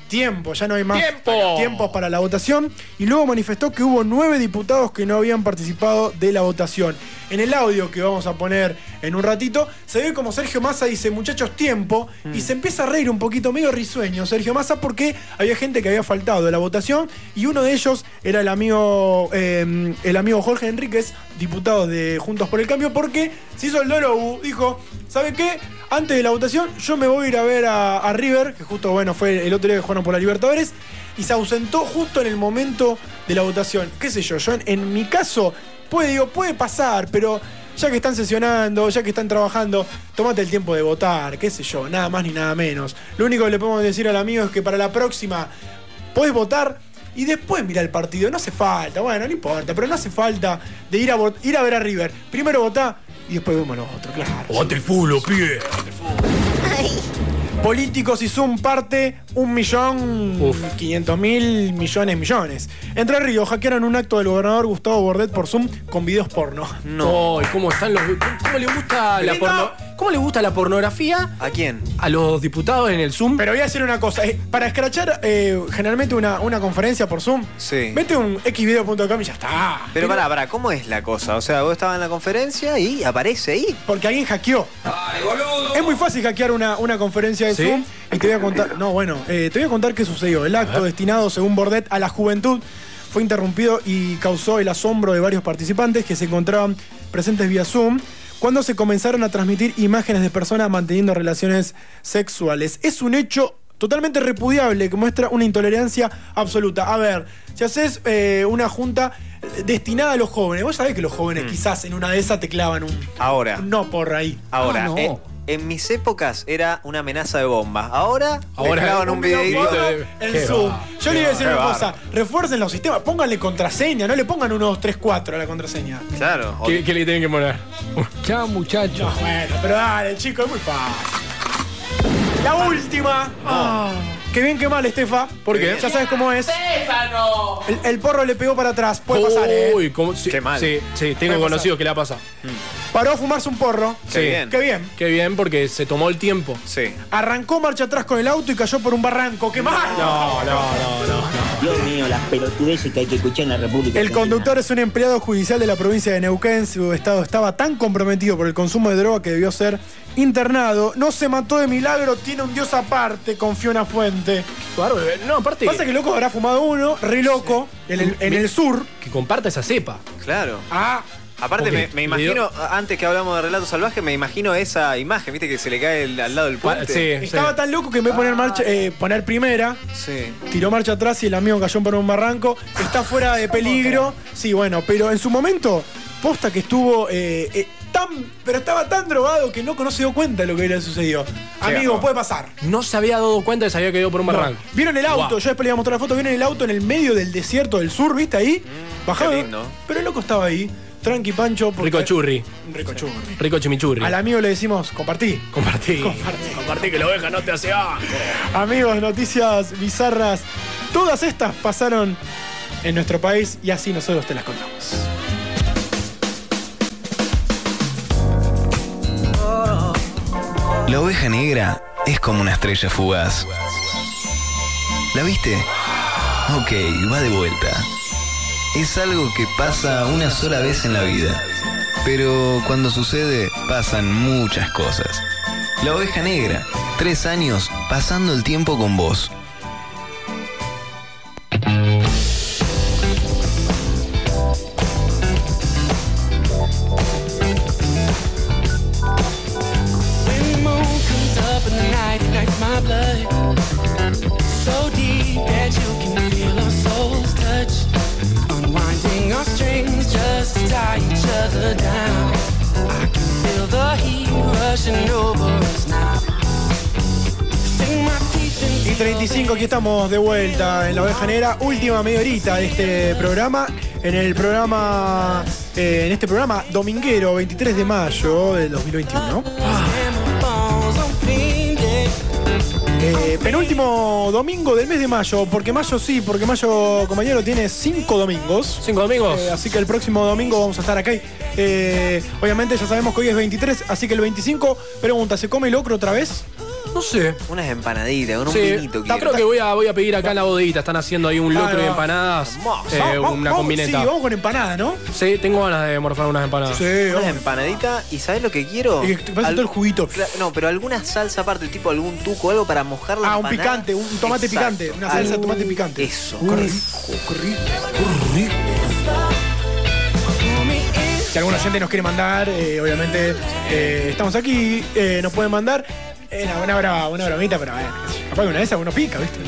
Speaker 11: Tiempo, ya no hay más
Speaker 2: ¡Tiempo!
Speaker 11: tiempos para la votación. Y luego manifestó que hubo nueve diputados que no habían participado de la votación. En el audio que vamos a poner en un ratito, se ve como Sergio Massa dice, muchachos, tiempo. Y se empieza a reír un poquito, medio risueño Sergio Massa, porque había gente que había faltado de la votación. Y uno de ellos era el amigo, eh, el amigo Jorge Enríquez, diputado de Juntos por el Cambio, porque se hizo el dolo U. Dijo, ¿sabe qué? Antes de la votación, yo me voy a ir a ver a, a River, que justo, bueno, fue el otro día que jugaron por la Libertadores y se ausentó justo en el momento de la votación. ¿Qué sé yo? Yo en, en mi caso, puede, digo, puede pasar, pero ya que están sesionando, ya que están trabajando, tomate el tiempo de votar, qué sé yo, nada más ni nada menos. Lo único que le podemos decir al amigo es que para la próxima podés votar y después mira el partido. No hace falta, bueno, no importa, pero no hace falta de ir a, vot- ir a ver a River. Primero votá y después vemos los otros, claro.
Speaker 2: Bate el fútbol, pibe.
Speaker 11: Políticos y Zoom parte un millón, quinientos mil millones, millones. Entre Río hackearon un acto del gobernador Gustavo Bordet por Zoom con videos porno.
Speaker 2: No. ¿Cómo están los. ¿Cómo le gusta la
Speaker 11: Venga.
Speaker 2: porno- ¿Cómo le gusta la pornografía?
Speaker 12: ¿A quién?
Speaker 2: A los diputados en el Zoom.
Speaker 11: Pero voy a decir una cosa. eh, para escrachar eh, generalmente una, una conferencia por Zoom,
Speaker 12: Sí.
Speaker 11: vete a un xvideo.com y ya está.
Speaker 12: Pero pará, pará, ¿cómo es la cosa? O sea, vos estabas en la conferencia y aparece ahí.
Speaker 11: Porque alguien hackeó. Es muy fácil hackear una, una conferencia de
Speaker 12: ¿Sí?
Speaker 11: Zoom y te voy a contar. No, bueno, eh, te voy a contar qué sucedió. El acto destinado, según Bordet, a la juventud fue interrumpido y causó el asombro de varios participantes que se encontraban presentes vía Zoom cuando se comenzaron a transmitir imágenes de personas manteniendo relaciones sexuales. Es un hecho totalmente repudiable que muestra una intolerancia absoluta. A ver, si haces eh, una junta destinada a los jóvenes, vos sabés que los jóvenes quizás en una de esas te clavan un,
Speaker 12: Mm. Ahora,
Speaker 11: un no por ahí.
Speaker 12: ahora.
Speaker 11: Ah, no.
Speaker 12: eh, en mis épocas era una amenaza de bomba. Ahora,
Speaker 11: Ahora
Speaker 12: ahora graban un videito.
Speaker 11: En Zoom. Yo le iba a decir
Speaker 12: Qué
Speaker 11: una
Speaker 12: bárbaro.
Speaker 11: cosa. Refuercen los sistemas. Pónganle contraseña. No le pongan 1, 2, 3, 4 a la contraseña.
Speaker 12: Claro.
Speaker 2: ¿Qué, qué le tienen que poner?
Speaker 11: Chao, muchachos. bueno, pero dale, chico, es muy fácil. La última. Que Qué bien, qué mal, Estefa.
Speaker 2: ¿Por qué?
Speaker 11: Ya sabes cómo es.
Speaker 10: ¡Stefano!
Speaker 11: El, el porro le pegó para atrás. Puede pasar, ¿eh?
Speaker 2: Uy, cómo- sí,
Speaker 12: Qué mal.
Speaker 2: Sí, sí, tengo
Speaker 11: Puede
Speaker 2: conocido que le ha pasado.
Speaker 11: Paró a fumarse un porro.
Speaker 2: Sí.
Speaker 11: Qué bien.
Speaker 2: Qué bien, porque se tomó el tiempo.
Speaker 12: Sí.
Speaker 11: Arrancó marcha atrás con el auto y cayó por un barranco. ¡Qué mal!
Speaker 2: No, no, no, no.
Speaker 21: Dios mío, las pelotudeces que hay que escuchar en la República.
Speaker 11: El conductor es un empleado judicial de la provincia de Neuquén. Su estado estaba tan comprometido por el consumo de droga que debió ser internado. No se mató de milagro, tiene un dios aparte, confió una fuente.
Speaker 2: eh, No, aparte.
Speaker 11: Pasa que loco habrá fumado uno, re loco, en el, en el sur.
Speaker 2: Que comparte esa cepa.
Speaker 12: Claro.
Speaker 11: Ah.
Speaker 12: Aparte,
Speaker 2: Ok,
Speaker 12: me, me
Speaker 2: le
Speaker 12: imagino, antes que hablamos de relatos salvajes, me imagino esa imagen, viste, que se le cae el- al lado del puente.
Speaker 11: Estaba tan loco que me voy a poner, marcha,
Speaker 2: Ah.
Speaker 11: eh, poner primera.
Speaker 12: Sí.
Speaker 11: Tiró marcha atrás y el amigo cayó por un barranco. Está fuera de peligro. Sí, bueno, pero en su momento, posta que estuvo eh, eh, tan. Pero estaba tan drogado que el loco no se dio cuenta de lo que había sucedido. Amigo,
Speaker 2: bárbaro.
Speaker 11: puede pasar.
Speaker 2: No se había dado cuenta que se había caído por un
Speaker 11: No.
Speaker 2: barranco.
Speaker 11: ¿Vieron el auto?
Speaker 2: Guau.
Speaker 11: Yo después le iba a mostrar la foto. ¿Vieron el auto en el medio del desierto del sur? ¿Viste ahí? Bajado. Pero el loco estaba ahí. Tranqui Pancho. porque-
Speaker 2: Mm, Rico churri.
Speaker 11: Rico churri.
Speaker 2: Rico chimichurri.
Speaker 11: Al amigo le decimos, compartí.
Speaker 2: Compartí.
Speaker 5: Compartí que la oveja no te hace asco.
Speaker 11: Amigos, noticias bizarras. Todas estas pasaron en nuestro país y así nosotros te las contamos.
Speaker 13: La oveja negra es como una estrella fugaz. ¿La viste? Ok, va de vuelta. Es algo que pasa una sola vez en la vida. Pero cuando sucede, pasan muchas cosas. La oveja negra, tres años pasando el tiempo con vos.
Speaker 10: When the moon comes up in the night, ignites my blood. So deep that you can feel our souls touch. Unwinding our strings just to tie each other down. I can feel the heat rushing over us now. Sink my teeth in
Speaker 11: Y 35, aquí estamos de vuelta en la oveja negra, última media horita de este programa. En el programa, eh, en este programa dominguero, 23 de mayo del 2021. Eh, penúltimo domingo del mes de mayo, porque mayo sí, porque mayo, compañero, tiene cinco domingos. Eh,
Speaker 2: ¿Cinco domingos?
Speaker 11: así que el próximo domingo vamos a estar acá. Eh, obviamente ya sabemos que hoy es 23, así que el 25, pregunta, ¿se come locro otra vez?
Speaker 2: No sé.
Speaker 12: Unas empanaditas, con un
Speaker 2: Sí,
Speaker 12: vinito.
Speaker 2: ta- creo que voy a, voy a pedir acá en la bodeguita. Están haciendo ahí un
Speaker 11: Ah,
Speaker 2: locro y
Speaker 11: no.
Speaker 2: empanadas. eh,
Speaker 11: Vamos, vamos,
Speaker 2: una
Speaker 11: vamos,
Speaker 2: combineta.
Speaker 11: Sí, vamos con empanada, ¿no?
Speaker 2: Sí, tengo ganas de morfar unas empanadas.
Speaker 12: Unas empanaditas y ¿sabes lo que quiero?
Speaker 11: Y que te pase todo el juguito.
Speaker 12: Cla- No, pero alguna salsa aparte, tipo algún tuco, algo para mojar la
Speaker 11: Ah, un
Speaker 12: empanada.
Speaker 11: picante, un tomate
Speaker 12: Exacto.
Speaker 11: picante, una salsa de
Speaker 12: Algo-
Speaker 11: tomate picante.
Speaker 12: Eso,
Speaker 11: Uy,
Speaker 12: correcto.
Speaker 11: qué rico, qué rico. Si algún oyente nos quiere mandar, eh, obviamente eh, estamos aquí, eh, nos pueden mandar. Eh, no, una, brava, una bromita, pero bueno, capaz que una de esas uno pica, ¿viste?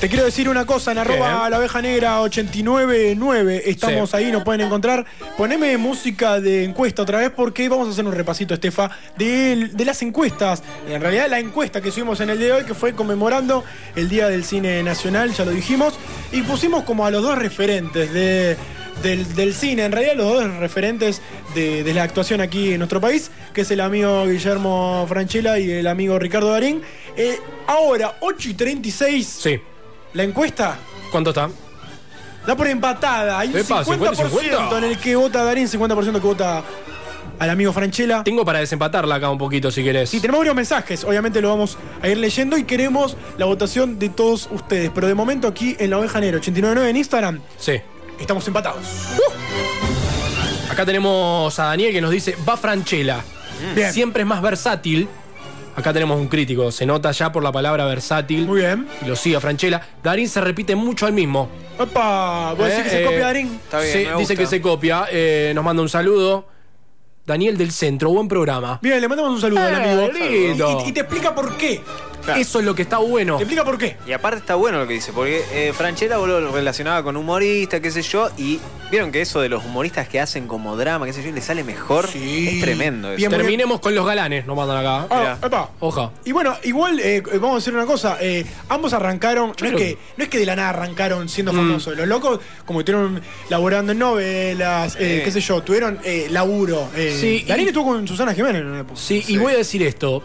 Speaker 11: Te quiero decir una cosa, en arroba la oveja negra 899 estamos ahí, nos pueden encontrar. Poneme música de encuesta otra vez porque vamos a hacer un repasito, Estefa, de, de las encuestas. En realidad la encuesta que subimos en el día de hoy, que fue conmemorando el Día del Cine Nacional, ya lo dijimos, y pusimos como a los dos referentes de, del, del cine, en realidad los dos referentes de, de la actuación aquí en nuestro país, que es el amigo Guillermo Franchella y el amigo Ricardo Darín. Eh, ahora, 8 y 36.
Speaker 2: Sí.
Speaker 11: La encuesta
Speaker 2: ¿Cuánto está?
Speaker 11: da por empatada. Hay un
Speaker 2: Epa,
Speaker 11: 50%,
Speaker 2: 50.
Speaker 11: en el que vota Darín, 50% que vota al amigo Franchella.
Speaker 2: Tengo para desempatarla acá un poquito si querés.
Speaker 11: Sí, tenemos varios mensajes, obviamente lo vamos a ir leyendo y queremos la votación de todos ustedes. Pero de momento aquí en La Oveja Negra 899 en Instagram
Speaker 2: Sí.
Speaker 11: estamos empatados.
Speaker 2: Acá tenemos a Daniel que nos dice, va Franchella.
Speaker 11: Bien.
Speaker 2: Mm. Siempre es más versátil. Acá tenemos un crítico, se nota ya por la palabra versátil. Muy
Speaker 11: bien.
Speaker 2: Y lo sigue a Franchella. Darín se repite mucho al mismo.
Speaker 11: ¡Opa! ¿Vos decís que
Speaker 2: Eh,
Speaker 11: se copia Darín?
Speaker 12: Está bien,
Speaker 2: sí,
Speaker 12: me gusta.
Speaker 2: dice que se copia. Eh, nos manda un saludo. Daniel del Centro, buen programa.
Speaker 11: Bien, le mandamos un saludo al
Speaker 2: Eh,
Speaker 11: amigo.
Speaker 2: lindo.
Speaker 11: Y, y- y te explica por qué.
Speaker 2: Eso es lo que está bueno.
Speaker 11: Te explica por qué.
Speaker 12: Y aparte está bueno lo que dice, porque eh, Franchella boludo, lo relacionaba con humorista, qué sé yo, y vieron que eso de los humoristas que hacen como drama, qué sé yo, y le sale mejor. Es tremendo eso.
Speaker 2: Bien, Terminemos con los galanes, nos mandan acá.
Speaker 11: Ah, epa.
Speaker 2: Oja.
Speaker 11: Y bueno, igual eh, vamos a decir una cosa, eh, ambos arrancaron, no es,
Speaker 2: creo
Speaker 11: que, no es que de la nada arrancaron siendo
Speaker 2: Mm.
Speaker 11: famosos, los locos como estuvieron laborando en novelas, eh,
Speaker 2: Sí.
Speaker 11: qué sé yo, tuvieron eh, laburo. Eh.
Speaker 2: Sí, y-
Speaker 11: Darín estuvo con Susana Jiménez en una época.
Speaker 2: Sí, y voy a decir esto.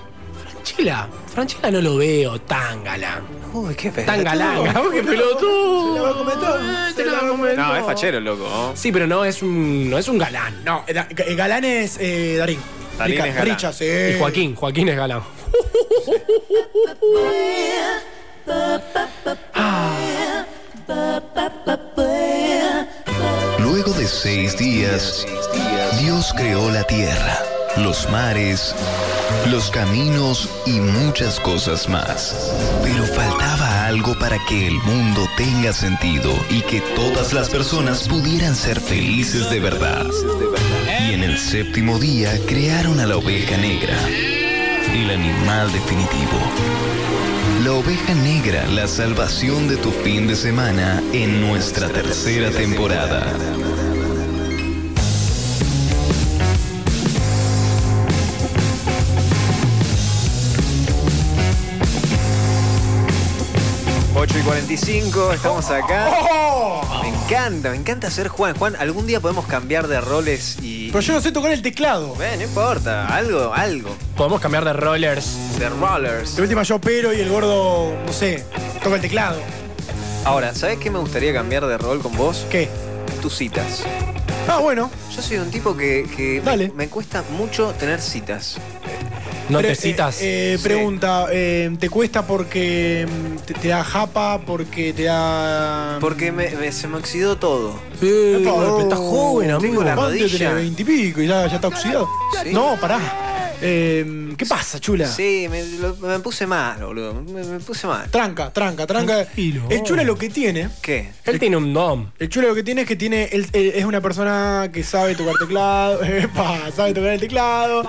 Speaker 2: Franchella, Franchella no lo veo tan galán.
Speaker 12: Uy, qué pelotudo.
Speaker 11: Ah,
Speaker 2: Tan galán. Uy, qué pelotudo.
Speaker 11: Se la va a comer todo,
Speaker 2: eh,
Speaker 11: se la va a comer
Speaker 12: No,
Speaker 11: todo.
Speaker 12: es fachero, loco. ¿no?
Speaker 2: Sí, pero no es un, no es un galán.
Speaker 11: No, eh, da- eh, galán es eh, Darín.
Speaker 12: Darín
Speaker 11: Rica-
Speaker 12: es galán.
Speaker 11: Richa, sí.
Speaker 2: Y Joaquín, Joaquín es galán.
Speaker 13: Luego de seis días, Dios creó la tierra, los mares, los caminos y muchas cosas más. Pero faltaba algo para que el mundo tenga sentido y que todas las personas pudieran ser felices de verdad. Y en el séptimo día crearon a la oveja negra, el animal definitivo. La oveja negra, la salvación de tu fin de semana en nuestra tercera temporada.
Speaker 12: Bien. 8 y 45, estamos acá.
Speaker 11: ¡Oh!
Speaker 12: Me encanta, me encanta ser Juan. Juan, algún día podemos cambiar de roles y.
Speaker 11: Pero yo no sé tocar el teclado.
Speaker 12: Bueno, no importa, algo, algo.
Speaker 2: Podemos cambiar de rollers.
Speaker 12: De rollers.
Speaker 11: De última yo pero y el gordo, no sé, toca el teclado.
Speaker 12: Ahora, ¿sabes qué me gustaría cambiar de rol con vos?
Speaker 11: ¿Qué?
Speaker 12: Tus citas.
Speaker 11: Ah, bueno.
Speaker 12: Yo soy un tipo que, que Me, me cuesta mucho tener citas.
Speaker 2: ¿No
Speaker 11: Pre-
Speaker 2: te citas?
Speaker 11: eh, eh,
Speaker 2: Sí.
Speaker 11: Pregunta, eh, ¿te cuesta porque mm, te, te da japa, porque te da... mm?
Speaker 12: Porque me, me- se me oxidó todo.
Speaker 11: Epa,
Speaker 12: Eh, estás joven, amigo. la
Speaker 11: ¿Cuánto
Speaker 12: rodilla.
Speaker 11: tenés? Veintipico y ya, ya está oxidado. No, pará. Eh, ¿Qué pasa,
Speaker 2: Ah.
Speaker 11: chula?
Speaker 12: Sí, me, lo- me puse mal, boludo. Me, me puse mal.
Speaker 11: Tranca, tranca, tranca. El chula lo que tiene...
Speaker 12: ¿Qué?
Speaker 2: Él tiene un dom.
Speaker 11: El chulo lo que tiene es que tiene él- él es una persona que sabe tocar teclado, epa, sabe tocar el teclado.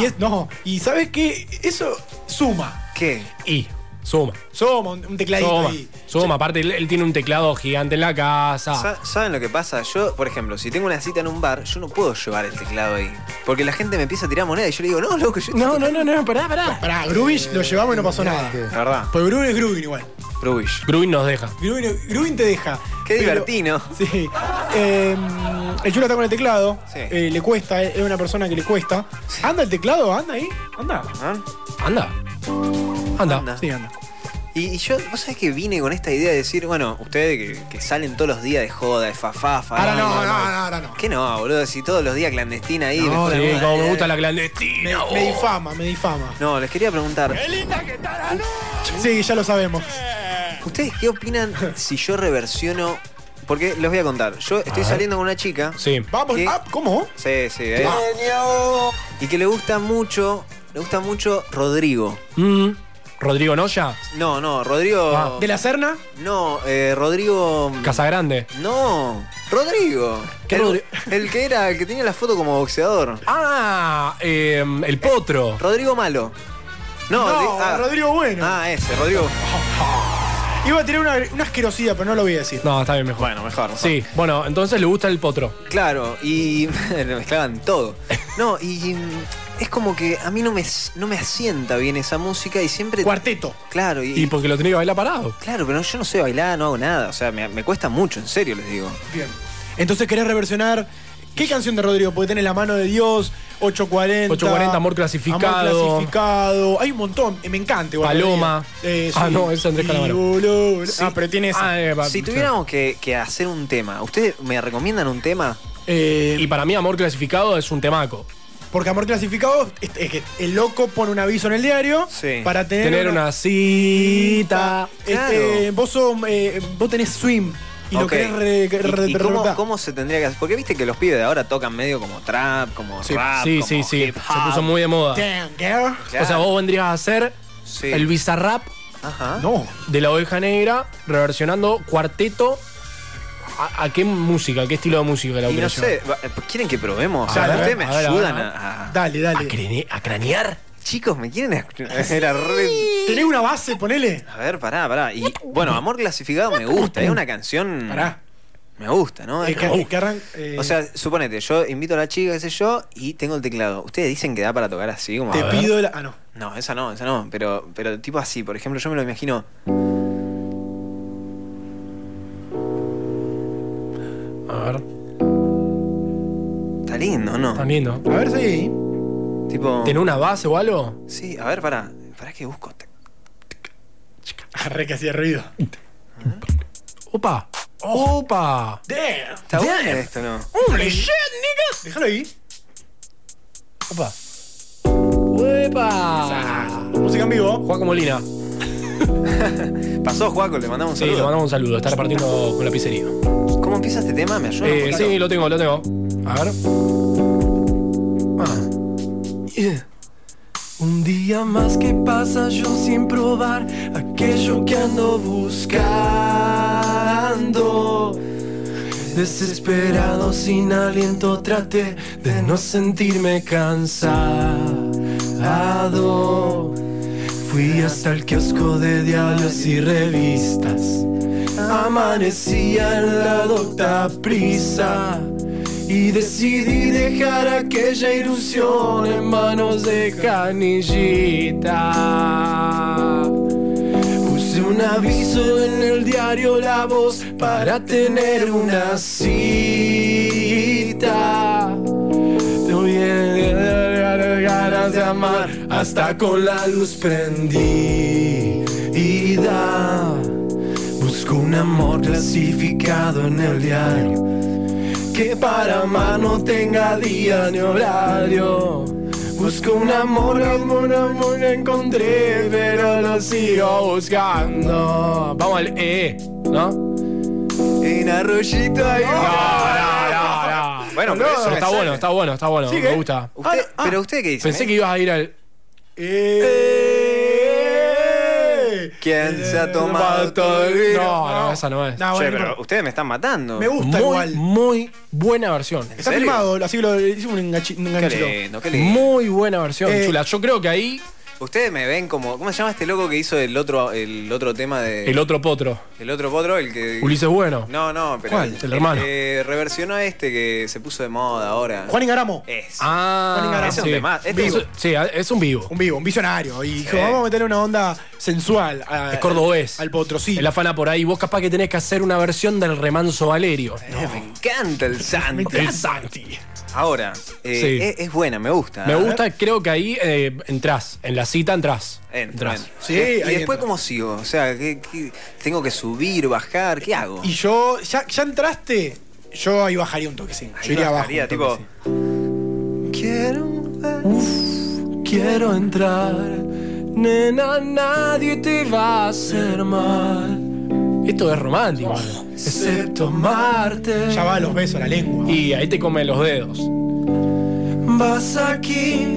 Speaker 11: Y es no, y sabes qué, eso suma.
Speaker 12: ¿Qué?
Speaker 2: Y suma.
Speaker 11: Suma un, un tecladito
Speaker 2: Soma,
Speaker 11: ahí.
Speaker 2: Soma, aparte él, él tiene un teclado gigante en la casa.
Speaker 12: Sa- ¿Saben lo que pasa? Yo, por ejemplo, si tengo una cita en un bar, yo no puedo llevar el teclado ahí. Porque la gente me empieza a tirar moneda y yo le digo, no, loco, yo.
Speaker 2: No, no, no, no, pará, pará.
Speaker 11: Pará, Grubich lo llevamos y no pasó nada.
Speaker 12: La verdad.
Speaker 11: Pues Grubin es Grubin igual.
Speaker 12: Rubish.
Speaker 2: Grubin nos deja.
Speaker 11: Grubin, Grubin te deja.
Speaker 12: Qué
Speaker 11: Pero-
Speaker 12: divertido.
Speaker 11: Sí. Eh, el chulo está con el teclado.
Speaker 12: Sí.
Speaker 11: eh, le cuesta, eh, es una persona que le cuesta. ¿Anda el teclado? ¿Anda ahí? ¿Anda?
Speaker 2: ¿Ah? Anda. Anda.
Speaker 11: Sí, anda.
Speaker 12: Y, y yo, vos sabés que vine con esta idea de decir, bueno, ustedes que, que salen todos los días de joda, de
Speaker 2: Ah,
Speaker 12: fafafa.
Speaker 11: Ahora no, no, no, ahora no.
Speaker 12: ¿Qué no, boludo? Si todos los días clandestina ahí.
Speaker 2: No,
Speaker 12: jodan,
Speaker 2: sí,
Speaker 12: bueno,
Speaker 2: como
Speaker 12: eh,
Speaker 2: me gusta
Speaker 12: eh.
Speaker 2: la clandestina.
Speaker 11: Me, me difama, me difama.
Speaker 12: No, les quería preguntar.
Speaker 11: Sí, ya lo sabemos.
Speaker 12: ¿Ustedes qué opinan si yo reversiono? Porque les voy a contar. Yo estoy
Speaker 2: ver.
Speaker 12: saliendo con una chica.
Speaker 2: Sí. Ah.
Speaker 11: Vamos,
Speaker 12: ¿Qué?
Speaker 11: ah, ¿cómo? Ah,
Speaker 12: Sí, sí. eh. Y que le gusta mucho. Le gusta mucho Rodrigo.
Speaker 2: Mm. Rodrigo Noya,
Speaker 12: No, no, Rodrigo.
Speaker 2: Ah.
Speaker 11: ¿De la Serna?
Speaker 12: No, eh, Rodrigo.
Speaker 2: Casagrande.
Speaker 12: No, Rodrigo.
Speaker 2: ¿Qué
Speaker 12: el,
Speaker 2: Rodri-
Speaker 12: el que era, el que tenía la foto como boxeador.
Speaker 2: Ah, eh, el potro.
Speaker 12: Rodrigo Malo. No,
Speaker 11: No,
Speaker 12: de- ah,
Speaker 11: Rodrigo Bueno.
Speaker 12: Ah, ese, Rodrigo.
Speaker 11: Iba a tirar una, una asquerosidad, pero no lo voy a decir.
Speaker 2: No, está bien mejor.
Speaker 12: Bueno, mejor. mejor.
Speaker 2: Sí, bueno, entonces le gusta el potro.
Speaker 12: Claro, y lo mezclaban todo. No, y mm, es como que a mí no me, no me asienta bien esa música y siempre.
Speaker 11: Cuarteto.
Speaker 12: Claro, y.
Speaker 2: Y porque lo tenía que bailar parado.
Speaker 12: Claro, pero yo no sé bailar, no hago nada. O sea, me, me cuesta mucho, en serio les digo.
Speaker 11: Bien. Entonces querés reversionar. ¿Qué canción de Rodrigo? Porque tenés La mano de Dios, 840.
Speaker 2: 840, Amor Clasificado.
Speaker 11: Amor clasificado. Hay un montón. Eh, Me encanta igual.
Speaker 2: Paloma.
Speaker 11: Rodrigo. Eh,
Speaker 2: Ah,
Speaker 11: sí.
Speaker 2: no, es Andrés
Speaker 11: Y
Speaker 2: Calamaro.
Speaker 11: voló-
Speaker 12: Sí.
Speaker 11: Ah, pero tiene esa.
Speaker 2: Ah, eh, va-
Speaker 12: Si tuviéramos que, que hacer un tema, ¿ustedes me recomiendan un tema?
Speaker 11: Eh,
Speaker 2: Y para mí, amor clasificado es un temaco.
Speaker 11: porque Amor Clasificado es, es que el loco pone un aviso en el diario
Speaker 12: Sí.
Speaker 11: para tener,
Speaker 2: Tener una cita.
Speaker 11: Este,
Speaker 12: Claro.
Speaker 11: vos, sos, eh, vos tenés swim y
Speaker 12: Ok.
Speaker 11: lo querés re, re-
Speaker 12: ¿Y, y cómo,
Speaker 11: remontar.
Speaker 12: cómo se tendría que hacer? Porque viste que los pibes de ahora tocan medio como trap, como
Speaker 2: Sí,
Speaker 12: rap.
Speaker 2: sí,
Speaker 12: como
Speaker 2: sí, sí. Se
Speaker 12: hip hop.
Speaker 2: puso muy de moda.
Speaker 11: Damn, girl.
Speaker 12: Claro.
Speaker 2: O sea, vos vendrías a hacer
Speaker 12: Sí.
Speaker 2: el bizarrap
Speaker 12: Ajá.
Speaker 11: No.
Speaker 2: de la oveja negra, reversionando cuarteto. ¿A, a qué música? ¿A qué estilo de música la
Speaker 12: Y no
Speaker 2: querés
Speaker 12: sé, va- ¿quieren que probemos?
Speaker 11: A ver,
Speaker 12: ¿Ustedes me
Speaker 2: a ver, a
Speaker 12: ayudan
Speaker 2: ver.
Speaker 12: a, a-
Speaker 11: Dale, dale.
Speaker 2: llevar? ¿A, crane- a cranear?
Speaker 12: Chicos, ¿me quieren? a- Era re...
Speaker 11: ¿Tenés una base? Ponele.
Speaker 12: A ver, pará, pará. Y, bueno, Amor Clasificado me gusta, es una
Speaker 2: Mm.
Speaker 12: canción...
Speaker 11: Pará.
Speaker 12: Me gusta, ¿no?
Speaker 11: Eh,
Speaker 12: Es
Speaker 11: que-
Speaker 12: como-
Speaker 11: que arran- eh,
Speaker 12: O sea, suponete, yo invito a la chica, qué sé yo, y tengo el teclado. ¿Ustedes dicen que da para tocar así? Como, a
Speaker 11: te
Speaker 12: ver?
Speaker 11: pido la. Ah, no.
Speaker 12: No, esa no, esa no. Pero, pero tipo así, por ejemplo, yo me lo imagino.
Speaker 2: A ver,
Speaker 12: Está lindo, ¿no?
Speaker 2: tan lindo.
Speaker 11: A ver si hay ahí.
Speaker 12: Tipo.
Speaker 2: ¿Tenés una base o algo?
Speaker 12: Sí, a ver, pará. Pará que busco.
Speaker 11: Arre que hacía ruido.
Speaker 2: ¡Opa! ¡Opa!
Speaker 11: Damn.
Speaker 12: Está bueno esto, ¿no?
Speaker 11: Holy shit, nigga. Déjalo ahí.
Speaker 2: ¡Opa! ¡Uepa!
Speaker 11: Música en vivo.
Speaker 2: Juaco Molina.
Speaker 12: Pasó, Juaco, le mandamos un
Speaker 2: Sí, le
Speaker 12: saludo.
Speaker 2: mandamos un saludo. Está repartiendo con la pizzería.
Speaker 12: ¿Cómo empieza este tema? ¿Me ayuda?
Speaker 2: Eh, sí, lo tengo, lo tengo. A ver. Ah.
Speaker 19: Yeah. Un día más que pasa yo sin probar aquello que ando buscando. Desesperado, sin aliento, traté de no sentirme cansado. Fui hasta el kiosco de diarios y revistas. Amanecía en la docta prisa y decidí dejar aquella ilusión en manos de canillita. Puse un aviso en el diario La Voz para tener una cita. Tuve ganas de amar hasta con la luz prendida. Busco un amor clasificado en el diario
Speaker 11: que para amar no tenga día ni horario. Busco un amor, amor, amor que encontré, pero lo sigo buscando.
Speaker 2: Vamos al E, ¿no?
Speaker 11: En arroyito ahí.
Speaker 2: Ah. No, no, no.
Speaker 12: Bueno,
Speaker 2: No,
Speaker 12: pero eso
Speaker 2: está
Speaker 12: me
Speaker 2: bueno,
Speaker 12: sale.
Speaker 2: está bueno, está bueno.
Speaker 12: Sigue.
Speaker 2: Me gusta.
Speaker 12: Usted- pero usted qué dice.
Speaker 2: ah.
Speaker 12: ¿eh?
Speaker 2: Pensé que ibas a ir al.
Speaker 22: Eh,
Speaker 12: ¿Quién se ha tomado todo el vino?
Speaker 2: No, no, esa Ah, no es.
Speaker 22: No,
Speaker 12: Che,
Speaker 22: bueno,
Speaker 12: pero ustedes me están matando.
Speaker 22: Me gusta
Speaker 2: muy,
Speaker 22: igual.
Speaker 2: Muy buena versión.
Speaker 22: Está filmado, así lo hicimos un enganchi- un
Speaker 12: Qué
Speaker 22: enganchito.
Speaker 12: lindo, qué lindo.
Speaker 2: Muy buena versión,
Speaker 12: Eh,
Speaker 2: chula. Yo creo que ahí
Speaker 12: Ustedes me ven como. ¿Cómo se llama este loco que hizo el otro, el otro tema de.
Speaker 2: el otro potro.
Speaker 12: El otro potro, el que.
Speaker 2: Ulises Bueno.
Speaker 12: No, no, pero.
Speaker 2: ¿Cuál? El hermano.
Speaker 12: que reversionó a este que se puso de moda ahora.
Speaker 22: Juan Ingaramo.
Speaker 12: Es.
Speaker 2: Ah,
Speaker 22: Juan Ingaramo.
Speaker 12: ese es un tema. Este
Speaker 22: Vivo.
Speaker 12: es-
Speaker 2: Sí, ah, es un vivo.
Speaker 22: Un vivo, un visionario. Y dijo,
Speaker 12: Sí.
Speaker 22: vamos a meterle una onda sensual. a-
Speaker 2: Es cordobés.
Speaker 22: Al potro, sí.
Speaker 2: El afana por ahí. Vos capaz que tenés que hacer una versión del remanso Valerio.
Speaker 12: Eh, Me encanta el Santi.
Speaker 2: El Santi.
Speaker 12: Ahora, eh,
Speaker 2: Sí.
Speaker 12: es, es buena, me gusta.
Speaker 2: Me gusta, creo que ahí eh, entrás. En la cita entrás.
Speaker 12: Entra.
Speaker 2: Entrás.
Speaker 12: Sí, y
Speaker 22: ahí
Speaker 12: después,
Speaker 22: entra.
Speaker 12: ¿cómo sigo? O sea, ¿qué- qué- tengo que subir, bajar? ¿Qué hago?
Speaker 22: Y yo, ya, ya entraste, yo ahí bajaría un toque, sí. Yo iría abajo.
Speaker 12: Haría,
Speaker 22: un toque,
Speaker 12: tipo,
Speaker 22: sí.
Speaker 11: Quiero, uf, quiero entrar, nena, nadie te va a hacer mal,
Speaker 2: Esto es romántico.
Speaker 11: excepto amarte.
Speaker 22: Ya va a los besos, a la lengua.
Speaker 2: Y ahí te comen los dedos.
Speaker 11: Vas aquí,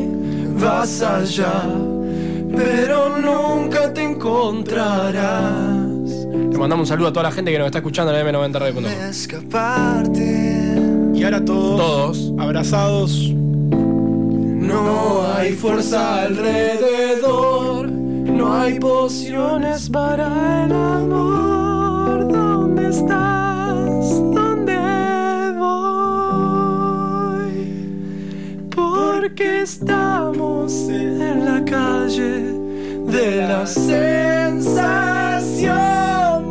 Speaker 11: vas allá, pero nunca te encontrarás.
Speaker 2: Le mandamos un saludo a toda la gente que nos está escuchando en la M90 Radio.
Speaker 11: Escaparte,
Speaker 22: Y ahora todos,
Speaker 2: Todos.
Speaker 22: abrazados.
Speaker 11: no hay fuerza alrededor, no hay pociones para el amor. ¿Dónde estás? ¿Dónde voy? Porque estamos en la calle de la sensación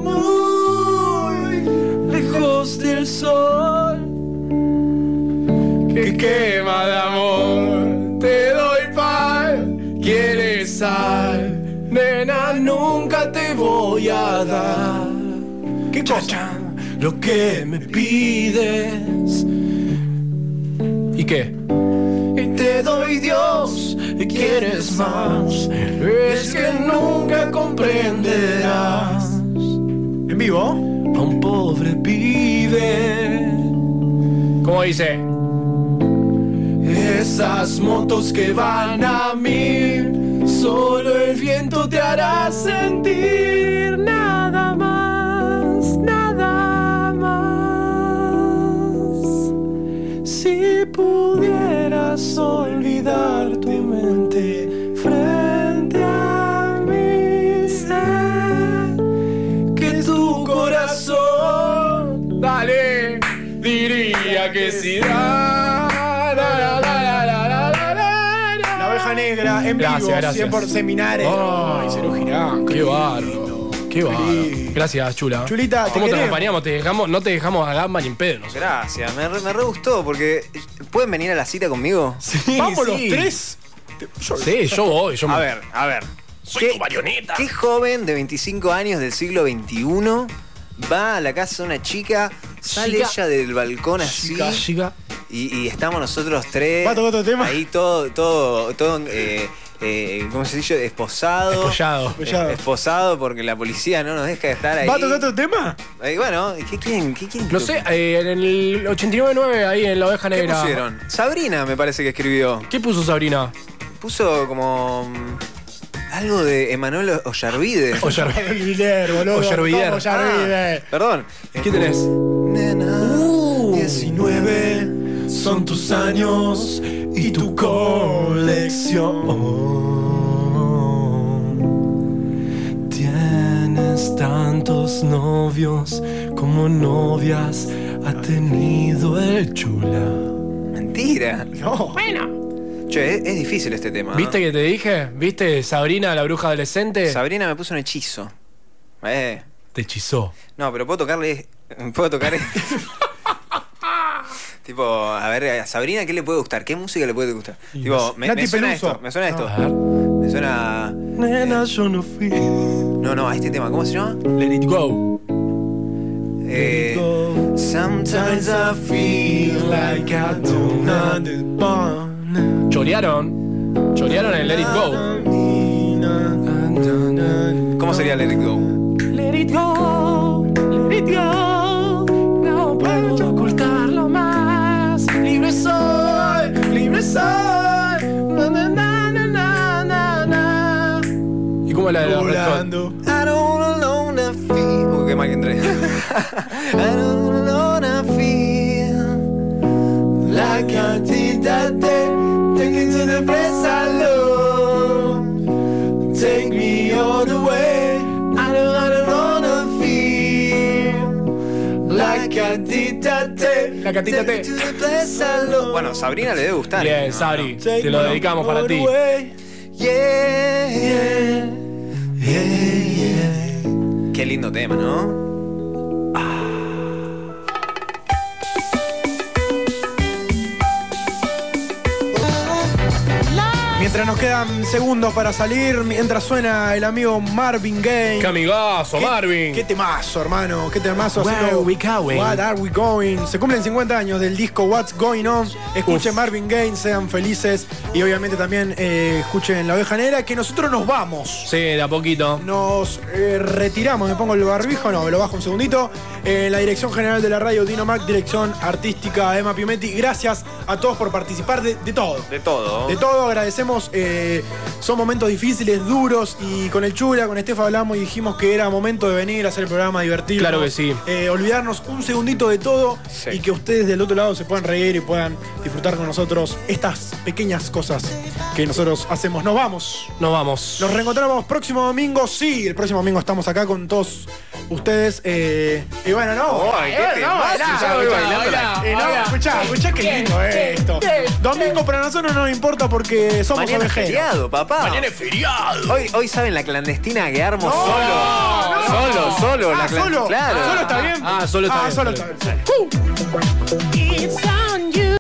Speaker 11: muy lejos del sol que quema de amor. Te doy pan, quieres sal, nena, nunca te voy a dar.
Speaker 22: ¿Qué
Speaker 11: cosa? Lo que me pides
Speaker 2: ¿Y qué?
Speaker 11: y te doy Dios y quieres más. Es que nunca comprenderás
Speaker 22: ¿En vivo?
Speaker 11: a un pobre pibe.
Speaker 2: ¿Cómo dice?
Speaker 11: Esas motos que van a mil, solo el viento te hará sentir nada más, nada más. Si pudieras olvidar tu mente frente a mi ser, que tu corazón, dale, diría que sí. da, da, da, da, da, da, da, da, da.
Speaker 22: La oveja negra, en
Speaker 2: Gracias,
Speaker 22: vivo,
Speaker 2: gracias.
Speaker 22: 100 por seminares.
Speaker 2: Oh,
Speaker 22: Ay, Cerú Girán.
Speaker 2: Qué barro. Qué barro. Gracias, Chula.
Speaker 22: Chulita, te
Speaker 2: ¿Cómo te,
Speaker 22: queremos.
Speaker 2: acompañamos? Te dejamos, no te dejamos a gamba ni en pedo. nosotros.
Speaker 12: Gracias, me re, me re gustó porque. ¿Pueden venir a la cita conmigo?
Speaker 2: Sí,
Speaker 22: Vamos
Speaker 2: sí.
Speaker 22: los tres. Te- yo-
Speaker 2: Sí, yo voy. Yo
Speaker 12: A
Speaker 2: me-
Speaker 12: ver, a ver.
Speaker 2: Soy tu marioneta.
Speaker 12: ¿Qué joven de 25 años del siglo XXI va a la casa de una chica, sale
Speaker 2: Chica.
Speaker 12: ella del balcón así
Speaker 2: Chica, chica.
Speaker 12: Y, y estamos nosotros tres
Speaker 22: ¿Va a tocar otro tema?
Speaker 12: ahí todo, todo, todo, eh, eh, ¿cómo se dice? Esposado.
Speaker 2: Espollado.
Speaker 22: Espollado.
Speaker 12: Es- esposado porque la policía no nos deja estar ahí.
Speaker 22: ¿Va a tocar otro tema?
Speaker 12: Eh, bueno, ¿qué quieren? ¿Qué quieren?
Speaker 2: No sé, eh, en el 89.9 ahí en la oveja
Speaker 12: ¿Qué
Speaker 2: negra.
Speaker 12: pusieron? Sabrina me parece que escribió.
Speaker 2: ¿Qué puso Sabrina?
Speaker 12: Puso como mm, algo de Emanuel Ollarvide.
Speaker 2: Ollar-
Speaker 22: Ollarvider, boludo.
Speaker 2: Ollarvider.
Speaker 22: Toma, Ollarvider.
Speaker 12: Perdón.
Speaker 2: Ah. ¿Qué tenés? Uh.
Speaker 11: Nena, 19 son tus años y tu colección. Tienes tantos novios como novias ha tenido el chula.
Speaker 12: Mentira.
Speaker 22: No.
Speaker 12: Che, es, es difícil este tema.
Speaker 2: ¿Viste que te dije? ¿Viste Sabrina, la bruja adolescente?
Speaker 12: Sabrina me puso un hechizo. Eh.
Speaker 2: te hechizó.
Speaker 12: No, pero puedo tocarle. Puedo tocar. tipo, a ver, a Sabrina, ¿qué le puede gustar? ¿Qué música le puede gustar? Tipo, me,
Speaker 22: Nati
Speaker 12: me suena
Speaker 22: Peluso.
Speaker 12: esto. Me suena esto.
Speaker 2: A ver.
Speaker 12: Me suena.
Speaker 11: Nena, yo no fui.
Speaker 12: No, no, a este tema. ¿Cómo se llama?
Speaker 2: Let it go.
Speaker 12: Eh,
Speaker 11: Go.
Speaker 8: Sometimes I feel like I don't understand.
Speaker 2: Chorearon. Chorearon el Let It Go.
Speaker 12: ¿Cómo sería Let It Go?
Speaker 8: Let it go, let it go. No puedo ocultarlo más. Libre soy, libre soy. Na, na, na, na, na, na, na.
Speaker 2: ¿Y cómo es la de la Red Hot?
Speaker 8: I don't alone I feel.
Speaker 12: Uy, qué mal que entré.
Speaker 8: I don't alone I feel. Like I did that day. Take it to the place I love. Take me all the way. I don't, I don't wanna feel. Like I did that day.
Speaker 2: La catita te.
Speaker 8: To the place I love.
Speaker 12: Bueno, Sabrina le debe gustar.
Speaker 2: Bien,
Speaker 12: No,
Speaker 2: Sabri,
Speaker 12: no.
Speaker 2: te lo dedicamos para ti.
Speaker 8: Yeah, yeah.
Speaker 12: Qué lindo tema, ¿no?
Speaker 11: Mientras nos quedan segundos para salir, mientras suena el amigo Marvin Gaye.
Speaker 2: ¡Qué amigazo,
Speaker 11: ¿Qué-
Speaker 2: Marvin!
Speaker 11: Qué temazo, hermano. Qué temazo.
Speaker 2: Where
Speaker 11: haciendo-
Speaker 2: are we going?
Speaker 11: What are we going? Se cumplen 50 años del disco What's Going On. Escuchen
Speaker 2: Uf.
Speaker 11: Marvin Gaye, sean felices. Y obviamente también eh, escuchen La Oveja Negra, que nosotros nos vamos.
Speaker 2: Sí, de a poquito.
Speaker 11: Nos eh, retiramos, me pongo el barbijo, no, me lo bajo un segundito. Eh, la dirección general de la radio, Dino Mac, dirección artística, Emma Piumetti. Gracias a todos por participar de- de todo.
Speaker 12: De todo.
Speaker 11: De todo agradecemos, eh, son momentos difíciles, duros, y con el Chula, con Estefa hablamos y dijimos que era momento de venir a hacer el programa, divertirnos.
Speaker 2: Claro que sí.
Speaker 11: eh, olvidarnos un segundito de todo y que ustedes del otro lado se puedan reír y puedan disfrutar con nosotros estas pequeñas cosas que nosotros hacemos. Nos vamos.
Speaker 2: Nos vamos.
Speaker 11: Nos reencontramos próximo domingo. Sí, el próximo domingo estamos acá con todos ustedes. eh, y bueno, no.
Speaker 12: Ay, qué
Speaker 11: Eh, no,
Speaker 12: temazo,
Speaker 11: bailá,
Speaker 12: ya voy
Speaker 11: escuchá,
Speaker 12: bailando la-
Speaker 11: eh, no, escuchá, escuchá qué lindo esto. Domingo para nosotros no nos importa porque somos
Speaker 12: Mañana es
Speaker 11: ovejeros.
Speaker 12: feriado, papá.
Speaker 11: Mañana
Speaker 12: es feriado. Hoy, hoy saben la clandestina que armo
Speaker 11: No,
Speaker 12: solo.
Speaker 11: no.
Speaker 12: Solo, solo.
Speaker 11: Ah,
Speaker 12: la clan-
Speaker 11: solo.
Speaker 12: Claro.
Speaker 11: Solo está bien.
Speaker 2: Ah, solo está
Speaker 11: Ah,
Speaker 2: bien.
Speaker 11: solo
Speaker 2: está
Speaker 11: está bien.
Speaker 8: It's time.